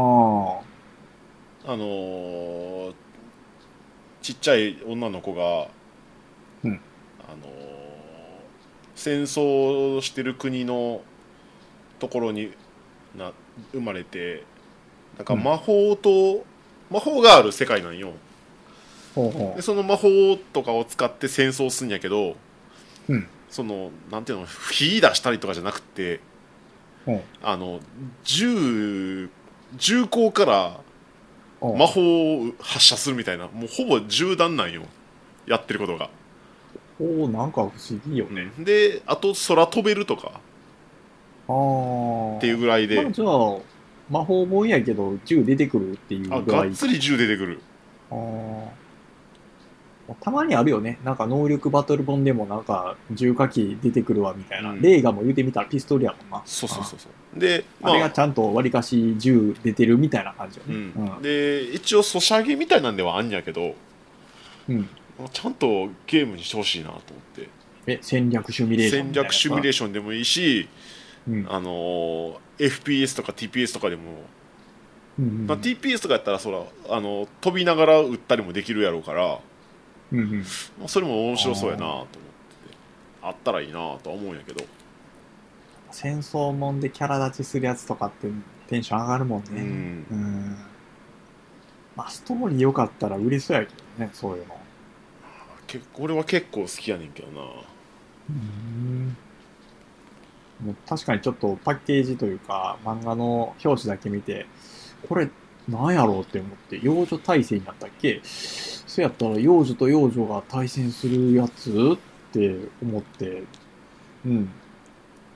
Speaker 1: のーちっちゃい女の子が、
Speaker 2: うん
Speaker 1: あのー戦争してる国のところにな生まれてなんか
Speaker 2: うん
Speaker 1: 魔法と、魔法がある世界なんよ
Speaker 2: ほうほ
Speaker 1: でその魔法とかを使って戦争するんやけど、
Speaker 2: うん
Speaker 1: そのなんていうの火出したりとかじゃなくて
Speaker 2: うほう
Speaker 1: あの銃銃口から
Speaker 2: ほう
Speaker 1: 魔法を発射するみたいなもうほぼ銃弾なんよやってることが、
Speaker 2: おおなんか不思議よね
Speaker 1: であと空飛べるとか
Speaker 2: ああ
Speaker 1: っていうぐらい
Speaker 2: ま
Speaker 1: で
Speaker 2: あ、じゃあ魔法もんやけど銃出てくるっていう
Speaker 1: あ
Speaker 2: ぐら
Speaker 1: が
Speaker 2: い
Speaker 1: っつり銃出てくる
Speaker 2: あーまあたまにあるよね。なんか能力バトル本でもなんか重火器出てくるわみたいな。
Speaker 1: うん
Speaker 2: レーガも言うてみたらピストルやもんな。
Speaker 1: そうそうそうそうで
Speaker 2: ああれが
Speaker 1: まあ
Speaker 2: ちゃんと割りかし銃出てるみたいな感じよ
Speaker 1: う
Speaker 2: ね。
Speaker 1: ん、で一応ソシャゲみたいなんではあんやけど
Speaker 2: うん。うん
Speaker 1: ちゃんとゲームにしてほしいなと思って
Speaker 2: え、戦略シミュレーション
Speaker 1: 戦
Speaker 2: みたいな。
Speaker 1: 略シミュレーションでもいいし、
Speaker 2: うん
Speaker 1: あのー FPS とか TPS とかでも、
Speaker 2: うんうん
Speaker 1: まあ、TPS とかやったらそら、あの飛びながら撃ったりもできるやろうから、
Speaker 2: うんうん
Speaker 1: まあ、それも面白そうやなと思っててあったらいいなとは思うんやけど、
Speaker 2: 戦争もんでキャラ立ちするやつとかってテンション上がるもん
Speaker 1: う
Speaker 2: ね。
Speaker 1: ん
Speaker 2: うん。まあ、ストーリー良かったら嬉しそうやけどね、そういうの。
Speaker 1: 結構俺は結構好きやねんけどな
Speaker 2: うんもう確かにちょっとパッケージというか漫画の表紙だけ見てこれなんやろうって思って幼女対戦になったっけそうやったら幼女と幼女が対戦するやつって思ってうん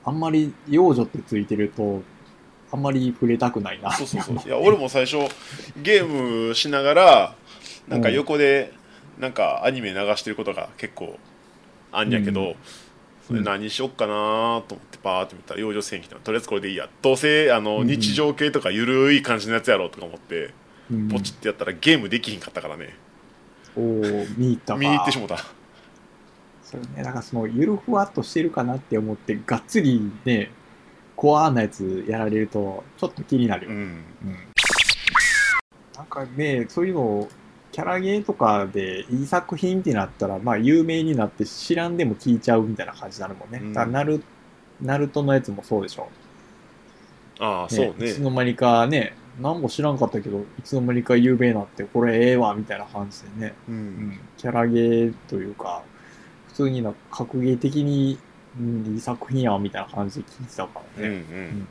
Speaker 2: あんまり幼女ってついてるとあんまり触れたくないな
Speaker 1: そうそうそういや俺も最初ゲームしながらなんか横でなんかアニメ流してることが結構あんやけど、
Speaker 2: うん
Speaker 1: それ何しよっかなと思ってパーって見たら幼女戦記なとりあえずこれでいいやどうせあ
Speaker 2: うん
Speaker 1: の
Speaker 2: うん
Speaker 1: 日常系とかゆるい感じのやつやろうとか思って
Speaker 2: うん
Speaker 1: ポチってやったらゲームできひんかったからね
Speaker 2: おー見に行ったか
Speaker 1: 見に行ってしもうた
Speaker 2: そうね、だからそのゆるふわっとしてるかなって思って、がっつりね、コアなやつやられると、ちょっと気になるよ
Speaker 1: う
Speaker 2: ね。
Speaker 1: ん
Speaker 2: なんかね、そういうのを、キャラゲーとかでいい作品ってなったら、まあ有名になって知らんでも聞いちゃうみたいな感じになるもんね。
Speaker 1: うん
Speaker 2: だからナル、ナルトのやつもそうでしょ。
Speaker 1: ああそう
Speaker 2: い
Speaker 1: ね
Speaker 2: つの間にかね、何も知らんかったけど、いつの間にか有名になって、これええわ、みたいな感じでね。
Speaker 1: う
Speaker 2: うんんキャラゲーというか、普通になんか格ゲー的に、うん、いい作品やんみたいな感じで聞いてたか
Speaker 1: うんう
Speaker 2: らね。
Speaker 1: ん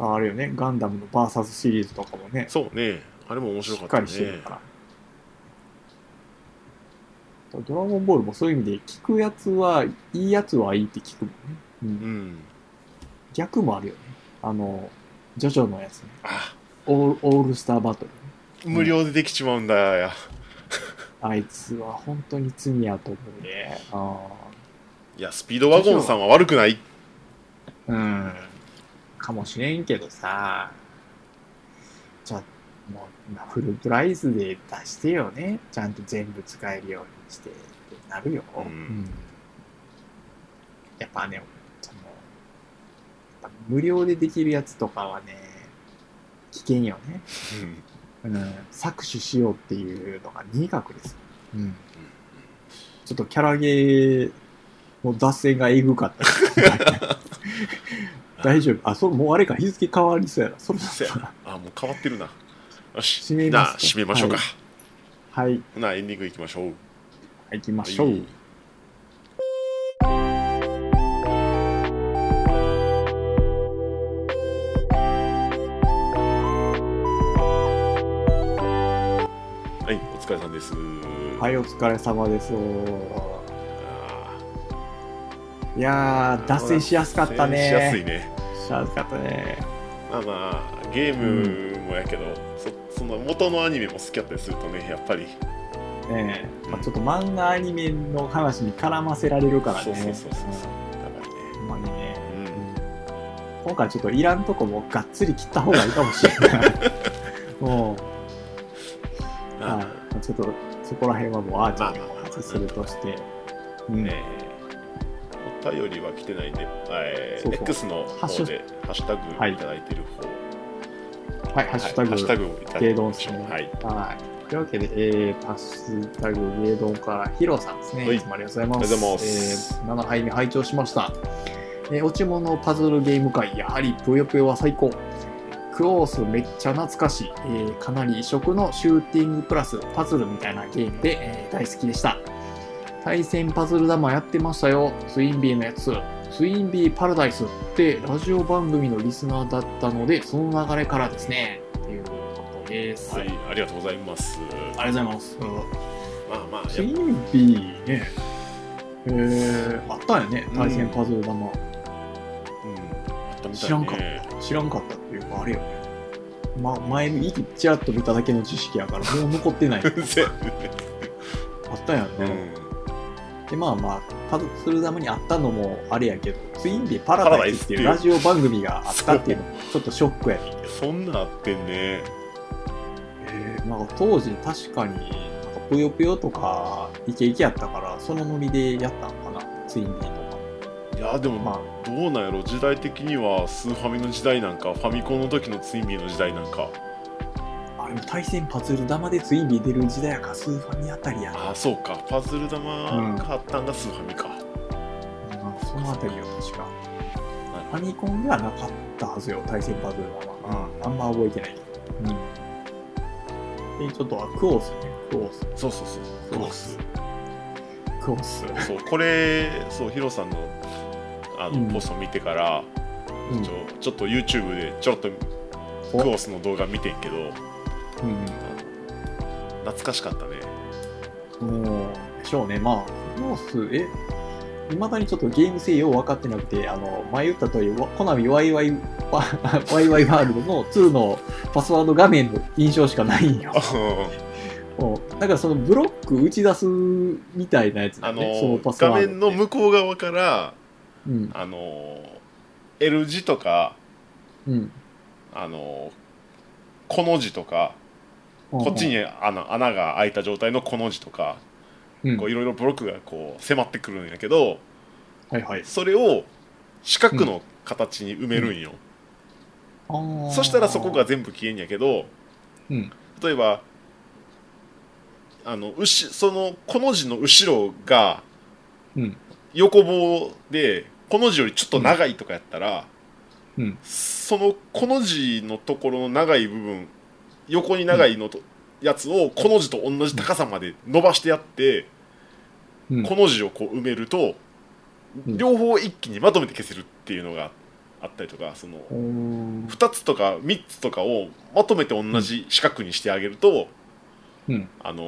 Speaker 2: ああれよね、ガンダムのバーサスシリーズとかもね、
Speaker 1: そうねあれも面白
Speaker 2: し
Speaker 1: か
Speaker 2: っ
Speaker 1: った
Speaker 2: か
Speaker 1: ね
Speaker 2: りしてるから。ドラゴンボールもそういう意味で、聞くやつは、いいやつはいいって聞くもんね。う、
Speaker 1: うんん
Speaker 2: 逆もあるよね。あの、ジョジョのやつね。
Speaker 1: あ
Speaker 2: オールオールスターバトルね。
Speaker 1: 無料でできちまうんだや
Speaker 2: あいつは本当に罪やと思うね。ああ。
Speaker 1: いやスピードワゴンさんは悪くない
Speaker 2: うん。かもしれんけどさ。じゃあ、もう、フルプライズで出してよね。ちゃんと全部使えるようにして、ってなるよ。
Speaker 1: うん
Speaker 2: やっぱね、その、やっぱ無料でできるやつとかはね、危険よね。
Speaker 1: うん
Speaker 2: うん。搾取しようっていうのが二学ですよ。うん。ちょっとキャラゲーの脱線がえぐかったです。 大丈夫。あ、そう、もうあれか、日付変わりそうやな。それ だったら。
Speaker 1: あもう変わってるなよし
Speaker 2: 締めます
Speaker 1: なあ締めましょうか、
Speaker 2: は はい、
Speaker 1: ほなエンディングいきましょう
Speaker 2: 行きましょ
Speaker 1: は
Speaker 2: う
Speaker 1: い。はいお疲れさんです
Speaker 2: はいい、お疲れ様です。いやー、脱線しやすかったね。
Speaker 1: しやすいね
Speaker 2: しやすかったね。
Speaker 1: まあまあゲームもやけど、そその元のアニメも好きやったりするとねやっぱり
Speaker 2: ねえまあ、ちょっと漫画アニメの話に絡ませられるからね
Speaker 1: そうそうそうそうそうやばいね
Speaker 2: うんほんまにね
Speaker 1: うん
Speaker 2: 今回ちょっといらんとこもがっつり切った方がいいかもし れないもう、
Speaker 1: あ
Speaker 2: はい、ちょっとそこら辺はもうアーチャーにお話しするとして、うん
Speaker 1: ねお便りは来てないんで、えー
Speaker 2: そうそう
Speaker 1: X の
Speaker 2: ハッシ
Speaker 1: 方
Speaker 2: ュ
Speaker 1: でハッシュタグいただいてる方、
Speaker 2: はいハッシュタグ、
Speaker 1: ハッシュタグをいただ
Speaker 2: 芸
Speaker 1: き
Speaker 2: 丼
Speaker 1: ま
Speaker 2: で
Speaker 1: し
Speaker 2: す
Speaker 1: ょう
Speaker 2: ね。
Speaker 1: はい。
Speaker 2: はい。というわけで、えー、ハッシュタグ芸丼からヒロさんですね。
Speaker 1: はい
Speaker 2: いつもありがとうございます。
Speaker 1: ありがとうございます
Speaker 2: えー、7杯目拝聴しました。えー、お注文のパズルゲーム会、やはりぷよぷよは最高。クオースめっちゃ懐かしい、えーかなり異色のシューティングプラスパズルみたいなゲームで、えー大好きでした。対戦パズル玉やってましたよ。ツインビーのやつ。ツインビーパラダイスってラジオ番組のリスナーだったので、その流れからですね。っていうことです。
Speaker 1: はい、ありがとうございます。
Speaker 2: ありがとうございます。
Speaker 1: まあまあ、
Speaker 2: ツ
Speaker 1: や
Speaker 2: イ
Speaker 1: っ
Speaker 2: ンビーね。へえ、あったんやね、対戦パズル
Speaker 1: ぱ、う
Speaker 2: 玉。
Speaker 1: ん、あったみた
Speaker 2: 知らんか
Speaker 1: い
Speaker 2: っ
Speaker 1: ね。
Speaker 2: た。知らんかったっていうか、あれよね。ま、前にちらっと見ただけの知識やから、もう残っ て ない。あ
Speaker 1: 全
Speaker 2: ったんや
Speaker 1: 然
Speaker 2: ね。で、まあまあ、パズル玉にあったのもあれやけど、ツインビーパ
Speaker 1: パ
Speaker 2: ラ
Speaker 1: ラ
Speaker 2: ダ
Speaker 1: ダ
Speaker 2: イ
Speaker 1: イ
Speaker 2: ス
Speaker 1: ス
Speaker 2: っ
Speaker 1: ってて
Speaker 2: い
Speaker 1: いうう
Speaker 2: ラジオ番組があったっていうの、ちょっとショックやねんけど。
Speaker 1: そんなんあってんね。
Speaker 2: えーなんか当時確かに、なんかぷよぷよとか、イケイケやったから、そのノリでやったのかな、ツインビーとか。
Speaker 1: いや、でも、
Speaker 2: まあ
Speaker 1: どうなんやろ、時代的にはスーファミの時代なんか、ファミコンの時のツインビーの時代なんか、
Speaker 2: あれも対戦パズル玉でツインビー出る時代やからスーファミあたりやな、
Speaker 1: ああ、そうか、パズル玉があったんがスーファミか。
Speaker 2: うんそのあたりよ確か
Speaker 1: なる
Speaker 2: ファミコンではなかったはずよ対戦パズル玉、
Speaker 1: うん
Speaker 2: あんま覚えてないうんでちょっとあクオースねクオース
Speaker 1: そうそうそう、クロス。
Speaker 2: クオース、
Speaker 1: そうこれそうヒロさんのあの、
Speaker 2: うん
Speaker 1: ポスト見てから
Speaker 2: うん
Speaker 1: ちょちょっと YouTube でちょっと
Speaker 2: お
Speaker 1: クオスの動画見てんけど
Speaker 2: う
Speaker 1: 懐かしか ったね
Speaker 2: ん、もうでしょうねまあクオースえいまだにちょっとゲーム性よう分かってなくて、あの、前言った通り、わコナミワイワイ、ワワイワイワールドの2のパスワード画面の印象しかないんよ。うんだからそのブロック打ち出すみたいなやつだ
Speaker 1: あ
Speaker 2: よ
Speaker 1: の、
Speaker 2: ね、そのパス
Speaker 1: 画
Speaker 2: ワードって
Speaker 1: 面の向こう側から
Speaker 2: うん、
Speaker 1: あの L 字とか
Speaker 2: うん、
Speaker 1: あのこの字とか
Speaker 2: こ
Speaker 1: こっち、に穴穴が開いた状態のこの字とか
Speaker 2: うん、
Speaker 1: こう
Speaker 2: はい
Speaker 1: ろいろブロックがこう迫ってくるんやけど
Speaker 2: いはい。
Speaker 1: それを四角の形に埋めるんよ、そしたらそこが、全部消えんやけど
Speaker 2: うん、
Speaker 1: 例えばあのうしそのこの字の後ろが
Speaker 2: うん、
Speaker 1: 横棒でこの字よりちょっと長いとかやったら、
Speaker 2: うん
Speaker 1: そのこの字のところの長い部分横に長いのと、やつをこの字と同じ高さまで伸ばしてやって、
Speaker 2: うん、
Speaker 1: この字をこう埋めると、
Speaker 2: うん
Speaker 1: 両方一気にまとめて消せるっていうのがあったりとかその
Speaker 2: おー
Speaker 1: 2つとか3つとかをまとめて同じ四角にしてあげると、
Speaker 2: うん
Speaker 1: あの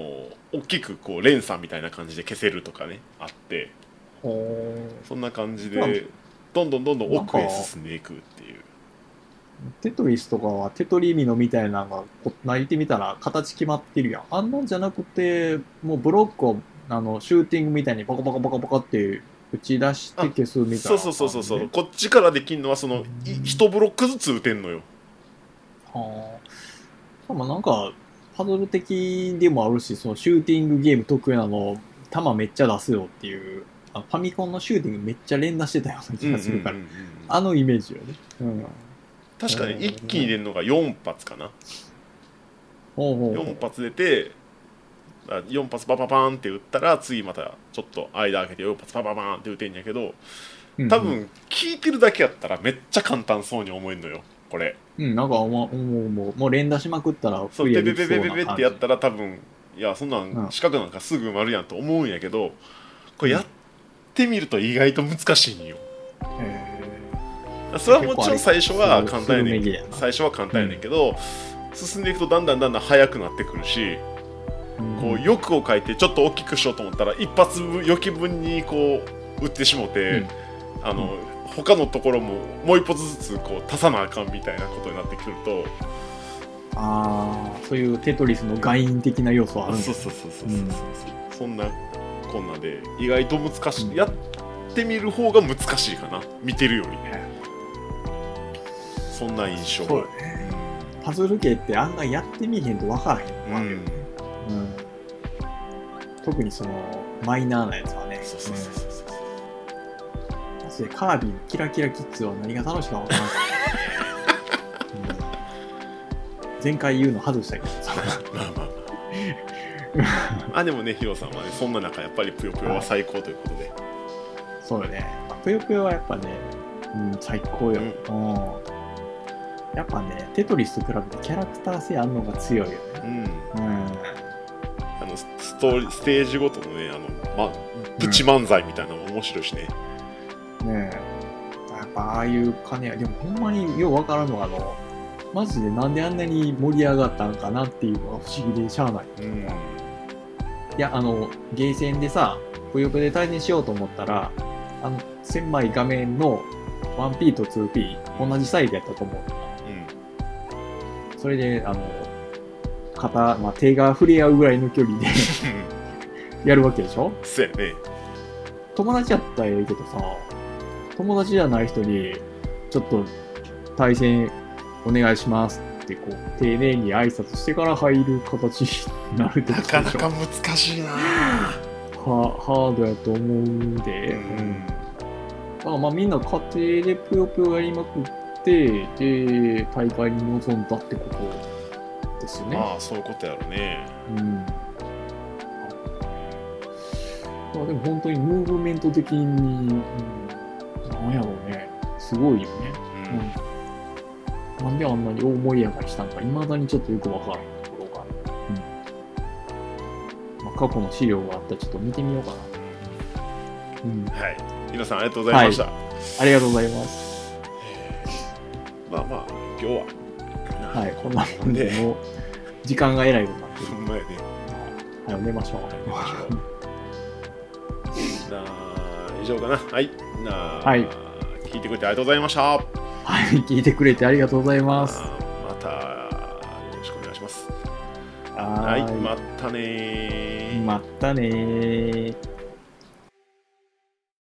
Speaker 1: 大きくこう連鎖みたいな感じで消せるとかねあって
Speaker 2: おー
Speaker 1: そんな感じ
Speaker 2: なん
Speaker 1: でどんどんどんどん奥へ進んでいくっていう
Speaker 2: テトリスとかはテトリミノみたいなのがこう泣いてみたら形決まってるやん。あんなんじゃなくて、もうブロックをあのシューティングみたいにパカパカパカパカって打ち出して消すみたいな、
Speaker 1: そうそうそうそうそう、。こっちからできるのはその1ブロックずつ打てんのよ
Speaker 2: はあ。まあなんか、パズル的でもあるし、そのシューティングゲーム得意なの、弾めっちゃ出すよっていう、あファミコンのシューティングめっちゃ連打してたような気がするから、
Speaker 1: うんうんうんうん
Speaker 2: あのイメージよね。うん。
Speaker 1: 確かに一気に出るのが4発かな
Speaker 2: ほうほうほ
Speaker 1: 4発出て4発パパパーンって打ったら次またちょっと間開けて4発パパパーンって打てんやけど
Speaker 2: う
Speaker 1: 多、分聞いてるだけやったらめっちゃ簡単そうに思えんのよこれ
Speaker 2: うん、うんなんかもう、もう、もう、もう連打しまくったら、
Speaker 1: そうペペペペペペってやった
Speaker 2: ら、
Speaker 1: ら多分いやそんな
Speaker 2: うん
Speaker 1: ん四角なんかすぐ埋まるやんと思うんやけどこれやってみると意外と難しいんよ
Speaker 2: へ
Speaker 1: それはもちろん
Speaker 2: 結構あ
Speaker 1: 最初は
Speaker 2: そう
Speaker 1: 簡単やねん
Speaker 2: すぐめぎやな
Speaker 1: 最初は簡単やねんけど進んでいくとだんだんだんだん速くなってくるし
Speaker 2: え
Speaker 1: こう欲を書いてちょっと大きくしようと思ったら一発分余分にこう打ってしもて、
Speaker 2: うん
Speaker 1: あの他のところももう一歩ずつこう足さなあかんみたいなことになってくると
Speaker 2: ああ、そういうテトリスの外因的な要素はあるんです
Speaker 1: そうそうそうそうそうそう、そんなこんなで意外と難しい、
Speaker 2: うん
Speaker 1: やってみる方が難しいかな見てるより
Speaker 2: ね
Speaker 1: そんな印象
Speaker 2: そうだね。パズル系って案外やってみへんと分からへんの
Speaker 1: う
Speaker 2: あ
Speaker 1: ん
Speaker 2: るよねうん特にそのマイナーなやつはね。
Speaker 1: そうそうそうそうそう
Speaker 2: うんマジでカービィのキラキラキッズは何が楽しいか分から なかった、うん前回言うの外したけどさ。
Speaker 1: まあまあまああでもねヒロさんはねそんな中やっぱりぷよぷよは最高ということで、
Speaker 2: そうよね。ぷよぷよはやっぱね、うん、最高よ。うんやっぱね、テトリスと比べてキャラクター性あるのが強いよね。
Speaker 1: うん
Speaker 2: うん。
Speaker 1: あのスストーリーステージごとのねあの、ま、プチ漫才みたいなのも面白いしね、
Speaker 2: ねえやっぱああいう金やでもほんまにようわからんのがあのマジでなんであんなに盛り上がったんかなっていうのが不思議でしゃあない
Speaker 1: うん
Speaker 2: いやあのゲーセンでさぷよぷよで対戦しようと思ったらあの狭い画面の 1P と 2P 同じサイズやったと思うそれであの肩、まあ、手が触れ合うぐらいの距離で やるわけでしょ
Speaker 1: そうやね
Speaker 2: 友達やったらええけどさ、友達じゃない人に、ちょっと対戦お願いしますって、こう、丁寧に挨拶してから入る形になるってこ
Speaker 1: な
Speaker 2: と
Speaker 1: か
Speaker 2: で
Speaker 1: な
Speaker 2: しょ
Speaker 1: か難しいな
Speaker 2: はハードやと思うんで、
Speaker 1: うん
Speaker 2: だからまあみんな家庭でぷよぷよやりまくって、で、大会に臨んだってことですよね。
Speaker 1: まあそういうことやろね
Speaker 2: うん。まあでも本当にムーブメント的に、うん、なんやろうね、すごいよね。
Speaker 1: うん
Speaker 2: うん、なんであんなに大盛り上がりしたのか、いまだにちょっとよくわからないところが、うんまあ、過去の資料があったらちょっと見てみようかな。うん、
Speaker 1: はい皆さんありがとうございました、
Speaker 2: ありがとうございます。
Speaker 1: まあまあ今日は
Speaker 2: はい、こんなもんで、もう時間がえらいことになってる
Speaker 1: ほんまやね
Speaker 2: はい、寝ましょう。
Speaker 1: なあ以上かなはいなあ、
Speaker 2: はい
Speaker 1: 聞いてくれてありがとうございました
Speaker 2: はい、聞いてくれてありがとうございます。
Speaker 1: あーまたよろしくお願いします
Speaker 2: は
Speaker 1: はい
Speaker 2: い、
Speaker 1: またねー
Speaker 2: またねー。